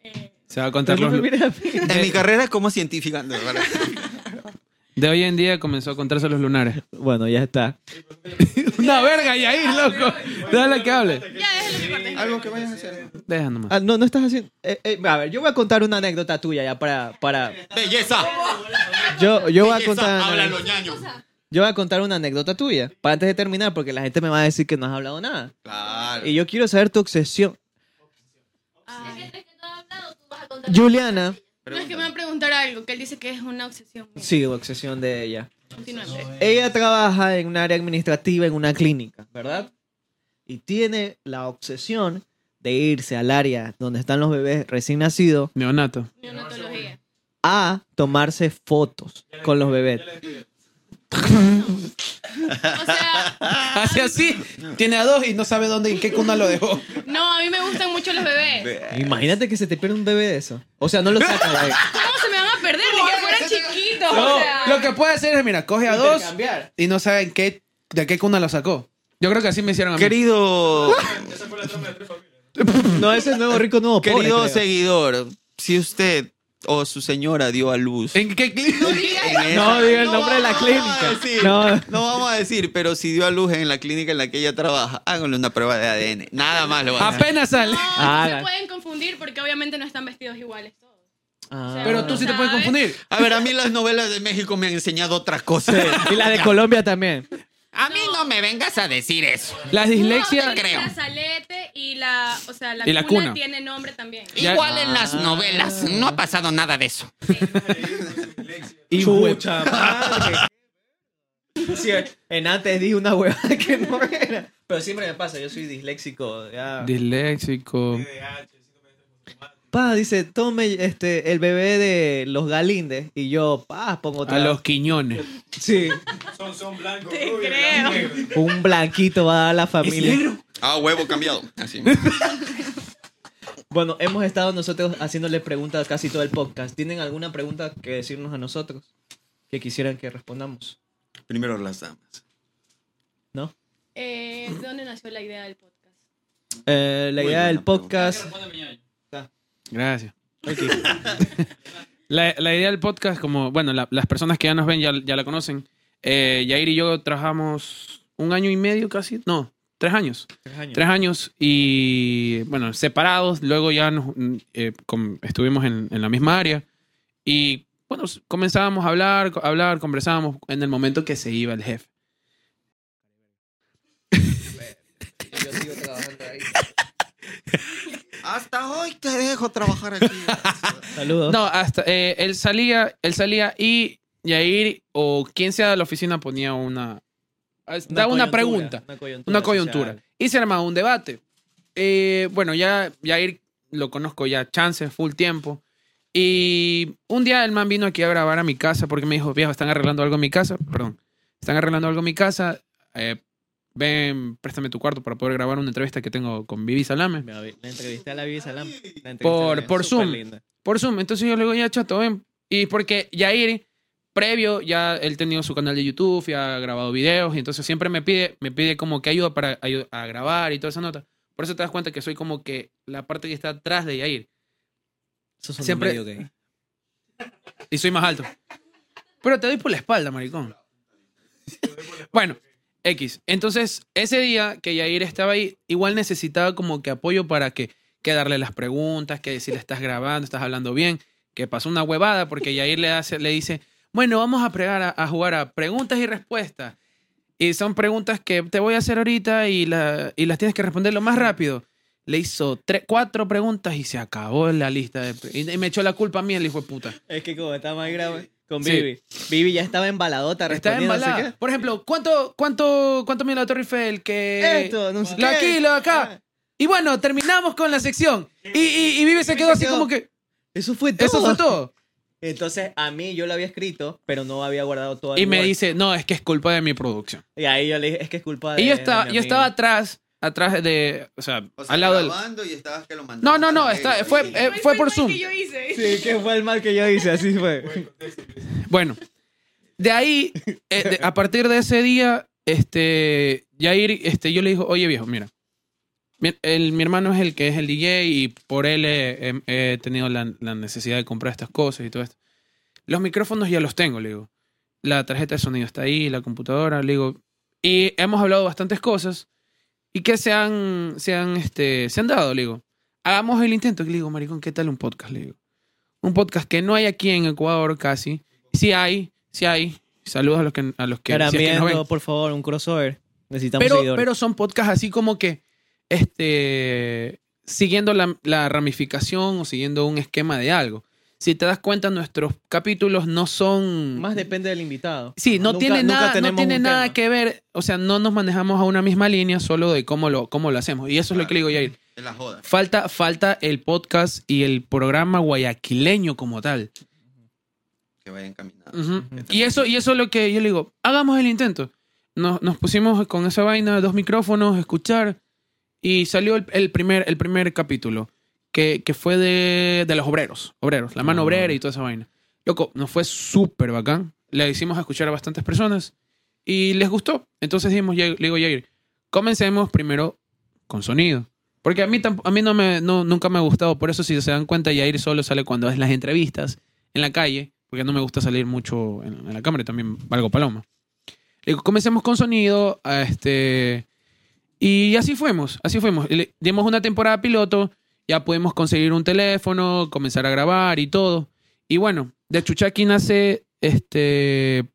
S5: Eh,
S2: Se va a contar los...
S1: Mira,
S3: En mi carrera como científica. no, para-
S2: De hoy en día comenzó a contarse los lunares.
S1: bueno, ya está.
S2: Una verga, y ahí, loco. Dale que hable.
S5: ya, déjalo que corte.
S3: Algo que vayas a hacer.
S2: Deja nomás.
S1: Ah, no, no estás haciendo... eh, eh, a ver, yo voy a contar una anécdota tuya ya para... para
S3: ¡Belleza!
S1: yo, yo voy a
S3: Belleza,
S1: contar...
S3: Háblalo, ñaño.
S1: Yo voy a contar una anécdota tuya, para antes de terminar, porque la gente me va a decir que no has hablado nada.
S3: Claro.
S1: Y yo quiero saber tu obsesión.
S6: Es que entre que no ha hablado, tú vas a contar.
S1: Juliana.
S5: No es que me van a preguntar algo, que él dice que es una obsesión.
S1: Sí, obsesión de ella.
S5: Continuemos.
S2: eh.
S1: Ella trabaja en un área administrativa en una clínica, ¿verdad? Y tiene la obsesión de irse al área donde están los bebés recién nacidos
S2: Neonato.
S5: Neonatología.
S1: a tomarse fotos con los bebés.
S5: O sea,
S2: Hace así. Tiene a dos y no sabe dónde y qué cuna lo dejó.
S5: no, a mí me gustan mucho los bebés.
S1: Imagínate que se te pierde un bebé de eso. O sea, no lo sacas de ahí.
S5: ¿Cómo se me van a perder? Ni que fueran chiquitos. o sea.
S2: lo que puede hacer es, mira, coge a dos y no sabe en qué, de qué cuna lo sacó. Yo creo que así me hicieron a mí.
S3: Querido,
S1: No, ese es nuevo rico, nuevo pobre,
S3: querido
S1: creo.
S3: seguidor, si usted o su señora dio a luz.
S2: ¿En qué clínica?
S3: en esa-
S1: No, diga el nombre de la
S3: vamos a
S1: clínica.
S3: decir,
S1: No.
S3: Ah, no. vamos a decir, pero si dio a luz en la clínica en la que ella trabaja, háganle una prueba de ADN. Nada más lo van a hacer.
S2: Apenas sale.
S1: Ah,
S5: No, no
S1: la-
S5: se pueden confundir porque obviamente no están vestidos iguales todos.
S1: Ah.
S2: Pero tú sí te puedes
S5: ¿Sabes?
S2: confundir.
S3: A ver, a mí las novelas de México me han enseñado otras cosas.
S1: Y la de Colombia también.
S3: A mí no me vengas a decir eso.
S2: La dislexia.
S5: No, La salete y la, o sea, la,
S2: Y la
S5: cuna,
S2: cuna.
S5: tiene nombre también.
S2: Ya-
S10: Igual en las novelas, no ha pasado nada de eso.
S1: Y Chucha madre. Sí, en antes dije una huevada que no era. Pero siempre me pasa, yo soy disléxico. ya.
S2: Disléxico.
S1: Pa, dice, tome este, el bebé de los galindes. Y yo, pa, pongo otra.
S2: A los quiñones.
S1: Sí,
S8: Son, son blancos.
S5: Te
S8: rubios,
S5: creo.
S8: blancos, negros.
S1: un blanquito va a dar la familia.
S3: Ah, huevo cambiado. Así.
S1: Bueno, hemos estado nosotros haciéndole preguntas casi todo el podcast. ¿Tienen alguna pregunta que decirnos a nosotros? Que quisieran que respondamos.
S3: Primero las damas.
S5: Eh, ¿De dónde nació la idea del podcast?
S1: Eh, la
S3: Muy
S1: idea
S3: buena
S1: del
S3: pregunta.
S1: podcast.
S2: Gracias. la, la idea del podcast, como, bueno, la- las personas que ya nos ven ya, ya la conocen. Eh, Yair y yo trabajamos un año y medio casi, no, tres años.
S1: Tres años.
S2: Tres años y, bueno, separados. Luego ya nos, mm, eh, com- estuvimos en, en la misma área y, bueno, s- comenzábamos a hablar, co- hablar, conversábamos en el momento que se iba el jefe.
S3: Hasta hoy te dejo trabajar aquí.
S1: Saludos.
S2: No, hasta eh, él salía, él salía y Yair o quien sea de la oficina ponía una daba una
S1: coyuntura,
S2: pregunta,
S1: coyuntura
S2: una coyuntura
S1: social.
S2: y se armaba un debate. Eh, bueno, ya Yair lo conozco ya chances full tiempo y un día el man vino aquí a grabar a mi casa porque me dijo, "Viejo, están arreglando algo en mi casa." Perdón. Están arreglando algo en mi casa. eh, ven, préstame tu cuarto para poder grabar una entrevista que tengo con Vivi Salame.
S1: Me avi- La entrevisté a la Vivi Salam. la entrevisté
S2: Por-
S1: a la-
S2: por
S1: súper
S2: Zoom.
S1: linda.
S2: por Zoom. Entonces yo le digo, ya chato, ven. Y porque Yair, previo, ya él tenía su canal de YouTube, ya ha grabado videos, y entonces siempre me pide, me pide como que ayuda para ayu- a grabar y toda esa nota. Por eso te das cuenta que soy como que la parte que está atrás de Yair.
S1: Eso son
S2: Siempre-
S1: medio gay.
S2: Y soy más alto. Pero te doy por la espalda, maricón. Bueno, X. Entonces, ese día que Yair estaba ahí, igual necesitaba como que apoyo para que, que darle las preguntas, que decirle estás grabando, estás hablando bien, que pasó una huevada, porque Yair le, hace, le dice, bueno, vamos a, pregar a, a jugar a preguntas y respuestas. Y son preguntas que te voy a hacer ahorita y, la- y las tienes que responder lo más rápido. Le hizo tres, cuatro preguntas y se acabó la lista. de pre- y, y me echó la culpa a mí el hijo de puta.
S1: Es que como está más grave. con
S2: Sí.
S1: Vivi. Vivi ya estaba embaladota
S2: Está
S1: respondiendo. no sé
S2: embalada. Por ejemplo, ¿cuánto, cuánto, cuánto mide la Torre Eiffel? Que...
S1: Esto, no sé
S2: Lo
S1: qué. Ah.
S2: aquí, lo acá. Y bueno, terminamos con la sección. Y, y, y Vivi se quedó así
S1: quedó.
S2: como que...
S1: qué. Eso fue todo.
S2: Eso fue todo.
S1: Entonces, a mí yo lo había escrito, pero no había guardado todo el
S2: Y me
S1: Word.
S2: dice, no, es que es culpa de mi producción.
S1: Y ahí yo le dije, es que es culpa de.
S2: Y yo,
S1: de
S2: estaba,
S1: mi
S2: yo
S1: amigo.
S2: estaba atrás, atrás de... O sea,
S3: O sea,
S2: al lado del...
S3: grabando y estabas que lo mandabas
S2: No, no,
S3: a
S2: no,
S3: la
S2: está-
S3: verga.
S2: fue-
S3: Sí.
S2: eh, fue por Zoom.
S5: Que yo hice.
S1: Sí, que fue el mal que yo hice, así fue.
S2: Bueno, de ahí, eh, de- a partir de ese día, este, Jair, este, yo le dijo, oye viejo, mira, mi, el- mi hermano es el que es el DJ y por él he, he- he tenido la, la necesidad de comprar estas cosas y todo esto. Los micrófonos ya los tengo, le digo. La tarjeta de sonido está ahí, la computadora, le digo. Y hemos hablado bastantes cosas y que se han, se han, este, se han dado, le digo. Hagamos el intento, le digo, maricón, ¿qué tal un podcast? Le digo. Un podcast que no hay aquí en Ecuador casi. Sí hay, sí hay. Saludos a los que, a los que, si es que nos ven.
S1: Caramiento, por favor, un crossover. Necesitamos
S2: Pero,
S1: seguidores.
S2: pero son podcasts así como que este, siguiendo la, la ramificación o siguiendo un esquema de algo. Si te das cuenta, nuestros capítulos no son...
S1: Más depende del invitado.
S2: Sí, no
S1: Nunca-
S2: tiene
S1: nunca
S2: nada, no
S1: tenemos
S2: tiene
S1: un
S2: nada
S1: tema.
S2: que ver. O sea, no nos manejamos a una misma línea, solo de cómo lo, cómo lo hacemos. Y eso es lo que le digo, Yair.
S3: Es la joda.
S2: Falta, falta el podcast y el programa guayaquileño como tal.
S3: Que vayan caminando.
S2: Ujú. Y eso y eso es lo que yo le digo, hagamos el intento. Nos, nos pusimos con esa vaina, dos micrófonos, escuchar, y salió el, el primer, el primer capítulo, que, que fue de, de los obreros, obreros, la mano obrera y toda esa vaina. Loco, nos fue súper bacán, le hicimos escuchar a bastantes personas y les gustó. Entonces dijimos, ya- le digo, Jair, comencemos primero con sonido. Porque a mí, tamp- a mí no me, no, nunca me ha gustado, por eso si se dan cuenta, Jair solo sale cuando es las entrevistas en la calle, porque no me gusta salir mucho en, en la cámara y también valgo paloma. Le digo, comencemos con sonido, a este, y así fuimos, así fuimos. Y le- dimos una temporada piloto, ya pudimos conseguir un teléfono, comenzar a grabar y todo. Y bueno, de Chuchaki nace este,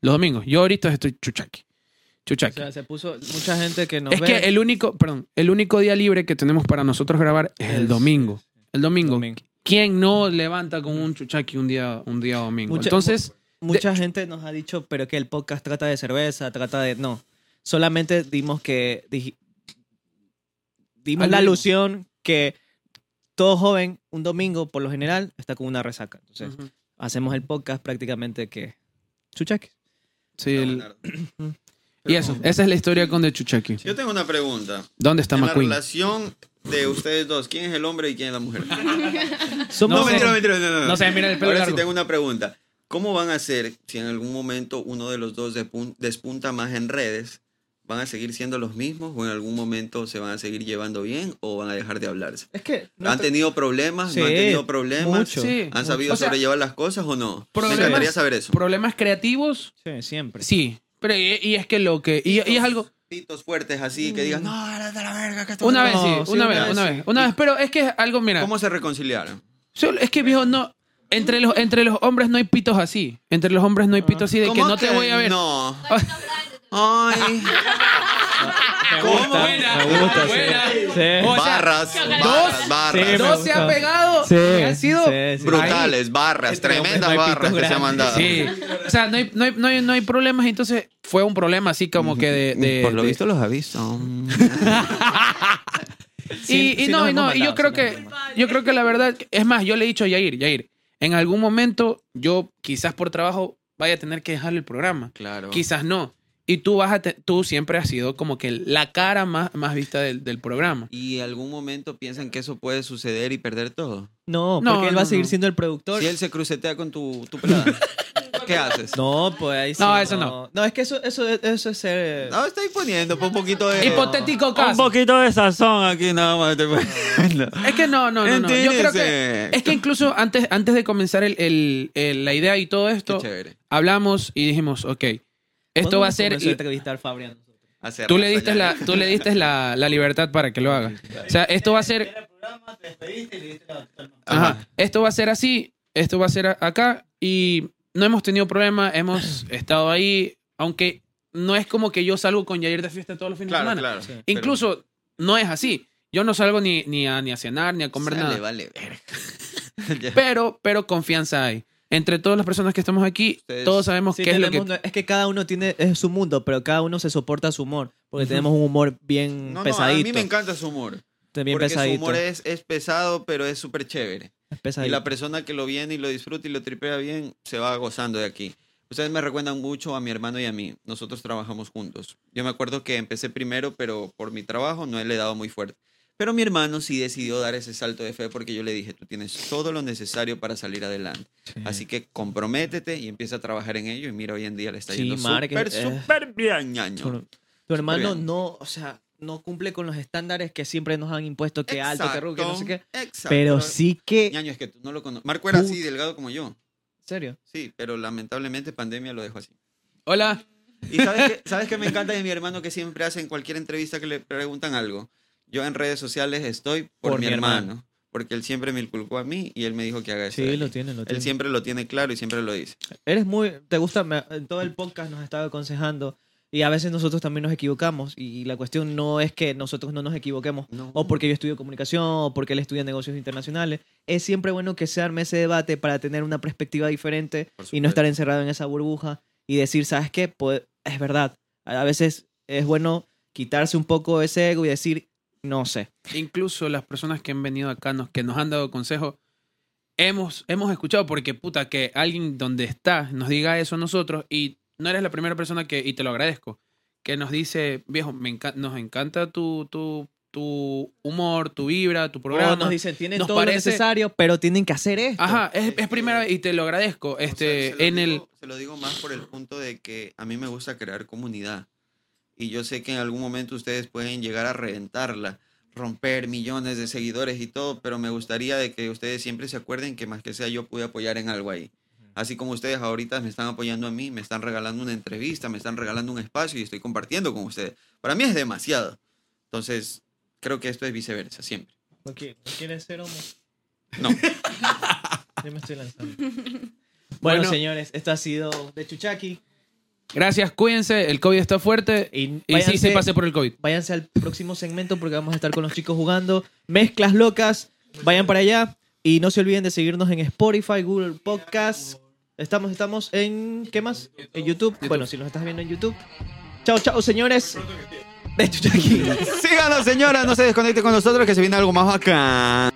S2: los domingos. Yo ahorita estoy Chuchaki.
S1: O
S2: Chuchaki.
S1: sea, se puso mucha gente que nos
S2: es
S1: ve.
S2: que el único, perdón, el único día libre que tenemos para nosotros grabar es el
S1: Es-
S2: domingo. El domingo.
S1: Domingo.
S2: ¿Quién no levanta con un chuchaki un día, un día domingo?
S1: Mucha-
S2: Entonces,
S1: Mucha gente nos ha dicho, pero que el podcast trata de cerveza, trata de. No. Solamente dimos que. dij- dimos
S2: Al
S1: la
S2: mismo.
S1: alusión que todo joven, un domingo, por lo general, está con una resaca. Entonces,
S2: Ujú.
S1: hacemos el podcast prácticamente que. Chuchaki.
S2: Sí, el-
S3: Leonardo.
S2: y eso, esa es la historia con The Chuchaki.
S3: Yo tengo una pregunta.
S2: ¿Dónde está
S3: en la
S2: McQueen?
S3: relación de ustedes dos, ¿quién es el hombre y quién es la mujer?
S1: Somos.
S3: No,
S2: sé.
S3: mentira, mentira, no, no.
S2: No sé, mira el pelo
S3: Ahora
S2: largo.
S3: sí tengo una pregunta. ¿Cómo van a hacer si en algún momento uno de los dos despun- despunta más en redes? ¿Van a seguir siendo los mismos o en algún momento se van a seguir llevando bien o van a dejar de hablarse?
S1: Es que. no
S3: ¿Han
S1: te-
S3: tenido problemas? ¿No han
S1: Sí,
S3: tenido problemas?
S1: mucho.
S2: Sí,
S3: ¿Han
S2: mucho.
S3: sabido
S2: O sea,
S3: sobrellevar las cosas o no?
S2: problemas-
S3: Me encantaría saber eso.
S2: ¿Problemas creativos?
S1: Sí, siempre.
S2: Sí. Pero y, y es que lo que... Y, y es algo... Mm.
S3: Pitos fuertes así que digan, no, eres de la verga. Que esto-
S2: Una vez,
S1: No,
S2: sí.
S1: sí,
S2: Una
S1: una
S2: vez,
S1: vez,
S2: una
S1: sí.
S2: vez. Una vez, pero es que es algo, mira.
S3: ¿Cómo se reconciliaron?
S2: solo- Es que, viejo, no... Entre los, entre los hombres no hay pitos así. Entre los hombres no hay pitos así de que
S3: ¿Cómo
S2: no te voy a ver.
S3: No.
S6: Bueno, grande, te-
S3: Ay.
S1: Me
S3: ¿Cómo?
S1: gusta. Me gusta, sí.
S2: Buena.
S1: Sí.
S2: O sea,
S3: barras, barras, barras.
S1: Sí, me
S2: Dos se
S1: gusta.
S2: ha pegado.
S1: Sí,
S2: y han sido
S1: sí, sí.
S3: Brutales, barras,
S1: Este hombre
S3: tremendas
S1: no hay pito
S3: barras que se
S1: grande.
S3: han mandado.
S2: Sí. O sea, no hay, no, hay, no, hay, no hay problemas. Entonces, fue un problema así como que de. de-
S3: Mm, Por lo
S2: de-
S3: visto los aviso.
S2: Y, y
S1: sí
S2: no,
S1: nos
S2: y no.
S1: hemos
S2: Y yo
S1: mandado,
S2: creo
S1: sí nos
S2: que.
S1: hemos
S2: Yo creo que la verdad. Es más, yo le he dicho a Yair, Yair, en algún momento yo quizás por trabajo vaya a tener que dejar el programa.
S3: Claro.
S2: Quizás no. Y tú vas a te- tú siempre has sido como que la cara más, más vista del, del programa.
S3: ¿Y algún momento piensan que eso puede suceder y perder todo?
S1: No,
S2: No,
S1: porque él va
S2: no,
S1: a seguir
S2: no.
S1: siendo el productor.
S3: Si él se crucetea con tu, tu pelada, ¿qué haces?
S1: No, pues ahí sí.
S2: No, eso no.
S1: No, es que eso, eso, eso es ser.
S3: No, estoy poniendo pues, un poquito de...
S2: Hipotético
S8: Un
S2: caso.
S8: poquito de sazón aquí.
S3: Aquí nada más te poniendo.
S2: Es que no, no, no, no. Yo creo que.
S3: Entérese.
S2: Es que incluso antes, antes de comenzar el- el- el- la idea y todo
S3: Qué
S2: esto,
S3: chévere.
S2: hablamos y dijimos, ok, esto va a ser...
S1: Comenzó a
S3: este
S1: entrevistar a Fabrián.
S3: Hace
S2: Tú le
S3: rato
S2: diste,
S3: ya.
S2: la, tú le diste la, la libertad para que lo haga. O sea, esto va a ser...
S3: Ajá.
S2: ajá, esto va a ser así, esto va a ser a- acá y no hemos tenido problema, hemos estado ahí, aunque no es como que yo salgo con Yair de fiesta todos los fines de
S3: Claro,
S2: semana.
S3: claro.
S1: Sí.
S3: Pero-
S2: Incluso no es así. Yo no salgo ni, ni, a, ni a cenar, ni a comer
S3: Sale,
S2: nada.
S3: vale, verga. Ya.
S2: Pero, pero confianza hay. entre todas las personas que estamos aquí,
S3: Ustedes-
S2: todos sabemos
S1: Sí,
S2: qué es lo que...
S1: tenemos- Es que cada uno tiene es su mundo, pero cada uno se soporta su humor. Porque tenemos un humor bien
S3: No, no, a
S1: pesadito.
S3: mí me encanta su humor.
S1: bien
S3: porque
S1: pesadito.
S3: su humor es, es pesado, pero es súper chévere.
S1: es
S3: Y
S1: pesadito.
S3: la persona que lo viene y lo disfruta y lo tripea bien, se va gozando de aquí. Ustedes me recuerdan mucho a mi hermano y a mí. Nosotros trabajamos juntos. Yo me acuerdo que empecé primero, pero por mi trabajo no le he dado muy fuerte. Pero mi hermano sí decidió dar ese salto de fe porque yo le dije, tú tienes todo lo necesario para salir adelante. Así que comprométete y empieza a trabajar en ello. Y mira, hoy en día le está
S1: Sí,
S3: yendo
S1: Mark,
S3: súper,
S1: es- eh,
S3: súper bien, ñaño.
S1: Tu- Tu hermano
S3: bien.
S1: no, o sea, no cumple con los estándares que siempre nos han impuesto, que alto, que rubio, que no sé qué.
S3: Exacto.
S1: Pero sí que... ¿En
S3: Ñaño, es que tú no lo conoces. Marco era así,
S1: Puta.
S3: delgado como yo.
S1: serio?
S3: Sí, pero lamentablemente pandemia lo dejó así.
S2: Hola.
S3: Y sabes que, sabes que me encanta de mi hermano que siempre hace en cualquier entrevista que le preguntan algo. Yo en redes sociales estoy por, mi, hermano, porque él siempre me inculcó a mí y él me dijo que haga eso.
S1: Sí, lo tiene, lo tiene.
S3: él siempre lo tiene claro y siempre lo dice.
S1: Eres muy... Te gusta... me- en todo el podcast nos estaba aconsejando y a veces nosotros también nos equivocamos y la cuestión no es que nosotros no nos equivoquemos
S3: No.
S1: o porque yo estudio comunicación o porque él estudia negocios internacionales. Es siempre bueno que se arme ese debate para tener una perspectiva diferente
S3: Por
S1: y no
S3: supuesto.
S1: estar encerrado en esa burbuja y decir, ¿sabes qué? Pues, es verdad. A veces es bueno quitarse un poco ese ego y decir, no sé.
S2: Incluso las personas que han venido acá, nos, que nos han dado consejo, hemos, hemos escuchado porque puta, que alguien donde está nos diga eso a nosotros y no eres la primera persona que, y te lo agradezco, que nos dice, viejo, me enca- nos encanta tu, tu, tu humor, tu vibra,
S3: Oh,
S2: tu programa.
S1: O nos dicen, tienen
S2: nos
S1: todo lo
S2: parece-
S1: necesario, pero tienen que hacer esto.
S2: Ajá, es,
S3: Este-
S2: es primera vez y te lo agradezco. Este,
S3: O sea, se lo
S2: en el
S3: digo- Se lo digo más por el punto de que a mí me gusta crear comunidad. Y yo sé que en algún momento ustedes pueden llegar a reventarla, romper millones de seguidores y todo, pero me gustaría de que ustedes siempre se acuerden que más que sea yo pude apoyar en algo ahí. Así como ustedes ahorita me están apoyando a mí, me están regalando una entrevista, me están regalando un espacio y estoy compartiendo con ustedes. Para mí es demasiado. Entonces, creo que esto es viceversa siempre.
S7: ¿No qui- no quieres ser homo?
S3: No.
S7: Yo me estoy lanzando.
S2: Bueno,
S7: Bueno, señores, esto ha sido de Chuchaki.
S2: gracias, cuídense, el COVID está fuerte y,
S7: Y,
S2: sí se pase por el COVID.
S7: váyanse al próximo segmento porque vamos a estar con los chicos jugando mezclas locas. Vayan para allá y no se olviden de seguirnos en Spotify, Google Podcasts. Estamos, estamos en ¿qué más? En YouTube. Bueno, si nos estás viendo en YouTube. Chao, chao, señores. De Chuchaki.
S3: Síganos, señora, no se desconecte con nosotros que se viene algo más acá.